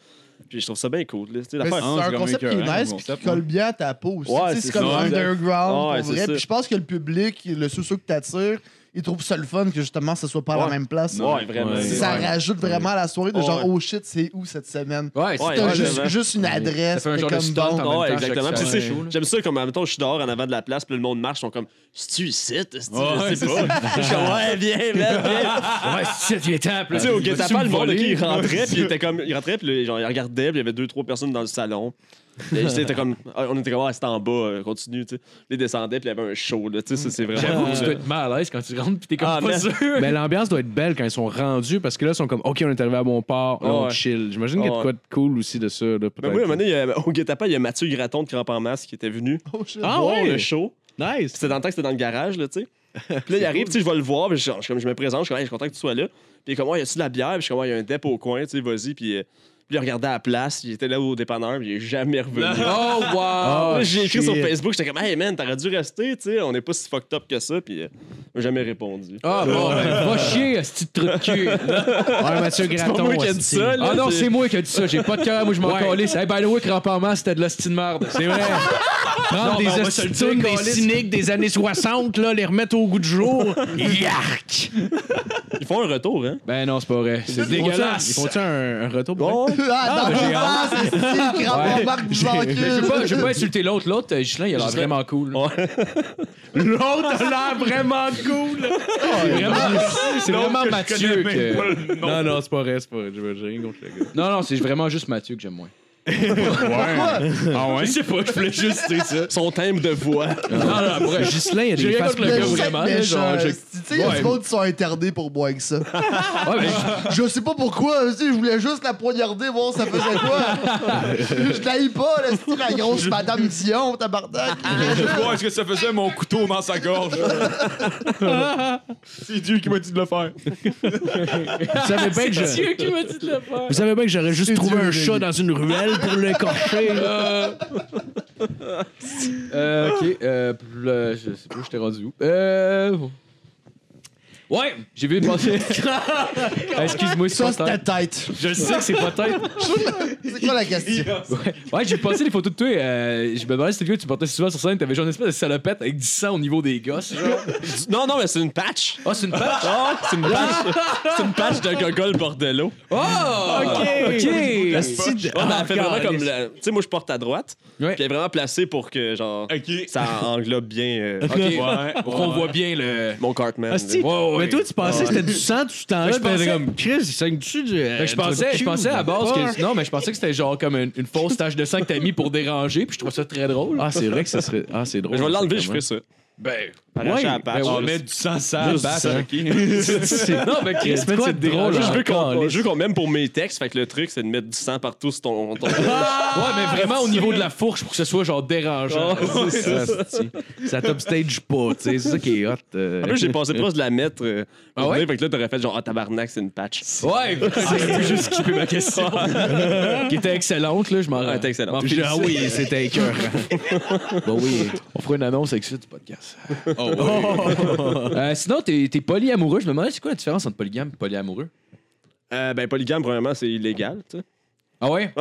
Puis je trouve ça bien cool. là. Tu sais, Mais C'est l'affaire- hein, c'est un quand concept qui même est écœurant, nice le puis qui concept, colle bien à ta peau aussi. Ouais, Tu sais, c'est c'est comme ça. underground Ouais, pour c'est vrai. ça. Puis je pense que le public, le sous-sous que t'attires, il trouve ça le fun que justement ça soit pas à la Ouais. même place. Ouais, vraiment. Ouais. c'est- Ça rajoute vraiment à la soirée de Ouais. genre, oh shit, c'est où cette semaine? Ouais, c'est Ouais, T'as ouais, juste, j'avais- juste une adresse. Ça fait un t'es genre de comme stunt bon. en même Ouais, temps, exactement. chaque Puis soirée. tu sais, J'aime ça comme, mettons, je suis dehors en avant de la place, puis le monde marche, ils sont comme, c'est-tu ici? C'est-tu- Je sais pas. Je suis comme, ouais, viens, viens, viens. Ah, Ouais, c'est vieux temps. Tu sais, au guet-apens, le monde, ok, il rentrait, puis il était comme, il rentrait, puis là, genre, il regardait, puis il y avait deux, trois personnes dans le salon. Puis là, j'étais comme, ah, on était comme, ah, c'était en bas, euh, continue, tu sais. Puis il descendait, puis il y avait un show, là, tu sais, ça, c'est vraiment. euh, J'avoue, tu dois être mal à l'aise quand tu rentres, puis t'es comme Ah, pas mais- sûr. Mais l'ambiance doit être belle quand ils sont rendus parce que là, ils sont comme, OK, on est arrivé à bon port, là, Ah on ouais. chill. J'imagine qu'il y a de Ah quoi de cool aussi de ça. Là, Mais peut-être. oui, à un moment donné, il y a- au guet-apens, il y a Mathieu Graton de Cramp en masse qui était venu Oh, shit. Ah voir ouais? le show. Puis Nice. C'était dans le temps que c'était dans le garage, là, tu sais. Puis là, il arrive, tu sais, je vais le voir, puis je, je- comme je me présente, je suis comme, Hey, je suis content que tu sois là. Puis comment, y a-tu de la bière? Puis je suis comme, Ouais, y a un dep au coin, tu sais, vas-y. Puis, euh, puis il regardait à la place, il était là au dépanneur, puis il est jamais revenu. Oh, wow! Là, J'ai écrit sur shit. Facebook, j'étais comme, hey man, t'aurais dû rester, tu sais, on n'est pas si fucked up que ça, puis euh, il m'a jamais répondu. Ah, bon, ben, va chier, ce petit trou de cul. Ouais, Mathieu C'est pas Gratton. moi qui ai hostie. dit ça, là. Ah non, c'est moi. moi qui ai dit ça. J'ai pas de cœur, moi, je m'en Ouais. calisse. Hey, by the way, crampe en masse, c'était de l'hostie de merde. C'est vrai. Prendre ben, des hostitunes, des cyniques des années 60, là, les remettre au goût du jour. Yark! Ils font un retour, hein? Ben non, c'est pas vrai. C'est dégueulasse. Ils font-tu un, un retour pour Bon, Ah, dans j'ai le ah, c'est si grave, on marque du Mais Je veux pas, je veux pas vaincu. insulter l'autre. L'autre, euh, Ghislain, il a l'air vraiment cool. là. L'autre a l'air vraiment cool! Ah, Vraiment- C'est vraiment Mathieu que. Non, non, c'est pas vrai, c'est pas vrai. J'ai j'ai rien contre le gars. Non, non, c'est vraiment juste Mathieu que j'aime moins. Ah ouais? Je sais pas, je voulais juste dire ça. Son timbre de voix. Non, non, bref. Ghislain, il y a J'ai des rien faces contre le gars, plus- vraiment, là, genre, je- Tu sais, il y a du monde qui sont internés pour boire que ça. Ouais, mais- Je sais pas pourquoi, tu sais, je voulais juste la poignarder, voir ça faisait quoi. je je la haïs pas, là, c'est la grosse Madame Dion, tabarnak. Pourquoi est-ce que ça faisait mon couteau dans sa gorge? C'est Dieu qui m'a dit de le faire. Vous savez bien que je- Dieu qui m'a dit de le faire. vous savez bien que j'aurais juste trouvé Dieu, un les chat dans une ruelle pour l'écorcher. là. Euh, ok, euh, pl- euh, je sais pas, j'étais rendu où. Euh... Ouais, j'ai vu une pensée. Excuse-moi, c'est Ça, c'est ta pas tête. Je sais que c'est pas tête. C'est quoi la question? Ouais, j'ai passé les photos de toi. euh, je me demandais si c'était le gars que tu portais souvent sur scène. T'avais genre une espèce de salopette avec du sang au niveau des gosses. genre. Non, non, mais c'est une patch. Ah, c'est une patch? C'est une patch. c'est une patch de gogol bordello. Oh! Ah, Ok! Si de- Ah, elle fait Ah, vraiment regardez. comme. la- Tu sais, moi, je porte à droite. Ouais. Puis elle est vraiment placée pour que, genre, Ok. ça englobe bien euh, Ok, pour qu'on voit bien le. mon Cartman. Asti, Ouais, ouais. Mais toi, tu pensais que c'était du sang tout ce temps-là. Je puis t'étais pensais- comme Chris, il saigne dessus du. Fait que je pensais, je pensais à la base que. Non, mais je pensais que c'était genre comme une, une fausse tache de sang que t'as mis pour déranger, puis je trouve ça très drôle. Ah, c'est vrai que ça serait. Ah, c'est drôle. Mais je vais l'enlever, je ferai ça. ben. Arracher la patch. On met du sang sale. Juste patch, du sang. ok. Non, mais Chris, Mais man, quoi c'est de drôle, drôle. hein? Je veux qu'on Caliste. je veux qu'on m'aime pour mes textes, fait que le truc c'est de mettre du sang partout sur ton. ton- Ouais, mais vraiment au niveau de la fourche pour que ce soit genre dérangeant. Asti. Ça t'obstage pas, tu sais. C'est ça qui est hot. euh. En plus, j'ai pensé proche de la mettre. euh, Ah ouais? Fait que là, t'aurais fait genre, ah, tabarnak, c'est une patch. Ouais, j'ai pu juste skipper ma question. qui était excellente, là, je m'en Ouais, t'es excellent. m'en Ah félicite. oui, c'était écœurant. bah oui. On fera une annonce avec ça du podcast. Oh, Euh, sinon, t'es es polyamoureux. Je me demandais, c'est quoi la différence entre polygame et polyamoureux? Euh, ben, polygame, premièrement, c'est illégal, tu sais. Ah ouais?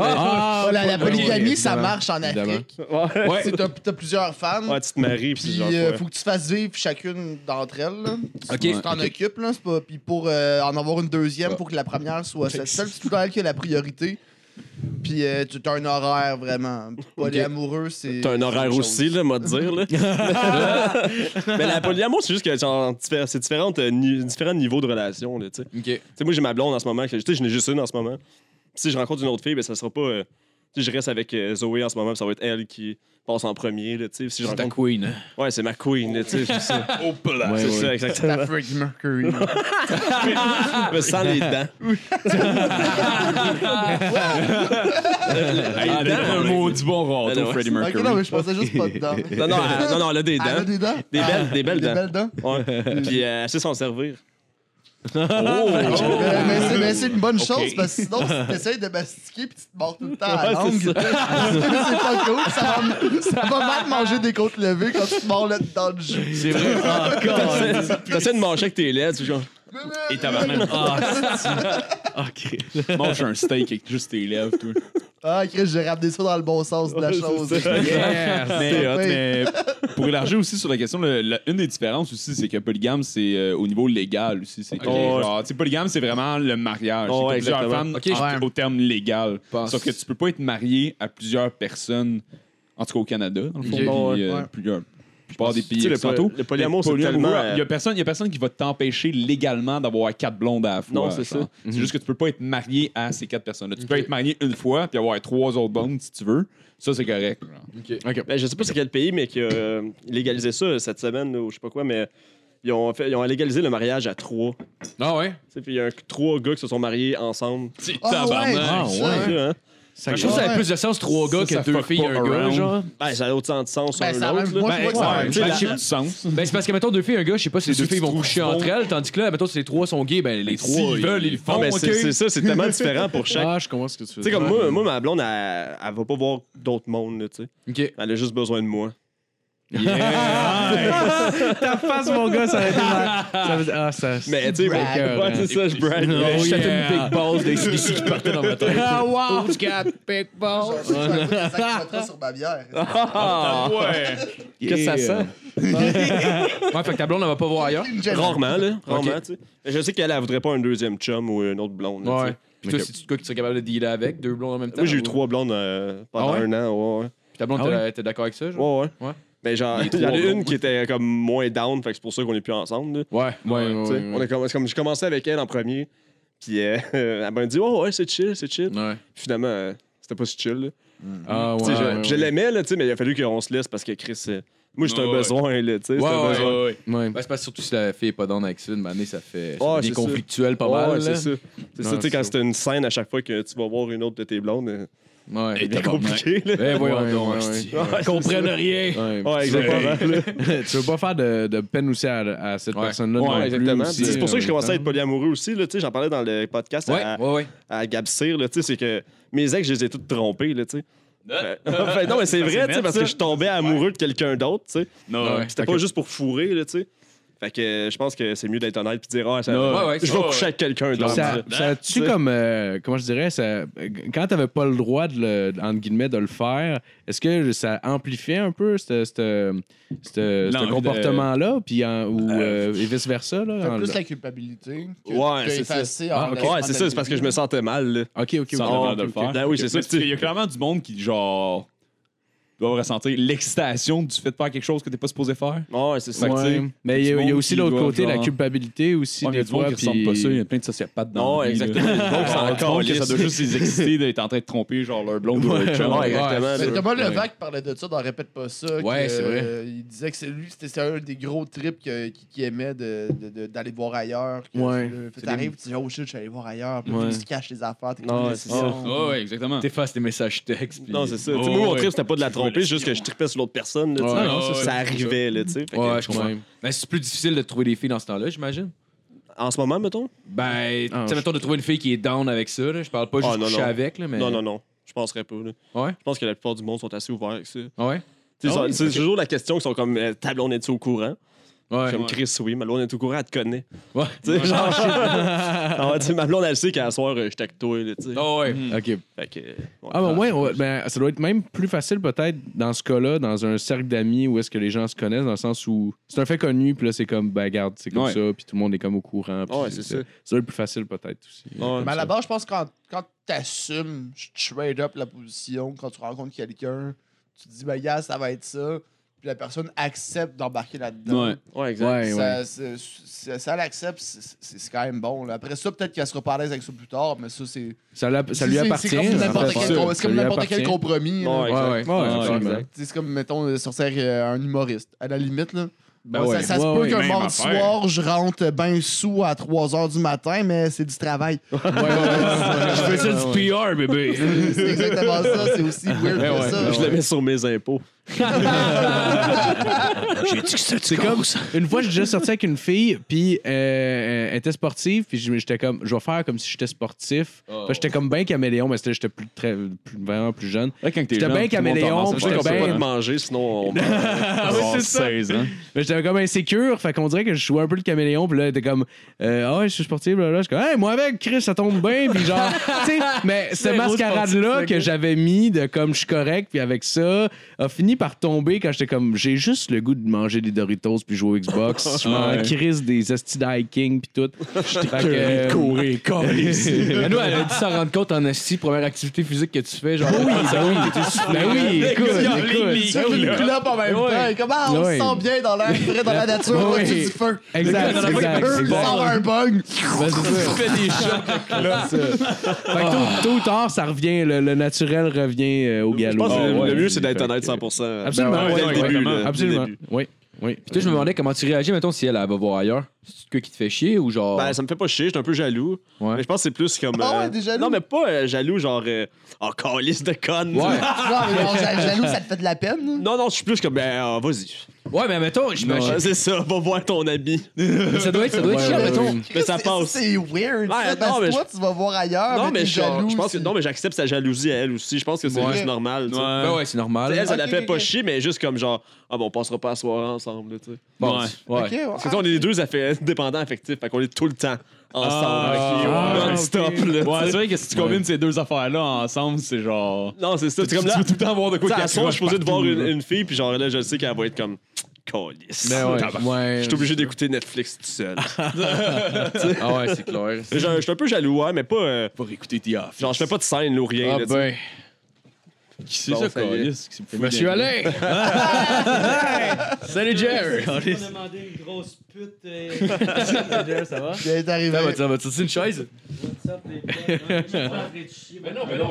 Ah, la, la polygamie, ok, ça évidemment, marche en Afrique. Ouais. Tu sais, T'as t'as plusieurs femmes. Ouais, Ah, tu te maries, pis c'est Mm. Puis genre. euh, ouais. faut que tu fasses vivre chacune d'entre elles. là. Ok. Tu t'en occupes, là. c'est Pas... Puis pour euh, en avoir une deuxième, faut que la première soit celle seule. C'est tout le temps elle qui a la priorité. Puis euh, tu as un horaire vraiment. Polyamoureux, c'est. T'as un horaire c'est autre aussi, chose. là, moi, te dire. Là. mais la polyamour, c'est juste que genre, diffé- c'est différent, euh, ni- différents niveaux de relation. Là, tu sais. Ok. Tu sais, moi, j'ai ma blonde en ce moment. que- Tu sais, j'en ai juste une en ce moment. Si je rencontre une autre fille, ben, ça sera pas. euh, tu sais, je reste avec euh, Zoé en ce moment, puis ça va être elle qui passe en premier. Là, tu sais. si je C'est ta rencontre... queen. hein. Ouais, c'est ma queen. Là, tu sais, c'est ça. Ouais, Ah, c'est ouais. ça, exactement. La Freddie Mercury. Mais sans les dents. Ah, les dents, un ouais. mot du bon râteau, Ben ouais. Freddie ok, Mercury. non, mais je pensais juste pas dedans. Non, non, elle- non, non, elle a des Elle a dents. des dents. Des belles, des belles Des dents. belles dents. Ouais. Puis euh, elle sait s'en servir. Ah, Mais, mais c'est- mais c'est une bonne chose parce que sinon, si t'essayes de mastiquer puis tu te mords tout le temps à la Ouais, langue, c'est c'est pas cool. Ça va, ça va mal manger des côtes levées quand tu te mords là dedans le jus. C'est vrai. Ah, T'essaies t'essaies de manger avec tes lèvres, tu genre. Et tabarnak. Ah, Mange un steak avec juste tes lèvres, tout. Ah, Chris, j'ai ramené ça dans le bon sens de la chose. Mais, hot, oui. mais pour élargir aussi sur la question, le- la- une des différences aussi, c'est que polygame, c'est euh, au niveau légal aussi. C'est que, Oh, ouais. genre, tu sais, polygame, c'est vraiment le mariage. Oh, C'est que ouais, plusieurs exactement. femmes Ok, entrent je- au terme légal. Pense. Sauf que tu peux pas être marié à plusieurs personnes, en tout cas au Canada, dans le Ok. fond, puis, Oh, ouais. euh, Ouais. plusieurs- la plupart des Tu pays sais, le occidentaux. po- le polyamour, c'est polyamoureux, tellement, euh, Il y a personne, il y a personne qui va t'empêcher légalement d'avoir quatre blondes à la fois. Non, c'est genre. ça. Mhm. C'est juste que tu peux pas être marié à ces quatre personnes-là. Tu peux être marié une fois puis avoir trois autres blondes si tu veux. Ça, c'est correct. genre. Ben, je sais pas c'est quel pays, mais qui a euh, légalisé ça euh, cette semaine, ou je sais pas quoi, mais ils ont, fait, ils ont légalisé le mariage à trois. Tu Ah ouais? sais, puis il y a un- trois gars qui se sont mariés ensemble. Ah ouais, Ah, c'est ouais. ça. Ouais, hein? Je trouve que ça a plus de sens trois gars que deux filles et un gars, genre. Ben, ça a l'autre sens de sens sur Ben, ça a l'autre. même- là. moi, je vois que ça a ouais, même tu sais, pas la- de Ça a du sens. Ben, c'est parce que, mettons, deux filles et un gars, je sais pas si les deux filles vont coucher entre elles, tandis que là, mettons, si les trois sont gays, ben les trois. S'ils veulent, ils le Non, font. mais ok? c'est c'est ça, c'est tellement différent pour chaque. Ah, je comprends ce que tu veux Tu sais, comme moi, moi, ma blonde, elle, elle va pas voir d'autres mondes, là, tu sais. Ok. Elle a juste besoin de moi. Ta face, mon gars, ça a été mal. Ça veut dire- Ah, ça. Mais, tu sais, Brag, ouais, ouais, c'est ça, je brag. Oh, Mais- yeah. une big balls des CBC qui partaient dans ma tête. Ah, wow! Who's got big balls? Je vais mettre des activateurs sur ma bière. Ah! Ouais. Qu'est-ce que ça sent? Ouais, fait que ta blonde, elle va pas voir ailleurs. Une jeune- Rarement, là. Rarement, tu sais. Je sais qu'elle, elle voudrait pas un deuxième chum ou une autre blonde. là, tu sais. Ouais. Puis toi, c'est-tu de quoi que tu serais capable de dealer avec, deux blondes en même temps? Moi, j'ai ou- eu trois blondes euh, pendant Ah ouais? un an. Ouais, Puis ta blonde, Ah t'es- ouais? t'es d'accord avec ça, genre? ouais. ouais, ouais. Ouais. Mais genre, il y en a une qui était comme moins down, fait que c'est pour ça qu'on est plus ensemble. là. Ouais, ouais, Tu sais, On a comm- c'est comme j'ai commencé avec elle en premier, puis euh, elle m'a dit, oh ouais, c'est chill, c'est chill. Ouais. Puis Finalement, euh, C'était pas si chill. là. Ah, Tu sais, je je l'aimais, là, tu sais, mais il a fallu qu'on se laisse parce que Chris. euh, Moi, j'étais Ouais, un ouais. besoin, là, tu sais. c'était un besoin. Ouais. Ben, c'est parce que surtout si la fille est pas dans avec ça, une année, ça fait ça Ouais, fait des c'est ça. conflictuels pas Ouais, mal. ouais, là. c'est ça. C'est Non, ça, tu c'est sais, quand ça. c'était une scène à chaque fois que tu vas voir une autre de tes blondes, euh, Ouais. c'était compliqué, là. Ben, voyons Ouais, donc, ouais, hostie. Ouais, c'est comprennent ça. rien. Ouais. Ouais, Tu veux pas- exactement. là. tu veux pas faire de, de peine aussi à, à cette Ouais. personne-là. non Ouais, plus euh, exactement. aussi, Puis C'est pour ça que je en même commençais à être polyamoureux aussi, là, tu sais, j'en parlais dans le podcast Ouais, à, ouais, ouais. à Gab Cyr, là, tu sais, c'est que mes ex, je les ai toutes trompés, là, tu sais. Euh, Fait- Fait, non, mais c'est vrai, tu sais, parce que je tombais amoureux de quelqu'un d'autre, tu sais. Non, Ouais. C'était pas juste pour fourrer, là, tu sais. Fait que euh, je pense que c'est mieux d'être honnête puis dire, ah, ça- Ouais, ouais, je ça, vais coucher avec quelqu'un d'autre. Ça, tu sais. ça tu Ouais. comme euh, comment je dirais ça quand t'avais pas le droit de le entre guillemets de le faire est-ce que ça amplifiait un peu cette- cette- cette- ce L'envie de- comportement là puis en- ou euh, et vice versa là en- Fait plus la culpabilité. que- Ah, Ouais, que c'est ça. effacer en Ah, ok. laissant Ouais, c'est ça, c'est parce que je me sentais mal, là. ok ok ok, sans ok, avoir ok, de le ok. faire. Ben oui, c'est ça, Parce qu'il y a clairement du monde qui, genre, doivent ressentir l'excitation du fait de faire quelque chose que t'es pas supposé faire. Ouais, c'est ça. Fait que, Ouais. tu sais, mais il y, a- du il y a monde aussi qui l'autre doit, côté la genre- culpabilité aussi Ouais, mais il des y a du monde fois qui ressemble puis- pas ça. Il y a plein de sociopathes dans Non, la vie, là. exactement. Donc, Ah, ça du monde que ça doit juste les exciter d'être en train de tromper genre leur blonde ou leur chum. Ouais, exactement. Mais là. Thomas Levac parlait de ça dans Répète pas ça. Ouais, que, c'est vrai. euh, il disait que c'est lui, c'était c'était un des gros trips que- qui, qui aimait de- de- de- d'aller voir ailleurs. que Ouais. tu- C'est Puis t'arrives, tu dis, oh shit, je suis allé voir ailleurs. Puis Ouais. tu te caches les affaires, t'es Non, comme Ah, c'est Ouais, ouais, exactement. T'effaces tes messages textes. puis- Non, c'est ça. Oh, Tu sais, moi, mon ouais. trip, c'était pas de la Tu veux tromper, la juste que je tripais sur l'autre personne. là, tu Ouais, sais. non, ça, c'est ça arrivait, là, tu sais. Fait que- Ouais, je comprends. Ouais. Ben, c'est plus difficile de trouver des filles dans ce temps-là, j'imagine. En ce moment, mettons? Ben, Ah, tu je- sais, mettons de trouver une fille qui est down avec ça. Là. Je parle pas Ah, juste non, coucher non. avec, là, mais. Non, non, non. Je penserais pas. là. Ouais? Je pense que la plupart du monde sont assez ouverts avec ça. Ah Ouais? Tu sais, Ah ça- oui, c'est toujours la question qui sont comme euh, Table, on est-tu au courant? Ouais. Comme Chris, oui, ma blonde est au courant, elle te connaît. Ouais. Tu sais, genre. Ah ouais, tu sais, ma blonde, elle sait qu'à soir, euh, je t'ai toi, là, tu sais. Ah ouais. ok Fait que. euh, ouais. Ah, ben ouais, ouais, ben, ça doit être même plus facile, peut-être, dans ce cas-là, dans un cercle d'amis où est-ce que les gens se connaissent, dans le sens où c'est un fait connu, puis là, c'est comme, ben, garde, c'est comme Ouais. ça, puis tout le monde est comme au courant. puis Ouais, c'est ça. doit être plus facile, peut-être, aussi. Ouais. Mais à la base, je pense que quand, quand t'assumes trade up la position, quand tu rencontres quelqu'un, tu te dis, ben, gars, ça va être ça. Puis la personne accepte d'embarquer là-dedans. Ouais. Ouais, exact. Ouais, ouais. Ça, c'est- c'est- ça l'accepte, c'est c'est quand même bon. là. Après ça, peut-être qu'elle sera pas à l'aise avec ça plus tard, mais ça, c'est. Ça, l'a- ça C'est- lui c'est- appartient. C'est comme en n'importe fait. quel, Ça- com- c'est ça comme lui n'importe quel appartient. compromis. là. Ouais, Ouais, exact. ouais. Ouais, Ouais, exact. exactement. C'est comme, mettons, euh, sortir euh, un humoriste. À la limite, là. Ben Ouais, ouais. ça ça Ouais, se peut ouais. qu'un Même mardi affaire. soir, je rentre ben sous à 3 h du matin, mais c'est du travail. Ouais, ouais, ouais. Je Ah, faisais du PR, bébé. c'est exactement ça, c'est aussi weird que ouais, ça. ben Je le mets sur mes impôts. J'ai dit que c'était comme ça. Une fois, j'ai déjà sorti avec une fille, puis euh, elle était sportive, puis j'étais comme, je vais faire comme si j'étais sportif. Fait que J'étais comme bien caméléon, mais c'était- j'étais plus, très, plus- vraiment plus jeune. Quand t'es J'étais jeune, bien tout le monde caméléon, t'en pense, Je sais j'étais qu'on peut ben- pas te manger, sinon on meurt. Ah oui, ouais, c'est c'est ça. 16 ans. Mais j'étais comme insécure, fait qu'on dirait que je jouais un peu le caméléon, puis là, elle était comme, euh, ah ouais, je suis sportif, là, là. Je suis comme, hey, moi avec Chris, ça tombe bien, puis genre, tu sais, mais cette Zéro sportif, mascarade-là le que gars. j'avais mis de comme je suis correct, puis avec ça, a fini par tomber quand j'étais comme, j'ai juste le goût de manger des Doritos, puis jouer au Xbox. Je m'en Ouais. crisse des Esti King, puis tout. J'étais Courir, coller. Mais nous, elle a dit s'en rendre compte en esti, première activité physique que tu fais, genre. Oui, Ben oui, écoute, écoute. Tu veux une clope en même temps. et Comme, ah, on Ouais. se sent bien dans l'air frais, dans la nature, Ouais. au-dessus du feu. Exact, Eux, exact, ils exact. sortent un bug. Ben, c'est ça. C'est ça. Fait que tôt, tôt ou tard, ça revient, le, le naturel revient euh, au Je galop. pense que Ah, le- ouais. le mieux, c'est d'être Fait honnête que- 100%. Absolument, Ouais, ouais, dès le ouais, début, ouais. là, dès le absolument. euh, début. Oui, oui. Puis toi, je me demandais comment tu réagis, mettons, si elle, elle va voir ailleurs. C'est que qui te fait chier ou genre. Ben, ça me fait pas chier, j'étais un peu jaloux. Ouais. Mais je pense que c'est plus comme. Ah ouais, euh, des jaloux? Non, mais pas euh, jaloux, genre. euh, oh, calice de connes. Ouais. Non, mais genre, jal- jaloux, ça te fait de la peine. Non, non, je suis plus comme. Ben, ah, vas-y. Ouais, mais mettons, Ah, j'imagine. C'est ça, va voir ton ami. Ça doit être, ça doit être Ouais, chiant, ouais, mettons. ouais. Mais ça Euh, C'est- passe. C'est weird. Ouais, ça, non, parce que mais toi, tu vas voir ailleurs. Non, mais Ah, t'es je, jaloux, je pense que. c'est- Non, mais j'accepte sa jalousie à elle aussi. Je pense que c'est Ouais. juste normal, tu sais. Ouais. Ben ouais, c'est normal. Elle, ça Ok, la fait ok, pas ok. chier, mais juste comme genre, ah bon, on passera pas à soir ensemble, là, tu sais. Bon, Ouais. ouais. Ah, Ok, ouais. Parce que tu sais, on est les deux affa- dépendants affectifs, fait qu'on est tout le temps ensemble. Ah, ok, ah, non-stop, là, tu Ouais, sais. c'est vrai que si tu combines ces deux affaires-là ensemble, c'est genre. Non, c'est ça. C'est comme tu là. veux tout le temps avoir de quoi T'sais, qui à soir, accroche je suis supposé de partout, voir une, là. une fille, puis genre là, je sais qu'elle va être comme. Calice. Ben ouais, Tabarnak. ouais. Je suis obligé d'écouter Netflix tout seul. Ah ouais, c'est clair. Je je suis un peu jaloux, ouais, mais pas. euh, Pour écouter The Office. genre, je fais pas de scène, ou rien. Ah là, tu sais. ben. Qui c'est Bon, ça, ça y est. Colis? qui s'est foutu Monsieur dans- Alain! Salut, Jerry! On a demandé une grosse pute. euh, Roger, ça va? Elle est arrivée. Ça va, tu une chaise? hein, What's up, les gars? Je suis pas en train de chier. Mais non, mais non,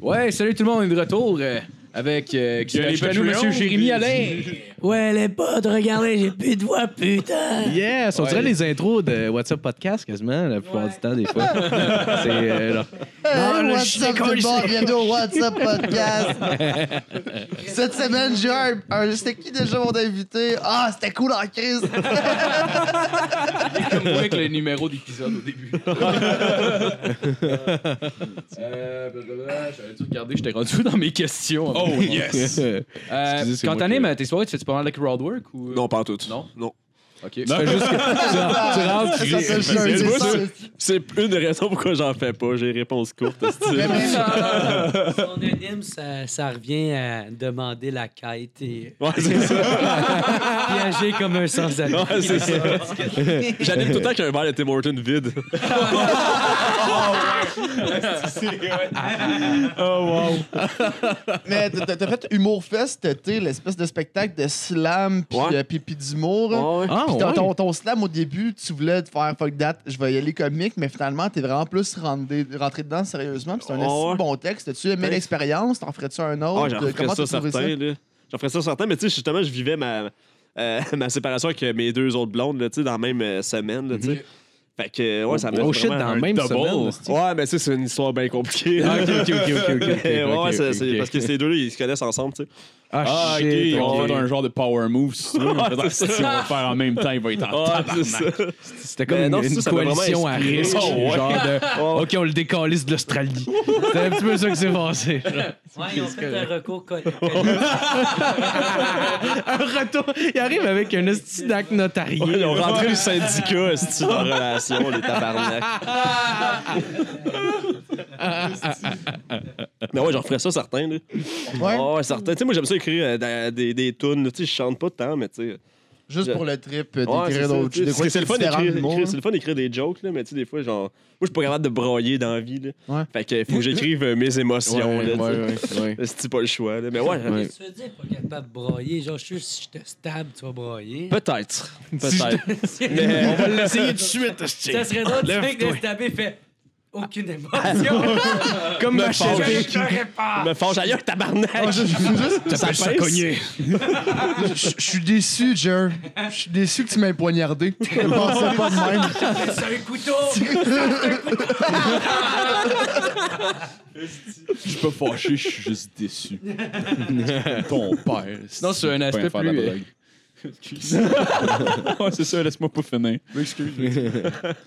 Ouais, salut tout le monde, on est de retour euh, avec euh, qui Il y a les s'ajoute à nous, Patreons, Monsieur Jérémy puis- Alain. Ouais, les potes, hein. regardez, j'ai plus de voix, putain. Yes, on dirait les intros de WhatsApp Podcast quasiment la plupart du temps des fois. C'est euh, genre, Ah, le what's chien up tout le monde, bienvenue au What's Up Podcast. Cette semaine, j'ai eu un, un- C'était qui déjà mon invité? Ah, c'était cool en crise. comme moi avec le numéro d'épisode au début. euh, blablabla, J'avais dû regarder, j'étais rendu dans mes questions. Oh yes! Euh, excusez, c'est quand moi t'animes tes soirées, tu fais-tu pas mal de crowd work ou... Non, pas en tout. Non? Non. Ok. tu fais juste que- tu, tu rentres, tu Ça, ris. c'est un moi, dessin. C'est une des raisons pourquoi j'en fais pas. J'ai réponse courte. Mais même- Son anime, ça, ça revient à demander la quête et Ouais, c'est ça. piager comme un sans-abri. Ouais, c'est ça. J'anime tout le temps avec un verre de Tim Hortons vide. Mais t'as t'as fait Humour Fest, t'es l'espèce de spectacle de slam puis Ouais. euh, puis- puis d'humour. là. Ouais, ouais. Ah, Puis ton, ouais. ton- ton slam au début, tu voulais te faire fuck that, je vais y aller comique, mais finalement, t'es vraiment plus rentré, rentré dedans sérieusement. Puis c'est un Ah assez ouais. bon texte. Tu aimé Ouais. l'expérience, t'en ferais-tu un Oh, autre? Ah, j'en ferais Comment ça t'as trouvé certain. là. J'en ferais ça certain, mais tu sais, justement, je vivais ma, euh, ma séparation avec mes deux autres blondes là, tu sais, dans la même euh, semaine. Là, tu sais. Fait que, ouais, ça m'a Oh fait shit, vraiment dans un la même double. semaine, hostie. Ouais, mais tu sais, c'est une histoire bien compliquée. Ah, ok, ok, ok, ok, ok, ok, Mais ouais, ok, ouais, c'est- ok, c'est- ok. parce que ces deux-là, ils se connaissent ensemble, tu sais. Ah, Ah, ok, shit, on va ok. faire un genre de power move. Si, tu veux. On va faire- si on va le faire en même temps, il va être en Ah, tabarnak. c'est ça. C'était comme Mais une, non, une ça, ça m'a vraiment coalition à inspiré. risque. Oh, ouais. Genre de. Ok, on le décalisse de l'Australie. C'est un petit peu ça que c'est passé. Ouais, ils ont fait un recours. co- un retour. Il arrive avec un hostie d'acte notarié. Ils ont rentré le syndicat, c'est-tu, dans la relation, les tabarnak. mais ouais, j'en ferais ça certain, là. ça? Ben. Ouais, Ah ouais, certain. Tu sais, moi, j'aime ça écrire euh, dans- des, des tunes, là. tu sais, je chante pas tant, mais tu sais. juste je- pour le trip, euh, Ouais, d'écrire ça, d'autres tu de sais, parce que quoi C'est le qui est fun différent d'écrire- du monde. d'écrire- c'est le fun d'écrire des jokes, là, mais tu sais, des fois, genre. Moi, je suis pas capable de broyer dans la vie, là. Ouais. Fait que faut que j'écrive euh, mes émotions, là. tu sais. C'est pas le choix, là. Mais ouais, Qu'est-ce que Tu veux dire, pas capable de broyer. Genre, je suis sûr, si je te stab, tu vas broyer. peut-être. Peut-être. Mais- on va l'essayer tout de suite. Ça serait drôle tu sais, que de se taper fait aucune émotion. Comme ma Je chaîne. ne ferai pas. me fâche ailleurs, tabarnak! Ça pince. Je je suis déçu, Jer. Je suis déçu que tu m'aies poignardé. Je pensais pas de même. C'est un couteau. Je suis pas fâché, je suis juste déçu. Ton père. Sinon, sur un aspect plus... euh, ouais, c'est ça, laisse-moi pas finir.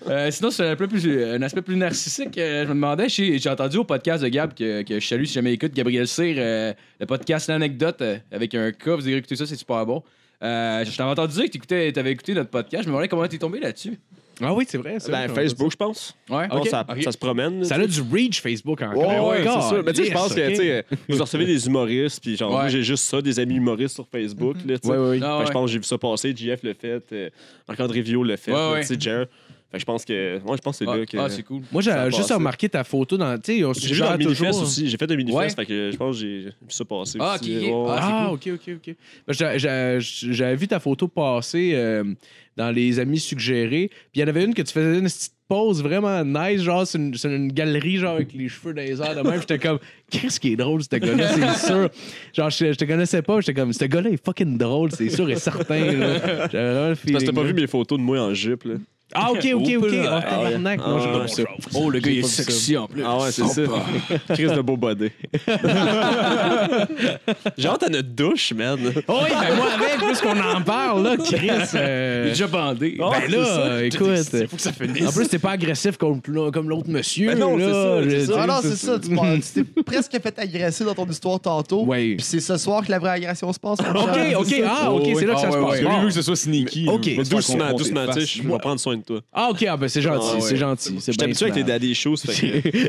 Euh, sinon, c'est un, peu plus, un aspect plus narcissique. euh, je me demandais, j'ai j'ai entendu au podcast de Gab que, que je salue si jamais il écoute Gabriel Cyr, euh, le podcast L'Anecdote euh, avec un cas. Vous avez écouté ça, c'est super bon. Euh, je t'avais entendu dire que tu avais écouté notre podcast. Je me demandais comment t'es tombé là-dessus. Ah, Ah oui, c'est vrai. c'est vrai, Ben, ça. Facebook, je pense. Ouais. Non, Ah, ça, ça se promène. là, Ça a du reach, Facebook, encore. Ben Ouais, ouais, God, c'est sûr. Mais tu sais, je yes, pense que, ok. tu sais, euh, vous recevez des humoristes, puis genre, Ouais. moi, j'ai juste ça, des amis humoristes sur Facebook, là, tu sais. Ouais, ouais, Ah, Fait que ouais. Je pense que j'ai vu ça passer, JF le fait, euh, Marc-André Vio le fait, Ouais, là, ouais. tu sais, Jer. Fait que je pense que, ouais, je pense que c'est Ah, là que... ah, c'est cool. Moi, Ça a j'ai juste passé. remarqué ta photo dans. Tu sais, on j'ai vu dans suggère le mini-fest toujours. aussi, j'ai fait un mini-fest, Ouais. fait que euh, je pense que j'ai vu ça passer Ah, aussi, ok, ouais, ok. ouais. Ah, ok, ok, ok. Ben, j'a- j'a- J'avais vu ta photo passer euh, dans les amis suggérés. Puis il y en avait une que tu faisais une petite pause vraiment nice, genre c'est une, sur une galerie, genre avec les cheveux dans les airs de même. J'étais comme, qu'est-ce qui est drôle, ce gars-là, c'est sûr. Genre, je, je te connaissais pas, j'étais comme, ce gars-là est fucking drôle, c'est sûr et certain. là. J'avais vraiment le C'est feeling. hein. Parce que t'as pas vu mes photos de moi en jupe, là. Ah, ok, ok, ok. Ah, tabarnak, non, j'ai Ah, pas ouais. vu ça. Oh, le gars, il est pas vu ça. sexy en plus. Ah ouais, c'est ça. Crise de beau body. J'ai hâte à notre douche, man. Oh, oui, ben moi, avec, puisqu'on en parle, là, Chris. euh, Il est déjà bandé. ben là, écoute. Faut que ça En finisse. plus, t'es pas agressif comme, comme l'autre monsieur. Ben non, c'est là, ça, c'est je- ça. Ah non, c'est ça. Tu parles- tu t'es presque fait agresser dans ton histoire tantôt. Ouais. Puis c'est ce soir que la vraie agression se passe. mon Ok, cher. ok, ah, Oh, ok, Oh, c'est là que ça se passe. Parce que lui veut que ce soit sneaky. Ok. là. Faut se faire Doucement, confronter doucement, de tu sais, face. je vais prendre soin de toi. Ah, ok, ah, ben c'est gentil, Ah, ouais. c'est gentil. Je C'est bien t'habitue avec tes smart. daddy shoes, fait que...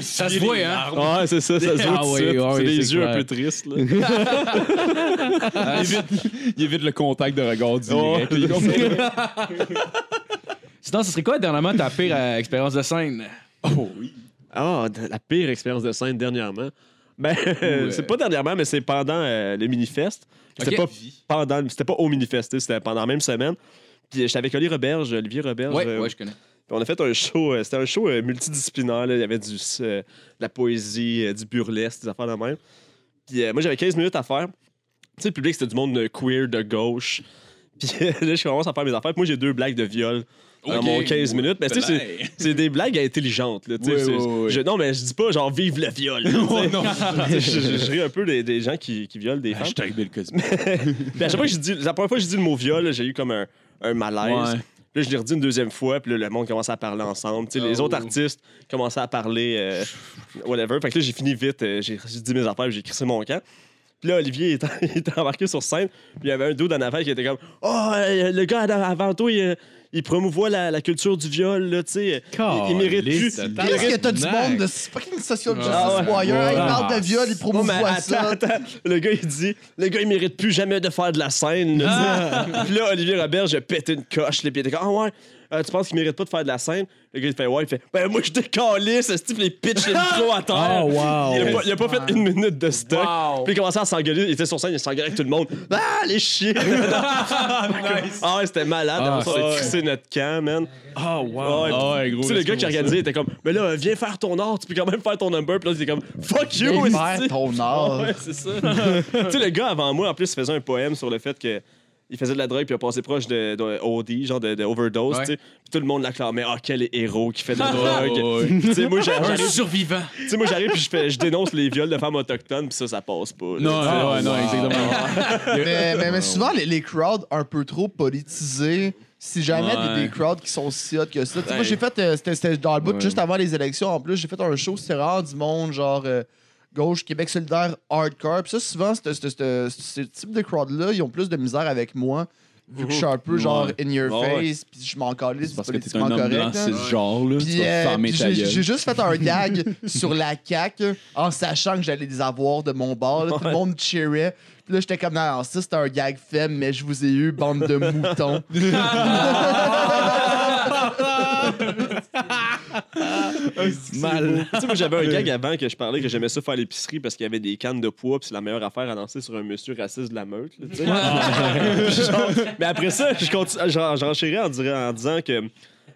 Ça se voit, hein? Ah ouais, c'est ça, ça se voit Ah tout de ouais, suite. ouais, c'est C'est des yeux clair. un peu tristes, là. Il évite- Il évite le contact de regard direct. Ouais. Sinon, ce serait quoi, dernièrement, ta pire euh, expérience de scène? Oh, oui. Ah, de- la pire expérience de scène dernièrement. Ben, euh, c'est pas dernièrement, mais c'est pendant euh, le Minifest. C'était Ok. pas pendant, c'était pas au Minifest, c'était pendant la même semaine. Puis euh, j'étais avec Oli Roberge, Olivier Roberge. Ouais, euh, ouais, je connais. Puis on a fait un show, euh, c'était un show euh, multidisciplinaire. là. Il y avait du, euh, de la poésie, euh, du burlesque, des affaires de même. Puis euh, moi, j'avais 15 minutes à faire. Tu sais, le public, c'était du monde euh, queer, de gauche. Puis euh, là, je commence à faire mes affaires. Puis moi, j'ai deux blagues de viol dans Ok. mon 15 minutes. Mais tu sais, c'est- c'est des blagues intelligentes. Là, tu sais, Oui, c'est- oui, oui. Oh, je- non, mais je dis pas genre vive le viol. là, tu sais. Tu sais, je, je- je ris un peu des, des gens qui, qui violent des femmes. Hashtag Bill Cosby. Puis à chaque fois que je dis, la première fois que je dis le mot viol, là, j'ai eu comme un, un Ouais. malaise. Puis Là, je l'ai redit une deuxième fois, puis là, le monde commence à parler ensemble. Tu sais, Les Oh. autres artistes commençaient à parler, euh, whatever. Fait que là, j'ai fini vite, euh, j'ai j'ai dit mes affaires, puis j'ai crissé mon camp. Puis là, Olivier il était, il était embarqué sur scène, puis il y avait un dude en avant qui était comme « Oh, euh, le gars avant- avant toi, il, euh, il promouvoit la, la culture du viol, là, tu sais. Il, il mérite plus. Caliste, il Qu'est-ce mérite- que t'as du monde de fucking social justice Ah ouais. warrior? Il Ouais. parle de viol, il Non, promouvoit mais attends, ça. attends. Le gars, il dit, le gars, il mérite plus jamais de faire de la scène. là, tu sais. Puis là, Olivier Robert, j'ai pété une coche. là, Puis il était comme, ah ouais, euh, tu penses qu'il mérite pas de faire de la scène? Le gars, il fait, ouais, il fait, ben moi, je décalisse, ce type, les pitch les micros à terre. Oh, wow. Il a pas, il a pas fait une minute de stock. Wow. Puis il commençait à s'engueuler. Il était sur scène, il s'engueulait avec tout le monde. Ah, les chiens! Ah ouais, c'était malade. Ah, on s'est ouais. crissé notre camp, man. Oh, Ah ouais, puis- ouais, gros, tu sais, le let's gars go, ça. qui a organisé il était comme, mais là, viens faire ton art, tu peux quand même faire ton number. Puis là, il était comme, fuck you, Il esti. perd ton Ah art. ouais, c'est ça. tu sais, le gars avant moi, en plus, il faisait un poème sur le fait que. Il faisait de la drogue puis il a passé proche de, de OD, genre de, de overdose, Ouais. Ah, tu sais. Puis tout le monde l'acclamait. Ah, quel héros qui fait de la drogue. tu sais, moi, Un j'arrive, survivant. tu sais, moi, j'arrive puis je, fais- je dénonce les viols de femmes autochtones puis ça, ça passe pas. là. Non, Ah, Tu sais, Ah, ouais, non, exactement. mais, mais, mais souvent, les, les crowds un peu trop politisés, si jamais Ouais. des, des crowds qui sont si hot que ça. Tu sais, Moi, j'ai fait, euh, c'était c'était dans le bout, juste avant les élections en plus, j'ai fait un show, c'était rare du monde, genre euh, gauche, Québec solidaire, hardcore. Puis ça, souvent, c'est- c'est- c'est- ce type de crowd-là, ils ont plus de misère avec moi. Vu que je suis un peu genre in your Ouais, ouais. face, puis je m'en calisse, Parce c'est que t'es un politiquement homme blanc, correct. hein. c'est ce genre-là. Tu Puis, vas euh, fermer puis ta j'ai gueule. j'ai juste fait un gag sur la CAQ euh, en sachant que j'allais les avoir de mon bord. là. Tout le monde cheerait. Puis là, j'étais comme, non, non, ça, c'était un gag faible, mais je vous ai eu, bande de moutons. Tu sais, moi, j'avais un gag avant que je parlais que j'aimais ça faire l'épicerie parce qu'il y avait des cannes de poids, puis c'est la meilleure affaire à lancer sur un monsieur raciste de la meute. là, tu sais. Genre, mais après ça, je continue- j'en- j'enchaînais en, dira- en disant que.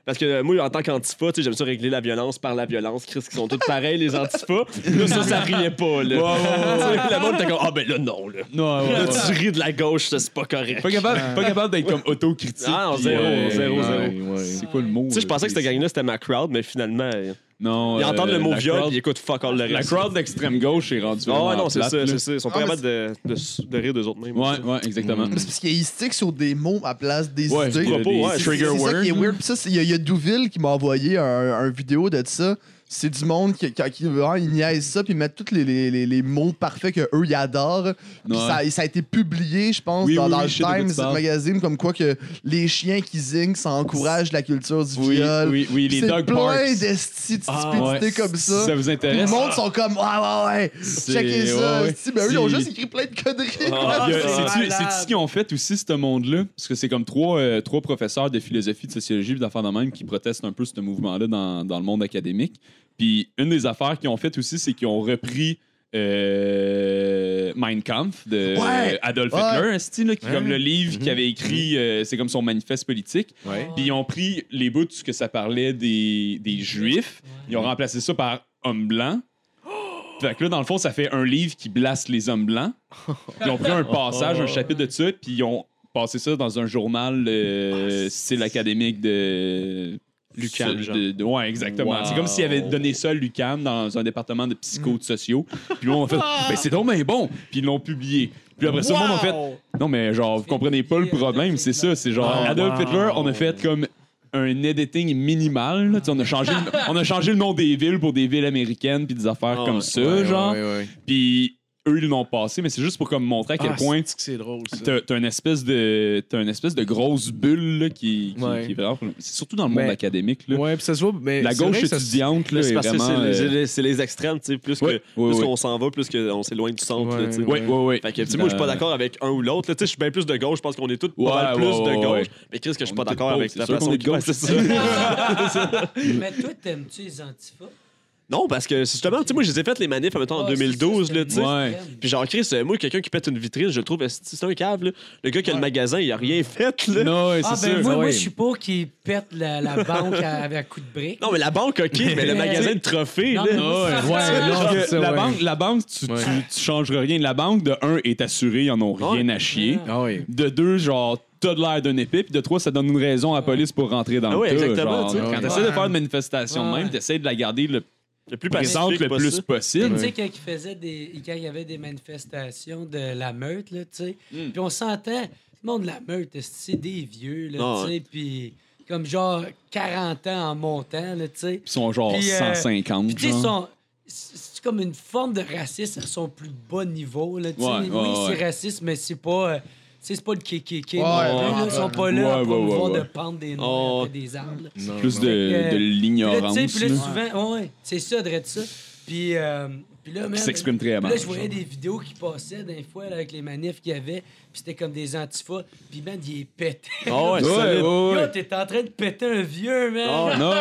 Parce que moi, en tant qu'antifa, tu sais, j'aime ça régler la violence par la violence. Chris, qui sont tous pareils, les antifas. Là, ça, ça riait pas. Là. Tu sais, Le monde était comme, ah, ben là, non. Là. Non, ouais, Là, ouais. tu ris de la gauche, ça, c'est pas correct. Pas capable, pas capable d'être comme autocritique. Ah, non, puis, zéro, euh, zéro, ouais, zéro. ouais. C'est quoi le mot? Tu sais, je euh, pensais que cette c'est- gang-là, c'était ma crowd, mais finalement, euh, Non. ils euh, entendent le mot la viol, crowd- puis ils écoutent fuck all le La reste. crowd d'extrême gauche est rendue. Ah ouais, vraiment non, c'est plate, ça, là. c'est ça. Ils sont pas Ah, mais capables de, de, de rire d'eux autres mêmes. Ouais, ouais, exactement. Mais c'est parce qu'ils stick sur des mots à place des Ouais, idées. il y a propos, des- ouais, C'est- trigger C'est ça qui est word. weird. Puis ça, c'est- il y, a- il y a Douville qui m'a envoyé un, un vidéo de ça. C'est du monde qui, qui, qui vraiment, ils niaisent ça, puis ils mettent tous les, les, les, les mots parfaits que eux ils adorent. Puis Ouais. ça, ça a été publié, je pense, Oui, dans, oui, dans oui, le je sais de quoi tu Times parles. Magazine, comme quoi que les chiens qui zignent, ça encourage la culture du Oui, viol. oui, oui, les c'est dog plein parks. d'esti de Ah, stupidités ouais. comme Si ça vous tout le intéresse. monde sont comme ah ouais ouais checkez ça ouais, ouais. esti. ben eux ils ont C'est- juste écrit plein de conneries Ah, quoi. il y a- C'est-tu c'est-tu ce qu'ils ont fait aussi, ce monde-là? Parce que c'est comme trois, euh, trois professeurs de philosophie, de sociologie, puis d'affaires de même qui protestent un peu ce mouvement-là dans, dans le monde académique. Puis une des affaires qu'ils ont fait aussi, c'est qu'ils ont repris euh, Mein Kampf de Ouais. euh, Adolf Ouais. Hitler, esti, là, qui est comme le livre qu'il avait écrit, euh, c'est comme son manifeste politique. Puis ils ont pris les bouts de ce que ça parlait des, des Juifs, ils ont remplacé ça par homme blanc. Fait que là, dans le fond, ça fait un livre qui blasse les hommes blancs. Ils ont pris un passage, un chapitre de ça, puis ils ont passé ça dans un journal euh, Ah, style académique de. L'UQAM, de- genre. de- ouais, exactement. C'est comme s'ils avaient donné ça à l'UCAM dans un département de psycho de sociaux. Puis on a fait, Ah! ben c'est donc ben bon. Puis ils l'ont publié. Puis après ça, le monde a fait, non, mais genre, vous comprenez pas le problème, c'est ça. C'est genre, Ah, Adolf Hitler, on a fait comme un editing minimal. là. Tu sais, On a, changé le, on a changé le nom des villes pour des villes américaines puis des affaires Ah comme ouais. ça, genre. Puis eux, ils l'ont passé, mais c'est juste pour comme montrer à quel point que Ah, c'est drôle, ça. t'as t'as une espèce de t'as une espèce de grosse bulle là, qui, qui, Ouais. qui est vraiment c'est surtout dans le monde Mais- académique là. Ouais, puis ça se voit. Mais la c'est vrai gauche que ça se- étudiante là, Mais est C'est parce que vraiment c'est les- euh, les, c'est les extrêmes, tu sais, plus, ouais, que, ouais, plus ouais. qu'on s'en va, plus qu'on s'éloigne du centre. Ouais, là, tu sais. euh, ouais ouais ouais Fait que, tu sais, moi, je suis pas d'accord avec un ou l'autre. là. Tu sais, je suis bien plus de gauche. Je pense qu'on est tous pas Ouais, mal plus ouais, ouais, de gauche. ouais. Mais qu'est-ce que je suis On pas est tous d'accord pauvres, avec c'est la sûr qu'on façon est de qu'il- ouais, gauche. c'est ça. Mais toi, t'aimes-tu les antifas? Non, parce que justement, tu sais, moi, je les ai faites les manifs, mettons, en 2012, là, tu sais. Ouais. Puis genre, Chris, euh, moi, quelqu'un qui pète une vitrine, je le trouve, esti, c'est un cave, là. Le gars qui a le magasin, il a rien fait, là. Non, Non, ouais, Ah, c'est ben sûr. moi, Ah moi oui. je suis pas qui pète la, la banque à- avec un coup de brique. mais la banque, OK, mais le magasin de trophées, Non, là. mais Ah, moi, ça- Ouais, ça- non, Parce que c'est ça, la, ouais. banque, la banque, tu, Ouais. tu, tu changeras rien. La banque, de un, est assurée, ils en ont rien Ouais. à chier. Ah oui. De deux, genre, t'as de l'air d'un épée. Puis de trois, ça donne une raison à la police pour rentrer dans Ah le ouais, tas, exactement, genre. tu sais. Quand t'essaies de faire une manifestation de Ouais. même, t'essaies de la garder le Le plus présente pacifique le plus possible. possible. Tu sais, quand il faisait des. Quand il y avait des manifestations de la meute, là, tu sais. Hmm. Puis on s'entend, le monde de la meute, c'est des vieux, là, Ah, tu sais. Puis comme genre 40 ans en montant, là, tu sais. Ils sont genre Puis, euh, 150. Puis tu sais, genre. son- c'est comme une forme de racisme à son plus bas niveau, là, tu sais. Ouais, oui, ouais, c'est ouais. raciste, mais c'est pas. euh, tu sais, c'est pas le kékéké. Ouais, non plus, ouais, là. Ils sont pas là ouais, pour ouais, nous voir ouais, de ouais. pendre des Oh. noirs des arbres. là. plus de, euh, de Puis là, l'ignorance. tu sais, puis là, là, souvent, ouais, ouais, c'est ça, de ça. Puis, euh, puis là, Qui man, s'exprime très puis mal. là, je voyais des vidéos qui passaient d'un fois là, avec les manifs qu'il y avait, puis c'était comme des antifas, puis man, il est pété. Ah ouais, Ouais, solide. ouais, ouais. Yo, t'es en train de péter un vieux, man. Ah, Non, ouais,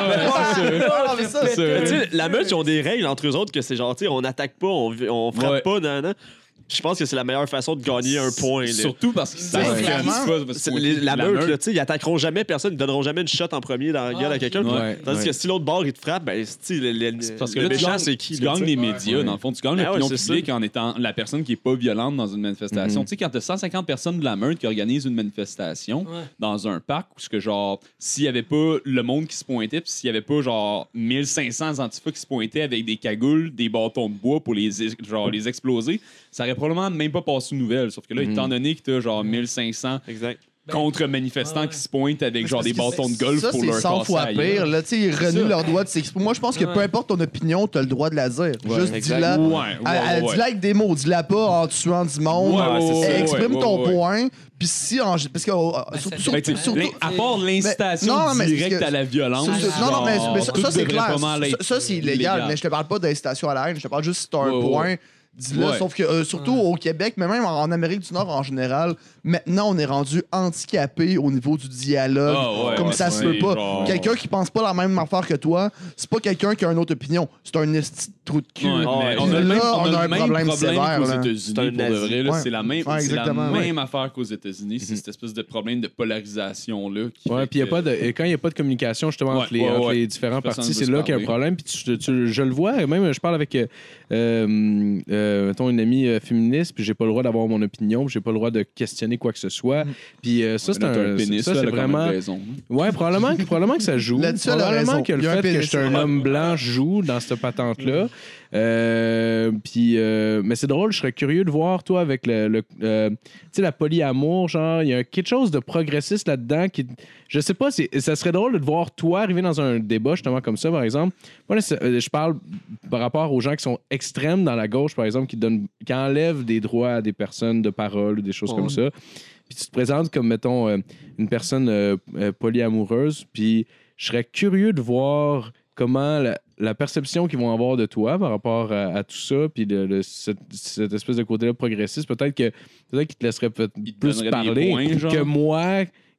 c'est sûr. Ah, mais ça, c'est Mais tu sûr. sais, la meute, ils ont des règles entre eux autres que c'est genre, tu sais, on n'attaque pas, on, vi- on frappe Ouais. pas, nan, nan. Je pense que c'est la meilleure façon de gagner un point. là. Surtout parce qu'ils savent Ouais. que Clairement. c'est pas- parce C'est que les- la meute, là, tu sais, ils attaqueront jamais personne, ils donneront jamais une shot en premier dans la gueule à quelqu'un. Ouais, Tandis ouais. que si l'autre bord il te frappe, ben, c'est le, le- C'est Parce que là, le tu méchant, gagnes, c'est qui? tu là, gagnes tu les sais? médias, dans le fond. Tu gagnes Ah ouais, l'opinion c'est ça. publique en étant la personne qui n'est pas violente dans une manifestation. Tu sais, quand tu as 150 personnes de la meute qui organisent une manifestation Ouais. dans un parc, où ce que, genre, s'il n'y avait pas le monde qui se pointait, puis s'il n'y avait pas, genre, 1500 antifas qui se pointaient avec des cagoules, des bâtons de bois pour les, ex- genre, les exploser, ça aurait probablement même pas passé une nouvelle. Sauf que là, étant donné que tu as, genre, 1500 Exact. Ben, contre-manifestants ouais, ouais. qui se pointent avec, genre, parce des que bâtons de c'est- golf ça, pour c'est leur 100 fois casser la gueule. pire. Là, tu sais, ils renouent leur droit de s'exprimer. Moi, je pense que Ouais. peu importe ton opinion, t'as le droit de la dire. Juste dis-la. Ouais, ouais, Elle- elle ouais. Dis-la avec des mots. Dis-la pas en tuant du monde. Ouais, ouais, c'est ça, Exprime ouais, ton ouais, ouais. point. Puis si en. Parce que. euh, Ben, surtout- ça Fait que, surtout- tu sais, l'in- surtout- à part l'incitation Ben, non, mais c'est directe que- à la violence. Ça, c'est- non, non, mais, mais ça, tout ça, c'est devrait clair. pas mal Ça, être euh, ça, c'est illégal, mais je te parle pas d'incitation à la haine. Je te parle juste si t'as un Ouais, ouais. point. Dis-le, Ouais. sauf que euh, surtout au Québec, mais même en, en Amérique du Nord en général, maintenant on est rendu handicapé au niveau du dialogue, Ah, ouais, comme ouais, ça c'est se peut pas. genre- Quelqu'un qui pense pas la même affaire que toi, c'est pas quelqu'un qui a une autre opinion, c'est un esti de trou de cul. Ouais, mais Ouais. on a le même, Là, on a on a un le même problème problème, sévère, là. qu'aux États-Unis, C'est un pour de nazi. vrai. là. Ouais. C'est la même, Ouais, c'est la exactement, ouais. même affaire qu'aux États-Unis. C'est cette espèce de problème de polarisation-là. qui Ouais, fait puis y a que- pas de, et quand il n'y a pas de communication justement Ouais, entre, les, ouais, entre ouais. les différents Personne partis, veut c'est se là qu'il y a un parler. problème. Puis tu- tu- je le vois, même je parle avec euh, euh, euh, mettons, une amie euh, féministe, puis j'ai pas le droit d'avoir mon opinion, puis j'ai pas le droit de questionner quoi que ce soit. Puis euh, ça, c'est T'as un, pénis, ça, Mm. là, c'est elle a quand même vraiment. raison. Ouais, probablement que, probablement que ça joue. Là-dessus, elle a probablement raison. que le Il y a un fait que pénis, Mm. je suis un ouais. homme blanc joue dans cette patente-là. Euh, puis, euh, mais c'est drôle, je serais curieux de voir, toi, avec le, le, euh, tu sais, la polyamour, genre, il y a quelque chose de progressiste là-dedans qui. Je sais pas, si, ça serait drôle de te voir, toi, arriver dans un débat, justement, comme ça, par exemple. Moi, là, c'est- euh, je parle par rapport aux gens qui sont extrêmes dans la gauche, par exemple, qui, donnent, qui enlèvent des droits à des personnes de parole ou des choses comme ça. Puis tu te présentes comme, mettons, euh, une personne euh, euh, polyamoureuse, puis je serais curieux de voir comment la, la perception qu'ils vont avoir de toi par rapport à, à tout ça, puis de, de cette, cette espèce de côté-là progressiste, peut-être que peut-être qu'ils te laisseraient peut- Ils te plus donneraient des parler points, genre. que moi,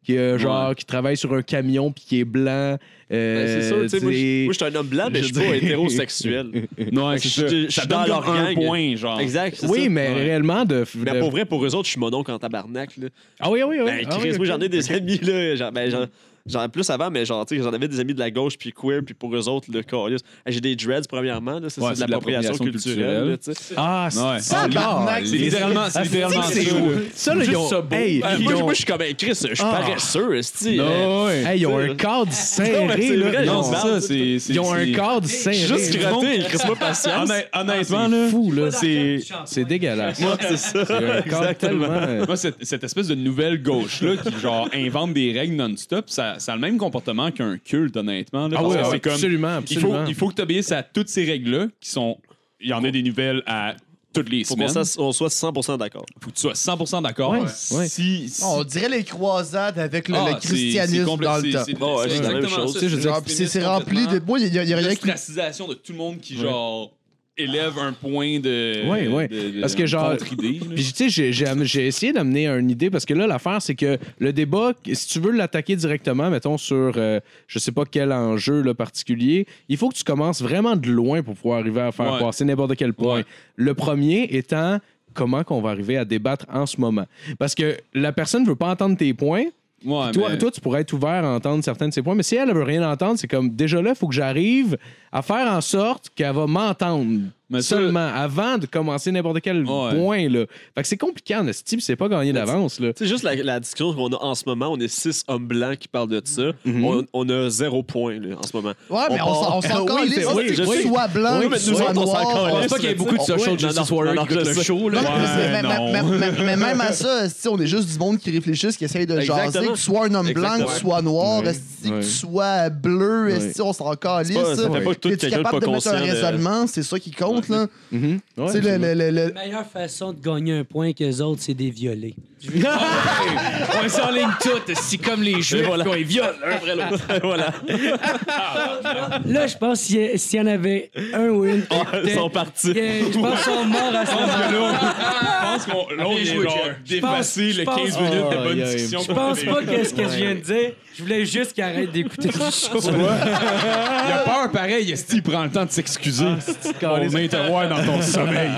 qui euh, genre qui travaille sur un camion puis qui est blanc. euh, Ben, c'est ça, tu sais, moi, je- c'est- moi, je suis un homme blanc, mais je suis pas dirais- hétérosexuel. Non, Fait que c'est je- ça. je Ça suis donne dans comme leur un gang. point, genre. Exact, c'est oui, ça. mais Ouais. réellement de. de- Mais pour vrai, pour eux autres, je suis mon oncle en tabarnak. Là. Ah oui, ah oui, ah oui. Ben, Ah oui, Chris, ok. moi, j'en ai des amis, là. J'en, ben, j'en, j'en- plus avant, mais genre, tu sais, j'en avais des amis de la gauche, puis queer, puis pour eux autres, le corius. J'ai des dreads, premièrement, là. Ça, Ouais, c'est de l'appropriation culturelle, culturelle, là, tu sais. Ah, Ouais. ça, Tabarnak, C'est littéralement c'est littéralement c'est ça, là. ça, Ah, là, ils ont, hey, Ben, ils moi, je- ont- moi, je suis comme, hey, Chris, je suis Ah. paresseux, esti. Non, ouais. hey, ils ont tu sais, un cadre Non, mais serré, c'est là. vrai, Ils Non, ont- genre, ça, c'est. c'est- Ils ont un c'est- cadre serré. Juste là. gratter, Chris, pas patience. Honnêt- Honnêtement, là. fou, là. Pas dans le C'est. champ du C'est shampoing. dégueulasse. Moi, c'est ça. C'est un cadre tellement. euh, Moi, cette, cette espèce de nouvelle gauche-là qui, genre, invente des règles non-stop, ça, ça a le même comportement qu'un culte, honnêtement. là, Ah parce oui, que ah oui, c'est comme, absolument, il faut, absolument. il faut que tu obéisses à toutes ces règles-là qui sont. Il y en a des nouvelles à toutes les Faut qu'on semaines. soit- on soit 100% d'accord. faut que tu sois 100% d'accord. Ouais, ouais. Ah, Si. si- Ah, On dirait les croisades avec le, Ah, le c'est- c'est christianisme complet- dans c'est- le temps. c'est- Ouais, c'est c'est la même exactement chose. Ah, ça, Tu sais, je veux dire, c'est puis C'est c'est rempli de. Moi, il y a- il y a rien qui L'ostracisation de tout le monde qui, genre, Ah. élève un point de. Ouais, ouais. de- de- Parce que genre- contre-idée, là. Puis tu sais, j'ai- j'ai am- j'ai essayé d'amener une idée parce que là, l'affaire, c'est que le débat, si tu veux l'attaquer directement, mettons, sur euh, je sais pas quel enjeu là, particulier, il faut que tu commences vraiment de loin pour pouvoir arriver à faire Ouais. passer n'importe quel point. Ouais. Le premier étant comment qu'on va arriver à débattre en ce moment. Parce que la personne veut pas entendre tes points, Ouais, toi, Ah, mais- toi, tu pourrais être ouvert à entendre certains de ses points, mais si elle ne veut rien entendre, c'est comme déjà là, il faut que j'arrive à faire en sorte qu'elle va m'entendre Mais ça- seulement avant de commencer n'importe quel Ouais. point. Là. Fait que c'est compliqué en esti, puis c'est pas gagné d'avance. là. C'est juste la, la discussion qu'on a en ce moment. On est six hommes blancs qui parlent de ça. on, on a zéro point là, en ce moment. Ouais, mais on, s'en- on s'en part- calisse, Oui, hein, oui, c'est je que tu sais. sois blanc, Oui, que mais tu nous sois autres, on s'en noir. calisse. Je pense pas qu'il y ait beaucoup de social justice non, warriors non, qui écoutent je le sais. show. là. Non, mais c'est- mais- non. mais- mais- mais- mais même à ça, esti, on est juste du monde qui réfléchisse, qui essaye de jaser, Exactement. que tu sois un homme blanc, que tu sois noir, Ouais. esti, Ouais. que tu sois bleu, esti, on s'en calisse. pas- ça fait là. pas tout Es-tu quelqu'un capable de pas mettre un conscient de- raisonnement, c'est ça qui compte, là. Mhm. Ouais, Tu sais, le- le- le- le- La meilleure façon de gagner un point qu'eux autres, c'est des violets. On s'enligne tout, si comme les jeux, qu'on les viole. voilà. Là, je pense s'il y a- s'il y en avait un ou une. Ah, Ils sont partis. Je pense qu'ils sont morts à ce moment-là. Je pense qu'on là, on est genre dépassé Je le pense- 15 minutes Oh, de bonne yeah. discussion. Je pense pas que ce que je viens de dire. Je voulais juste qu'ils arrêtent d'écouter le show. Il a peur pareil, est-ce qu'il prend le temps de s'excuser? Hein, Hein, on interroge dans ton sommeil.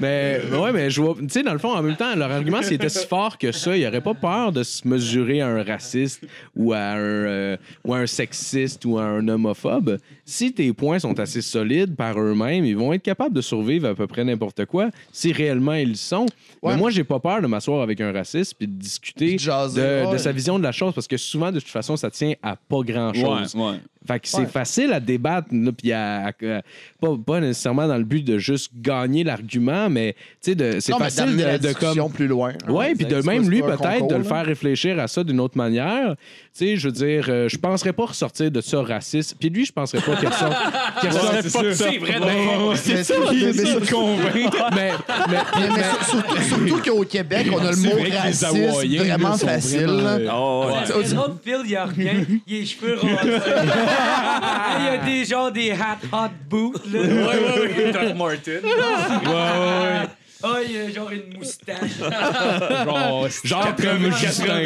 Mais mais Ben, ouais, mais je vois. Tu sais, dans le fond, en même temps, leur argument, s'il était si fort que ça, il n'aurait pas peur de se mesurer à un raciste ou à un, euh, ou à un sexiste ou à un homophobe. Si tes points sont assez solides par eux-mêmes, ils vont être capables de survivre à peu près n'importe quoi, si réellement ils le sont. Ouais. Mais moi, j'ai pas peur de m'asseoir avec un raciste puis de discuter Puis de jaser, de, ouais. de sa vision de la chose parce que souvent, de toute façon, ça tient à pas grand-chose. ouais. Fait que c'est facile à débattre, là, puis à, à- à- pas, pas nécessairement dans le but de juste gagner l'argument, mais tu sais, de- c'est non, mais facile d'amener la de, de comme. discussion plus loin. Ouais, puis de c'est même pas- lui c'est pas un peut-être de concours, le là. faire réfléchir à ça d'une autre manière. Tu sais, je veux dire, euh, je penserais pas ressortir de ça raciste. Puis lui, je penserais pas qu'il ressorte. qu'il ressorte- C'est Ben, vrai, Mais surtout- mais- mais- mais, mais- mais- mais surtout- Surtout qu'au Québec, on a le C'est vrai que mot les raciste Hawaïens, là, vraiment sont facile. vraiment, là. euh, Oh, ouais. C'est drôle, Phil, il a rien. Il a les cheveux rosés. il y a des genre des hat hot boots. Là. Ouais, ouais, ouais. Martin. ouais, ouais, ouais. Ah, il a genre une moustache. Genre, genre comme Justin,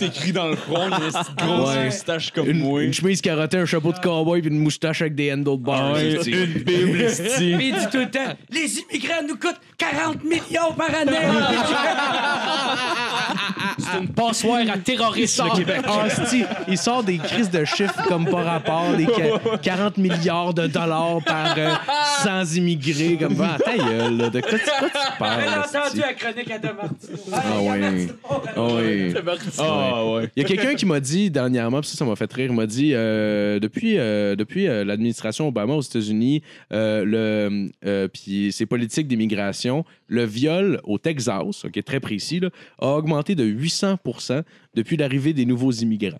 écrit dans le front, il y a une petite grosse Ouais. moustache comme une, moi. une chemise carottée, un chapeau de cowboy, puis une moustache avec des handlebars. tu sais. une bible, esti. Puis il dit tout le temps Les immigrants nous coûtent 40 millions par année. Ah C'est une passoire à terrorisme, le Québec. Ah, hostie, il sort des crises de chiffres comme par rapport, des qua- 40 milliards de dollars par euh, 100 immigrés. Comme, bah, ta gueule, là, de quoi tu, quoi tu J'ai parles? entendu hostie? la chronique à Don Martino. Ah ouais. Ah oui. Ah ouais. Il y a quelqu'un qui m'a dit dernièrement, puis ça, ça m'a fait rire, il m'a dit euh, depuis, euh, depuis euh, l'administration Obama aux États-Unis, euh, le, euh, puis ses politiques d'immigration, le viol au Texas, qui est très précis, là, a augmenté de 800 depuis l'arrivée des nouveaux immigrants.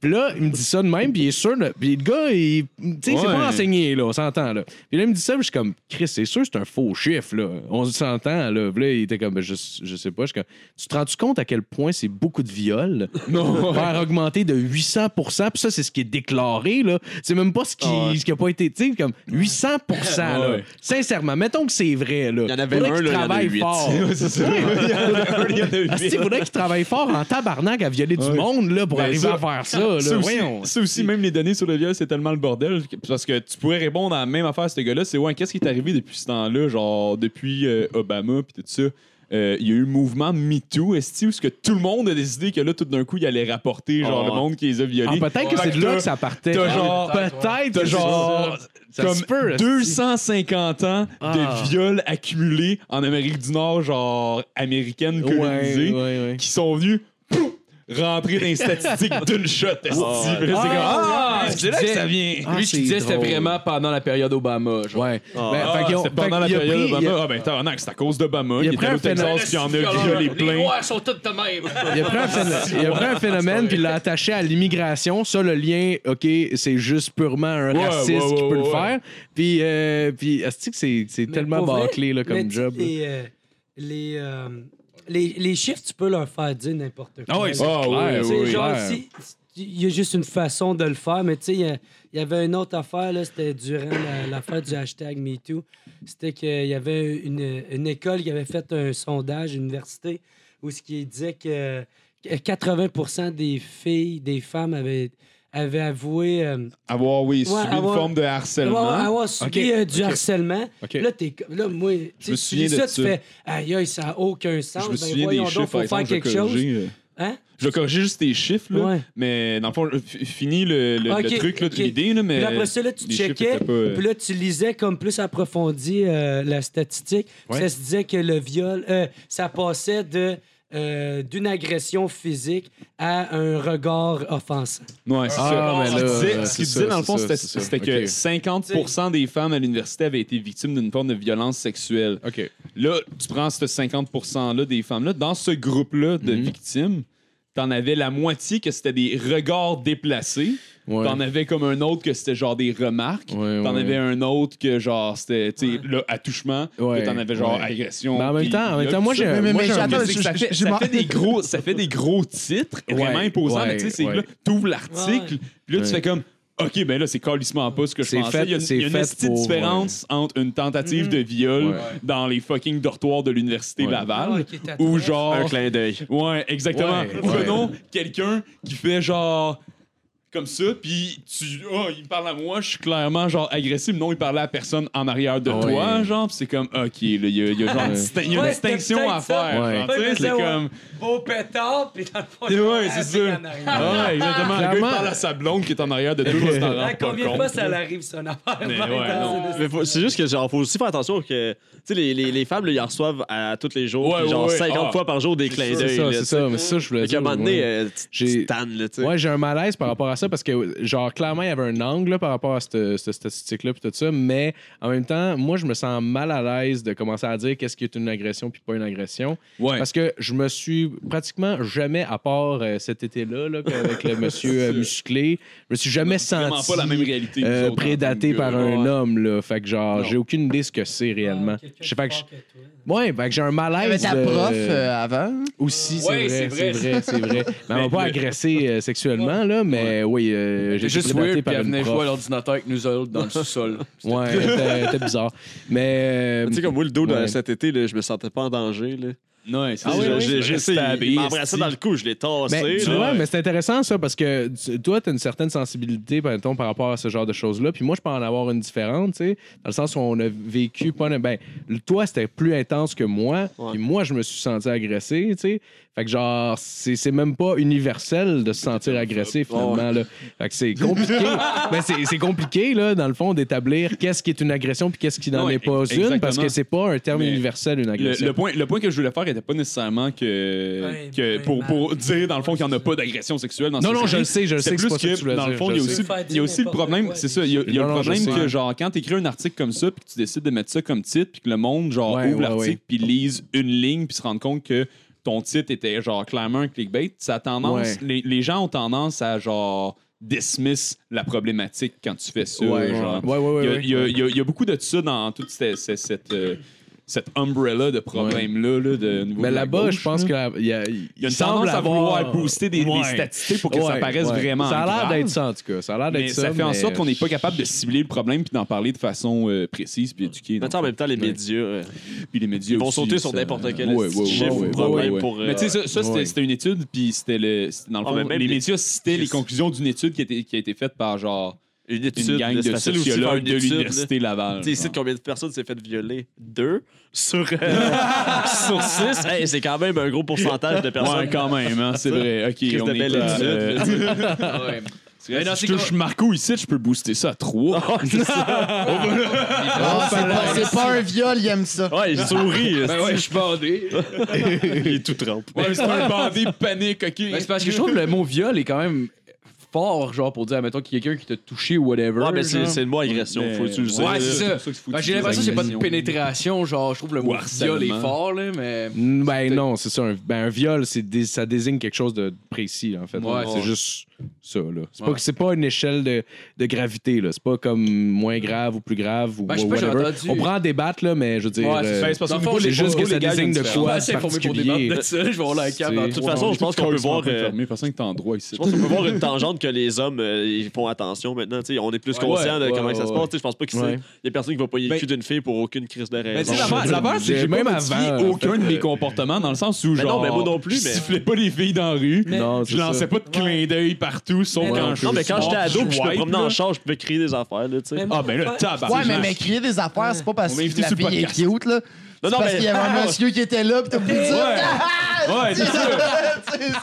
Puis là, il me dit ça de même, puis il est sûr, là, puis le gars, il, tu sais, c'est Ouais. pas enseigné, là, on s'entend, là. Puis là, il me dit ça, puis je suis comme, Chris, c'est sûr, c'est un faux chiffre, là. On s'entend, là. Puis là, il était comme, Ben, je, je sais pas, je suis comme, tu te rends compte à quel point c'est beaucoup de viols? Non. faire augmenter de 800 puis ça c'est ce qui est déclaré là c'est même pas ce qui Ah ouais. ce qui a pas été tu sais comme 800 là. Ouais. sincèrement mettons que c'est vrai là Il y en avait Faudrait un, qu'il là, il y en a travaille huit. fort Ah, c'est faudrait qu'il travaille fort en tabarnak à violer du monde là pour Ben, arriver ça- à faire ça là Ça aussi, voyons ça aussi, même les données sur le viol, c'est tellement le bordel. que- Parce que tu pourrais répondre à la même affaire à ce gars-là. C'est ouais, qu'est-ce qui est arrivé depuis ce temps-là, genre depuis euh, Obama puis tout ça. Euh, Il y a eu le mouvement MeToo, est-ce où est-ce que tout le monde a décidé que là, tout d'un coup, il allait rapporter genre Ah, le ouais. monde qui les a Ah, violés. peut-être que Fait c'est de là t'as- que ça partait t'as genre- peut-être T'as que genre c'est ça. Ça se peut, comme là. 250 ans Ah. de viols accumulés en Amérique du Nord, genre américaine ouais, colonisée, ouais, ouais. qui sont venus pouf, rentrer dans les statistiques d'une shot. esti. Puis là, c'est comme, Ah, c'est là que ça vient. Ah, Lui, je c'est te disais, c'était drôle. vraiment pendant la période Obama. Genre. ouais Ben, Ah, fait qu'ils ont- c'était pendant fait la qu'il a période pris- il a- d'Obama. Ah, ben, tabarnak, c'est à cause d'Obama. Il a Il pris était un au Texas, puis il en a violé plein. sont tous de même. Il a pris un phénomène, il a pris un phénomène puis il l'a attaché à l'immigration. Ça, le lien, OK, c'est juste purement un Ouais, raciste ouais, ouais, qui peut le ouais. faire. Puis, euh, puis est-ce que c'est, c'est Mais tellement pour vrai, bâclé là, mais comme tu- job? là? Les, euh, les, euh, les, les chiffres, tu peux leur faire dire n'importe quoi. Ah oui, c'est Là. clair, oui, Ben Tu sais, oui, genre, clair. si- il y a juste une façon de le faire, mais tu sais, il y a- il y avait une autre affaire, là, c'était durant la- l'affaire du hashtag MeToo. C'était qu'il y avait une, une école qui avait fait un sondage, une université, où ce qui disait que 80 des filles, des femmes avaient, avaient avoué. euh, Avoir, oui, Ouais, subi avoir- une forme de harcèlement. avoir, avoir subi Ok, euh, du harcèlement. Ok. Là, t'es, comme- là, moi, tu sais, me tu souviens lis de ça, ça. tu fais Aïe, aïe, ça n'a aucun sens. je me Ben, souviens voyons des donc, chiffres, faut par exemple, faire je vais quelque chose. corriger, euh, Hein? Je vais corriger juste tes chiffres, là. Ouais. Mais dans le fond, f- fini le, le- le Ok, truc, là, de ok. l'idée, là, mais... Puis après ça, là, tu les chiffres checkais, étaient pas, euh, puis là, tu lisais comme plus approfondi euh, la statistique. Puis Ça se disait que le viol, euh, ça passait de. euh, d'une agression physique à un regard offensant. Ouais, c'est Ah, ça. ben Ce qu'il disait- là, ouais, ce qu'il c'est disait, ça, dans le fond, c'est c'était ça, c'est ça. c'était que Ok. 50 des femmes à l'université avaient été victimes d'une forme de violence sexuelle. OK. Là, tu prends ce 50 %-là des femmes-là, dans ce groupe-là de Mhm. victimes, t'en avais la moitié que c'était des regards déplacés, Ouais. Ben, t'en avais comme un autre que c'était genre des remarques, Ouais, t'en ouais. avais un autre que genre c'était, tu sais, Ouais. le attouchement, Ouais, puis t'en avais genre ouais. agression. Mais en même puis temps, en même là, temps, moi, tout j'ai ça. un- Mais- mais- moi, mais j'ai un- attends, Mais c'est que ça, fait, je- ça je m'en- fait des gros, ça fait des gros titres vraiment Ouais, imposants, mais tu sais, ouais, c'est que là, ouais. t'ouvres l'article, puis là, Ouais. tu fais comme. OK, ben là, c'est calissement pas ce que je C'est pensais. fait- il y a, une- c'est il y a une fait petite pour, différence entre une tentative de viol Ouais. dans les fucking dortoirs de l'Université Ouais. Laval qui t'attrape. ou genre... Un clin d'œil. Ouais, exactement. Ouais, ouais. Prenons quelqu'un qui fait genre comme ça, puis tu... Oh, il me parle à moi, je suis clairement genre agressif. Non, il parlait à la personne en arrière de Ah Ouais. toi, genre. puis c'est comme, OK, là, il y a, il y a genre une, Ouais. distin- il y a une Ouais, distinction c'était à peut-être faire. ça. genre, Ouais. tu sais, c'est Ouais. comme... Beau pétard, puis dans le fond, Ouais, ouais, t'as c'est la ça. vie en arrière. Ah ouais, exactement. Le gars, il Clairement. parle à sa blonde qui est en arrière de toi, je t'en rends Hein, pas Combien de fois compte. ça l'arrive, son affaire? Mais dans- ouais, dans- non. Mais faut- c'est juste que genre faut aussi faire attention que tu sais les, les, les femmes là, ils en reçoivent à tous les jours Ouais, puis genre ouais, ouais. 50 Ah. fois par jour des clins C'est d'œil. ça, là, c'est tu sais. ça. Mais c'est ça, je voulais Fait qu'à dire. un moment donné, ouais. euh, tu- J'ai- tu tannes, là, tu sais. Ouais, j'ai un malaise par rapport à ça parce que, genre, clairement, il y avait un angle là, par rapport à cette, cette statistique-là puis tout ça, mais en même temps, moi, je me sens mal à l'aise de commencer à dire qu'est-ce qui est une agression puis pas une agression. Ouais. Parce que je me suis pratiquement jamais, à part euh, cet été-là, là, avec le monsieur euh, musclé, je me suis jamais vraiment senti pas la même réalité. nous euh, autres, en prédaté tant que par gars. un Ouais. homme. Là. Fait que, genre, Non. j'ai aucune idée ce que c'est Euh, réellement. Quelqu'un Je sais pas que plus je- fort que toi. Ouais, fait que j'ai un malaise. Avec ta euh, prof euh, avant. aussi, c'est Ouais, vrai, c'est c'est vrai, c'est vrai. Mais on va Mais pas le- agresser euh, sexuellement, là, mais oui, euh, j'ai J'ai juste été prédaté weird, par puis elle une venait prof. jouer à l'ordinateur avec nous autres dans le sous-sol. Ouais, c'était c'était bizarre. Mais. euh, Tu sais, comme moi, le dos Ouais. de cet été, là, je me sentais pas en danger. Là. Ouais, c'est Tu ça. sais, je- Je- Ah je- je- je- c'est- Ben, il il m'a embrassé dans le cou, je l'ai tassé. Mais, tu là. vois, ouais. Ben, mais c'est intéressant ça parce que tu- toi, tu as une certaine sensibilité par, exemple, par rapport à ce genre de choses-là. Puis moi, je peux en avoir une différente, tu sais, dans le sens où on a vécu pas. Ben, le- toi, c'était plus intense que moi. Ouais. Puis moi, je me suis senti agressé, tu sais. Fait que genre, c'est c'est même pas universel de se sentir agressé finalement. Là. Fait que c'est compliqué. Ben, c'est c'est compliqué, là, dans le fond, d'établir qu'est-ce qui est une agression puis qu'est-ce qui n'en Non, est pas ex- une parce exactement. que c'est pas un terme Mais universel, une Le, agression. le point, le point que je voulais faire n'était pas nécessairement que, Ouais, que ouais, pour, mal. pour dire, dans le fond, qu'il n'y en a pas d'agression sexuelle dans Non, ce non, je sujet. le sais, je le sais C'est que c'est plus pas ça que tu que, voulais dans le dire, fond, je il y a le aussi, sais. Faire il y a dire aussi le n'importe problème, quoi, c'est ça, il y a, il y a Non, le non, je problème sais. que, genre, quand tu écris un article comme ça, puis que tu décides de mettre ça comme titre, puis que le monde, genre, Ouais, ouvre ouais, ouais. l'article, puis lise une ligne, puis se rend compte que ton titre était, genre, clairement un clickbait, ça a tendance, Ouais. les, les gens ont tendance à, genre, dismiss la problématique quand tu fais ça, Ouais, genre. ouais, ouais, ouais, Il y a- ouais. il y, a- il y a- il y a beaucoup de ça dans toute cette, cette, cette, euh, cette umbrella de problèmes-là. Là, de niveau Mais de la là-bas, gauche, je pense là. qu'il y a, il Il y a une semble tendance à vouloir avoir- booster des, des Ouais. statistiques pour que ça Ouais, paraisse ouais. vraiment Ça a l'air grave, d'être ça, en tout cas. Ça a l'air Mais d'être ça, ça. fait en mais- sorte qu'on n'est pas capable de cibler le problème puis d'en parler de façon euh, précise puis éduquée. Mais tu sais, en même temps, les médias, euh, Puis les médias ils vont aussi, sauter sur ça- n'importe quel Ouais, petit ouais, ouais, chiffre ouais, ou problème ouais, ouais. pour. euh, Mais tu sais, ça, ça, c'était- Ouais. c'était une étude, puis c'était le. c'était Dans le Ah, fond, mais même les les- médias citaient les Christ. conclusions d'une étude qui a été, qui a été faite par genre une une étude, gang là, c'est de facile aussi faire sociologues une de étude, là. l'Université Laval. Tu sais, ici, genre. combien de personnes s'est fait violer? Deux sur, euh, sur six. Hey, c'est quand même un gros pourcentage de personnes. Ouais, quand même, hein, c'est vrai. Ok, Crise on de est belle pas, étude, euh, là, tu sais. si je touche Marco ici, je peux booster ça à 3. Ah, c'est pas- c'est pas un viol, il aime Ah, ça. Ouais, il sourit. là, Ben ouais, je suis bandé. il est tout trempe. ouais, c'est un bandit panique, ok. Ben, c'est parce que je trouve que le mot viol est quand même fort, genre pour dire, mettons, qu'il y a quelqu'un qui t'a touché ou whatever. Ouais, mais c'est genre. c'est une bonne agression, faut utiliser. Ouais, c'est ça. Ben, j'ai l'impression que c'est pas de pénétration, genre, je trouve le mot Ou viol harcèlement. est fort, là, mais. Mm, Ben non, c'est ça. Un, ben un viol, c'est dé- ça désigne quelque chose de précis, en fait. Ouais. C'est juste ça. là. C'est pas, c'est pas une échelle de, de gravité. là. C'est pas comme moins grave ou plus grave ou Ben, je sais pas, j'ai whatever. entendu- On prend en débattre, là, mais je veux dire. Ouais, euh, Ben, c'est parce que dans le au fond, niveau c'est des juste pros, que ça les gars, désigne de c'est quoi pas de assez informé pour débattre particulier. de ça. Je vais avoir la cam dans C'est- tout. De toute façon, je pense qu'on peut voir. euh, fermé. Personne qui est en droit ici. Je pense qu'on peut voir une tangente que les hommes euh, ils font attention maintenant. tu sais, on est plus conscient de ouais, comment ouais, ça se passe. tu sais, Je pense pas qu'il Ouais. y a personne qui va payer le Ben- cul d'une fille pour aucune crise de Ben, Mais raison. tu sais, l'affaire- l'affaire, c'est que j'ai Même même avant avant, aucun de mes comportements dans le sens où Mais genre. non, mais moi non plus, Je mais- sifflais pas les filles dans la rue. Mais- Non, Je c'est ça. lançais pas de clin d'œil partout, sauf Mais non. quand je Non, mais quand j'étais ado, puis je me swipe, promenais en là. char, je pouvais crier des affaires. Là, tu sais. Mais moi, Ah, ben là, ouais, tabac. Ouais, mais, mais crier des affaires, c'est pas parce On que m'a invité la sur le fille est podcast. cute, là. Non, C'est non, parce mais- qu'il y avait un monsieur qui était là, pis t'as voulu dire. Ah! Ouais, c'est ça.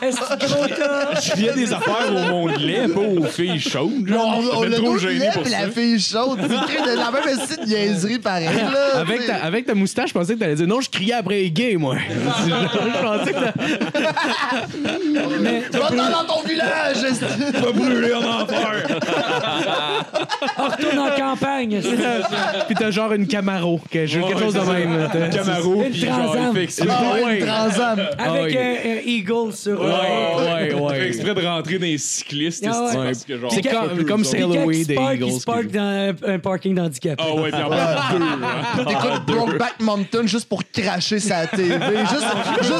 Est-ce que gros gars? Je criais des affaires au monde laid, pas aux filles chaudes. On, genre. on J'étais l'a trop trop gêné lèvres pour pis ça. la fille chaude. C'est écrit de la même petite niaiserie pareil, là. Avec t'sais. ta, avec ta moustache, je pensais que t'allais dire non, je criais après les gays, moi. je pensais que t'as- Va-t'en dans ton village! esti. Pas brûlé en enfer. On retourne en campagne. est-ce que- Puis t'as genre une Camaro, que je- quelque chose de même. Un Camaro, Une puis genre, il Transam. fait exprès. Ah ouais, ouais. une transam. Avec Ah, un, un eagle sur. Ouais, ouais, Il fait ouais. exprès de rentrer dans les cyclistes. Ah ouais. c'est-tu, parce que genre- C'est comme, comme Puis quand Sailor il Way se des parque, Eagles. il se parque que- dans un, un parking d'handicap. Ah ouais, puis en plus, deux. hein. T'écoutes Brokeback Mountain juste pour cracher sa TV. Juste,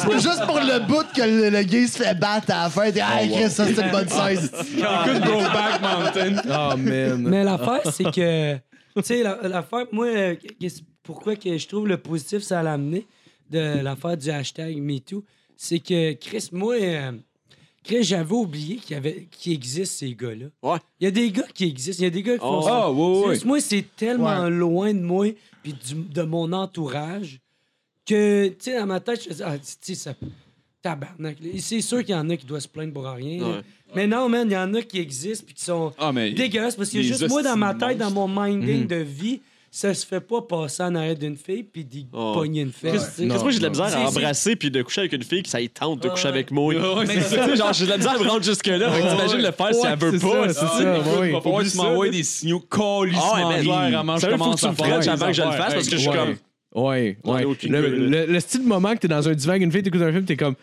juste, juste pour le bout que le, le gay se fait battre à la fin. T'es, Oh, ah, Chris, ça, c'est une bonne size. Écoute Brokeback Mountain. Oh, man. Mais l'affaire, c'est que. Tu sais, la- l'affaire, moi, euh, qu'est-ce- pourquoi que je trouve le positif, ça l'a amené de l'affaire du hashtag MeToo, c'est que Chris, moi, euh, Chris, j'avais oublié qu'il y avait, qu'il existe ces gars-là. Ouais. Il y a des gars qui existent, il y a des gars qui font Oh. ça. Ah, ouais, C'est ouais. juste, moi, c'est tellement Ouais. loin de moi puis du- de mon entourage que, tu sais, dans ma tête, je faisais, ah, tu sais, ça. Tabarnak. C'est sûr qu'il y en a qui doivent se plaindre pour rien. Ouais. Mais non, man, il y en a qui existent puis qui sont Ah, mais. dégueulasse parce que Les juste moi, dans ma tête, hosties Mhm. de dans mon minding de vie, ça se fait pas passer en arrière d'une fille puis d'y Oh. pogner une fesse. tu sais. Parce que moi, j'ai de la misère C'est- à c'est- embrasser puis de coucher avec une fille qui ça y tente de Ouais. coucher avec moi. Ouais, Tu sais, genre, j'ai de la misère à me rendre jusque-là. Fait que T'imagines le faire si Ouais, elle veut c'est pas. ça, esti. c'est ça, ouais, Il va ouais. falloir que tu m'envoies des signaux Ah ouais, colissement mais- clairs avant que je Sérieux, faut que commence tu à me frenches faire des avant que je le affaires. fasse parce que je suis Ouais. comme. Ouais, ouais. ai aucune Le, gueule. le- le style de moment que t'es dans un divan avec une fille, t'écoutes un film, t'es comme.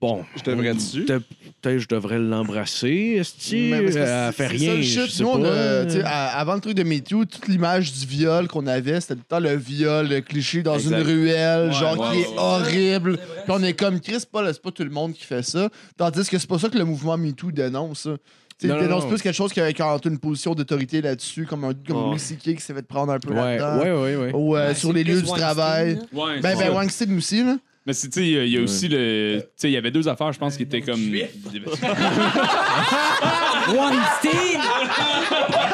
Bon, je devrais Peut-être je devrais l'embrasser, esti. Mais parce que Elle c'est- euh, fait c'est ça rien. le je shit. sais Nous, on pas. euh. a- tu sais, à- avant le truc de MeToo, toute l'image du viol qu'on avait, c'était tout le temps le viol le cliché dans Exact. une ruelle, genre ouais, qui ouais, est ouais. horrible. C'est vrai. Puis on est comme Chris, pas, le- c'est pas tout le monde qui fait ça. Tandis que c'est pas ça que le mouvement MeToo dénonce. hein. Tu sais, Non, il non, dénonce non. plus quelque chose qui a une position d'autorité là-dessus, comme un comme Ouais. Louis C.K. qui s'est fait prendre un peu Ouais, là-dedans. ouais, ouais, ouais. Ou euh, Ouais, sur c'est les plus lieux du Weinstein, travail. là. Ouais, Ben, c'est ben, ça. Weinstein aussi, là. Mais c'est- tu sais, il y a aussi le. Tu sais, il y avait deux affaires, je pense, qui étaient comme. One Steel!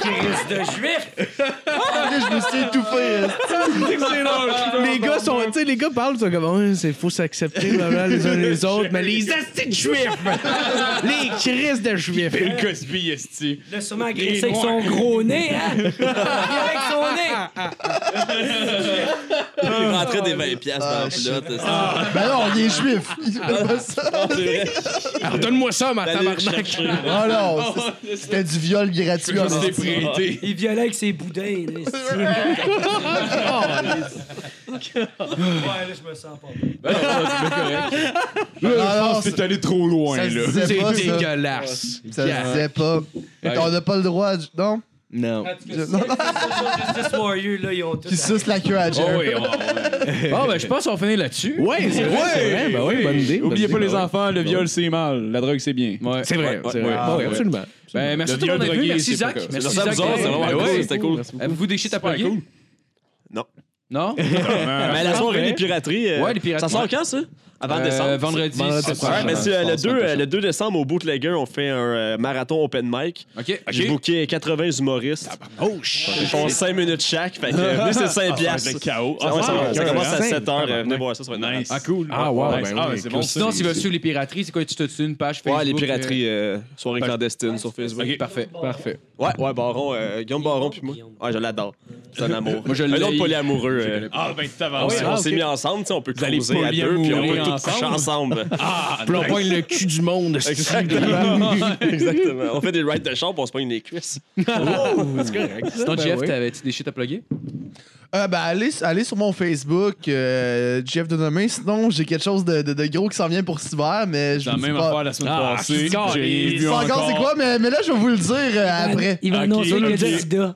Christ de juif! je me suis étouffé. les gars sont, tu sais, les gars parlent, ils sont comme, Ouais, c'est faut s'accepter blablabla, les uns les autres, mais les astis de juifs, les crises de juifs. Bill Cosby, esti. Il a sûrement agressé avec son gros nez, hein? Il est avec son nez! Il rentrait des 20$ piastres dans la culotte. esti. ben non, il est juif. Il fait pas ça. Ah, Alors donne-moi ça, ma Allez le tabarnak. chercher. Ah Oh, non, c'est- c'était du viol gratuit. en C'est esti. prêté. Il violait avec ses boudins, là, c'est- Ouais, là, je me sens pas bien. Non, Ah, non, c'est allé trop loin, ça se là. disait pas, C'est ça. dégueulasse. Ça se disait pas. Ouais. On n'a pas le droit, de- non? Non. En tout cas, si elle fait ça, Justice Warrior, là, ils ont tout. Qui suce la queue à Oh, Jerry. Ah, Bon, ben, je pense qu'on finit là-dessus. Ouais, c'est vrai, c'est vrai, ben oui, bonne idée. Oubliez bonne pas idée, les ben enfants, le viol c'est mal, la drogue c'est bien. ouais. C'est vrai, c'est ouais, vrai. ouais, Ouais, ouais. absolument. Ben, merci Le à tout le viol monde d'être venu. drogué, Merci c'est Zach. pas comme- Merci Merci à Zach. vous autres, c'est Ben vraiment ouais. cool, c'était cool. Avez-vous des shit à Super plugger? cool. Non. Non? Ah, Mais la soirée des pirateries. euh, Ouais, les pirateries. Ça sort quand, ça? Avant Euh, décembre. Vendredi. Vendredi c'est Ouais, prochain. ça. mais c'est, euh, le, pense, 2, semaine euh, prochaine. le 2 décembre, au Bootlegger, on fait un euh, marathon open mic. OK. J'ai booké 80 humoristes. Oh, shit. Ils font 5 minutes chaque. Fait que euh, venez, c'est 5 piastres. chaos. Ça, ouais, ça va- ça commence à Cinq. 7 h Venez voir ça, ça va être nice. Ah, cool. Ah, wow, ben Ah, oui, ben, c'est bon. Sinon, ça. s'ils veulent suivre les pirateries, c'est quoi? Tu te tues une page Facebook? Ouais, les euh, pirateries, euh, soirée clandestine sur Facebook. OK, parfait. Parfait. Ouais, ouais, Baron, euh, Guillaume Baron, puis moi. Ouais, je l'adore. C'est un amour. Moi, je un l'ai- autre polyamoureux. euh, Ah, ben, on t'avances. s'est on s'est mis ensemble, tu sais, on peut allez causer à deux, polyamourer puis on peut tout ensemble? coucher ensemble. Puis on pogne le cul du monde. Ah, c'est- Exactement. Exactement. On fait des rides de chambre, on se pogne les cuisses. C'est correct. Sinon, Ben Jeff, oui. t'avais-tu des shit à plugger? Euh, ben, allez, allez sur mon Facebook, euh, Jeff Denomé. Sinon, j'ai quelque chose de, de- de gros qui s'en vient pour cet hiver, mais je Dans la vous dis même pas, affaire la semaine Ah, passée. c'est J'ai rien je vu sais pas encore c'est encore. quoi, mais, mais là, je vais vous le dire euh, après. Il va Ok, annoncer ok. que le sida.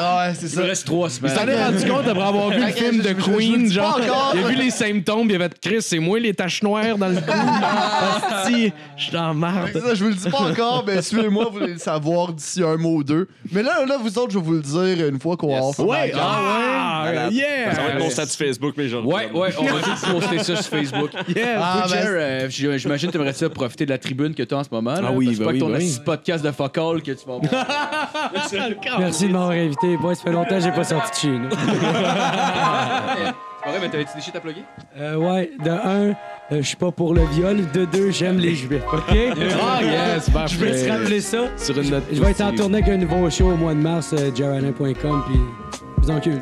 Ah ouais, c'est Il ça. me reste trois semaines. Il s'en est rendu compte après avoir vu le Ok, film je- de je- je- je Queen, dis pas genre. encore. Il a vu les symptômes, il avait fait Chris, c'est moi les taches noires dans le cou. Asti, je suis Fait en que marde. ça, je vous le dis pas encore, mais suivez-moi, vous allez le savoir d'ici un mot ou deux. Mais là, là, vous autres, je vais vous le dire une fois qu'on va avoir fait la Ouais, carte. ah, ah ouais, yeah! Ça va être mon statut Facebook, mais genre. Ouais, ouais, on va juste poster ça sur Facebook. Yeah. Ah, Butcher, ben, euh, j- j'imagine que tu aimerais ça profiter de la tribune que tu as en ce moment. Là, Ah oui, parce que ben pas oui, que ton ben oui. assis de podcast de focal que tu vas avoir. Merci de m'avoir invité. Boy, ça fait longtemps que j'ai pas sorti de chez nous. C'est pas vrai, Ah mais t'avais-tu des shit à plugger? Euh, ouais, de un, euh, je suis pas pour le viol. De deux, j'aime les juifs. OK? Ah, yes, parfait. Je vais se rappeler ça. Sur une note. Je vais être en positive. tournée avec un nouveau show au mois de mars, euh, jaralin.com, puis vous encule.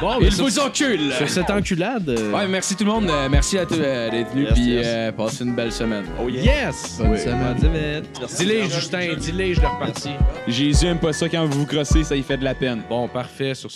Bon, mais Il sur, vous encule! sur cette enculade. euh, Ouais, merci tout le monde. euh, merci à tous euh, d'être venus. Yes, Puis yes. euh, passez une belle semaine. Yes! Bonne semaine. Dis-les, Justin, dis-les, je leur repartis. Jésus aime pas ça quand vous vous crossez, ça y fait de la peine. Bon, parfait. Sur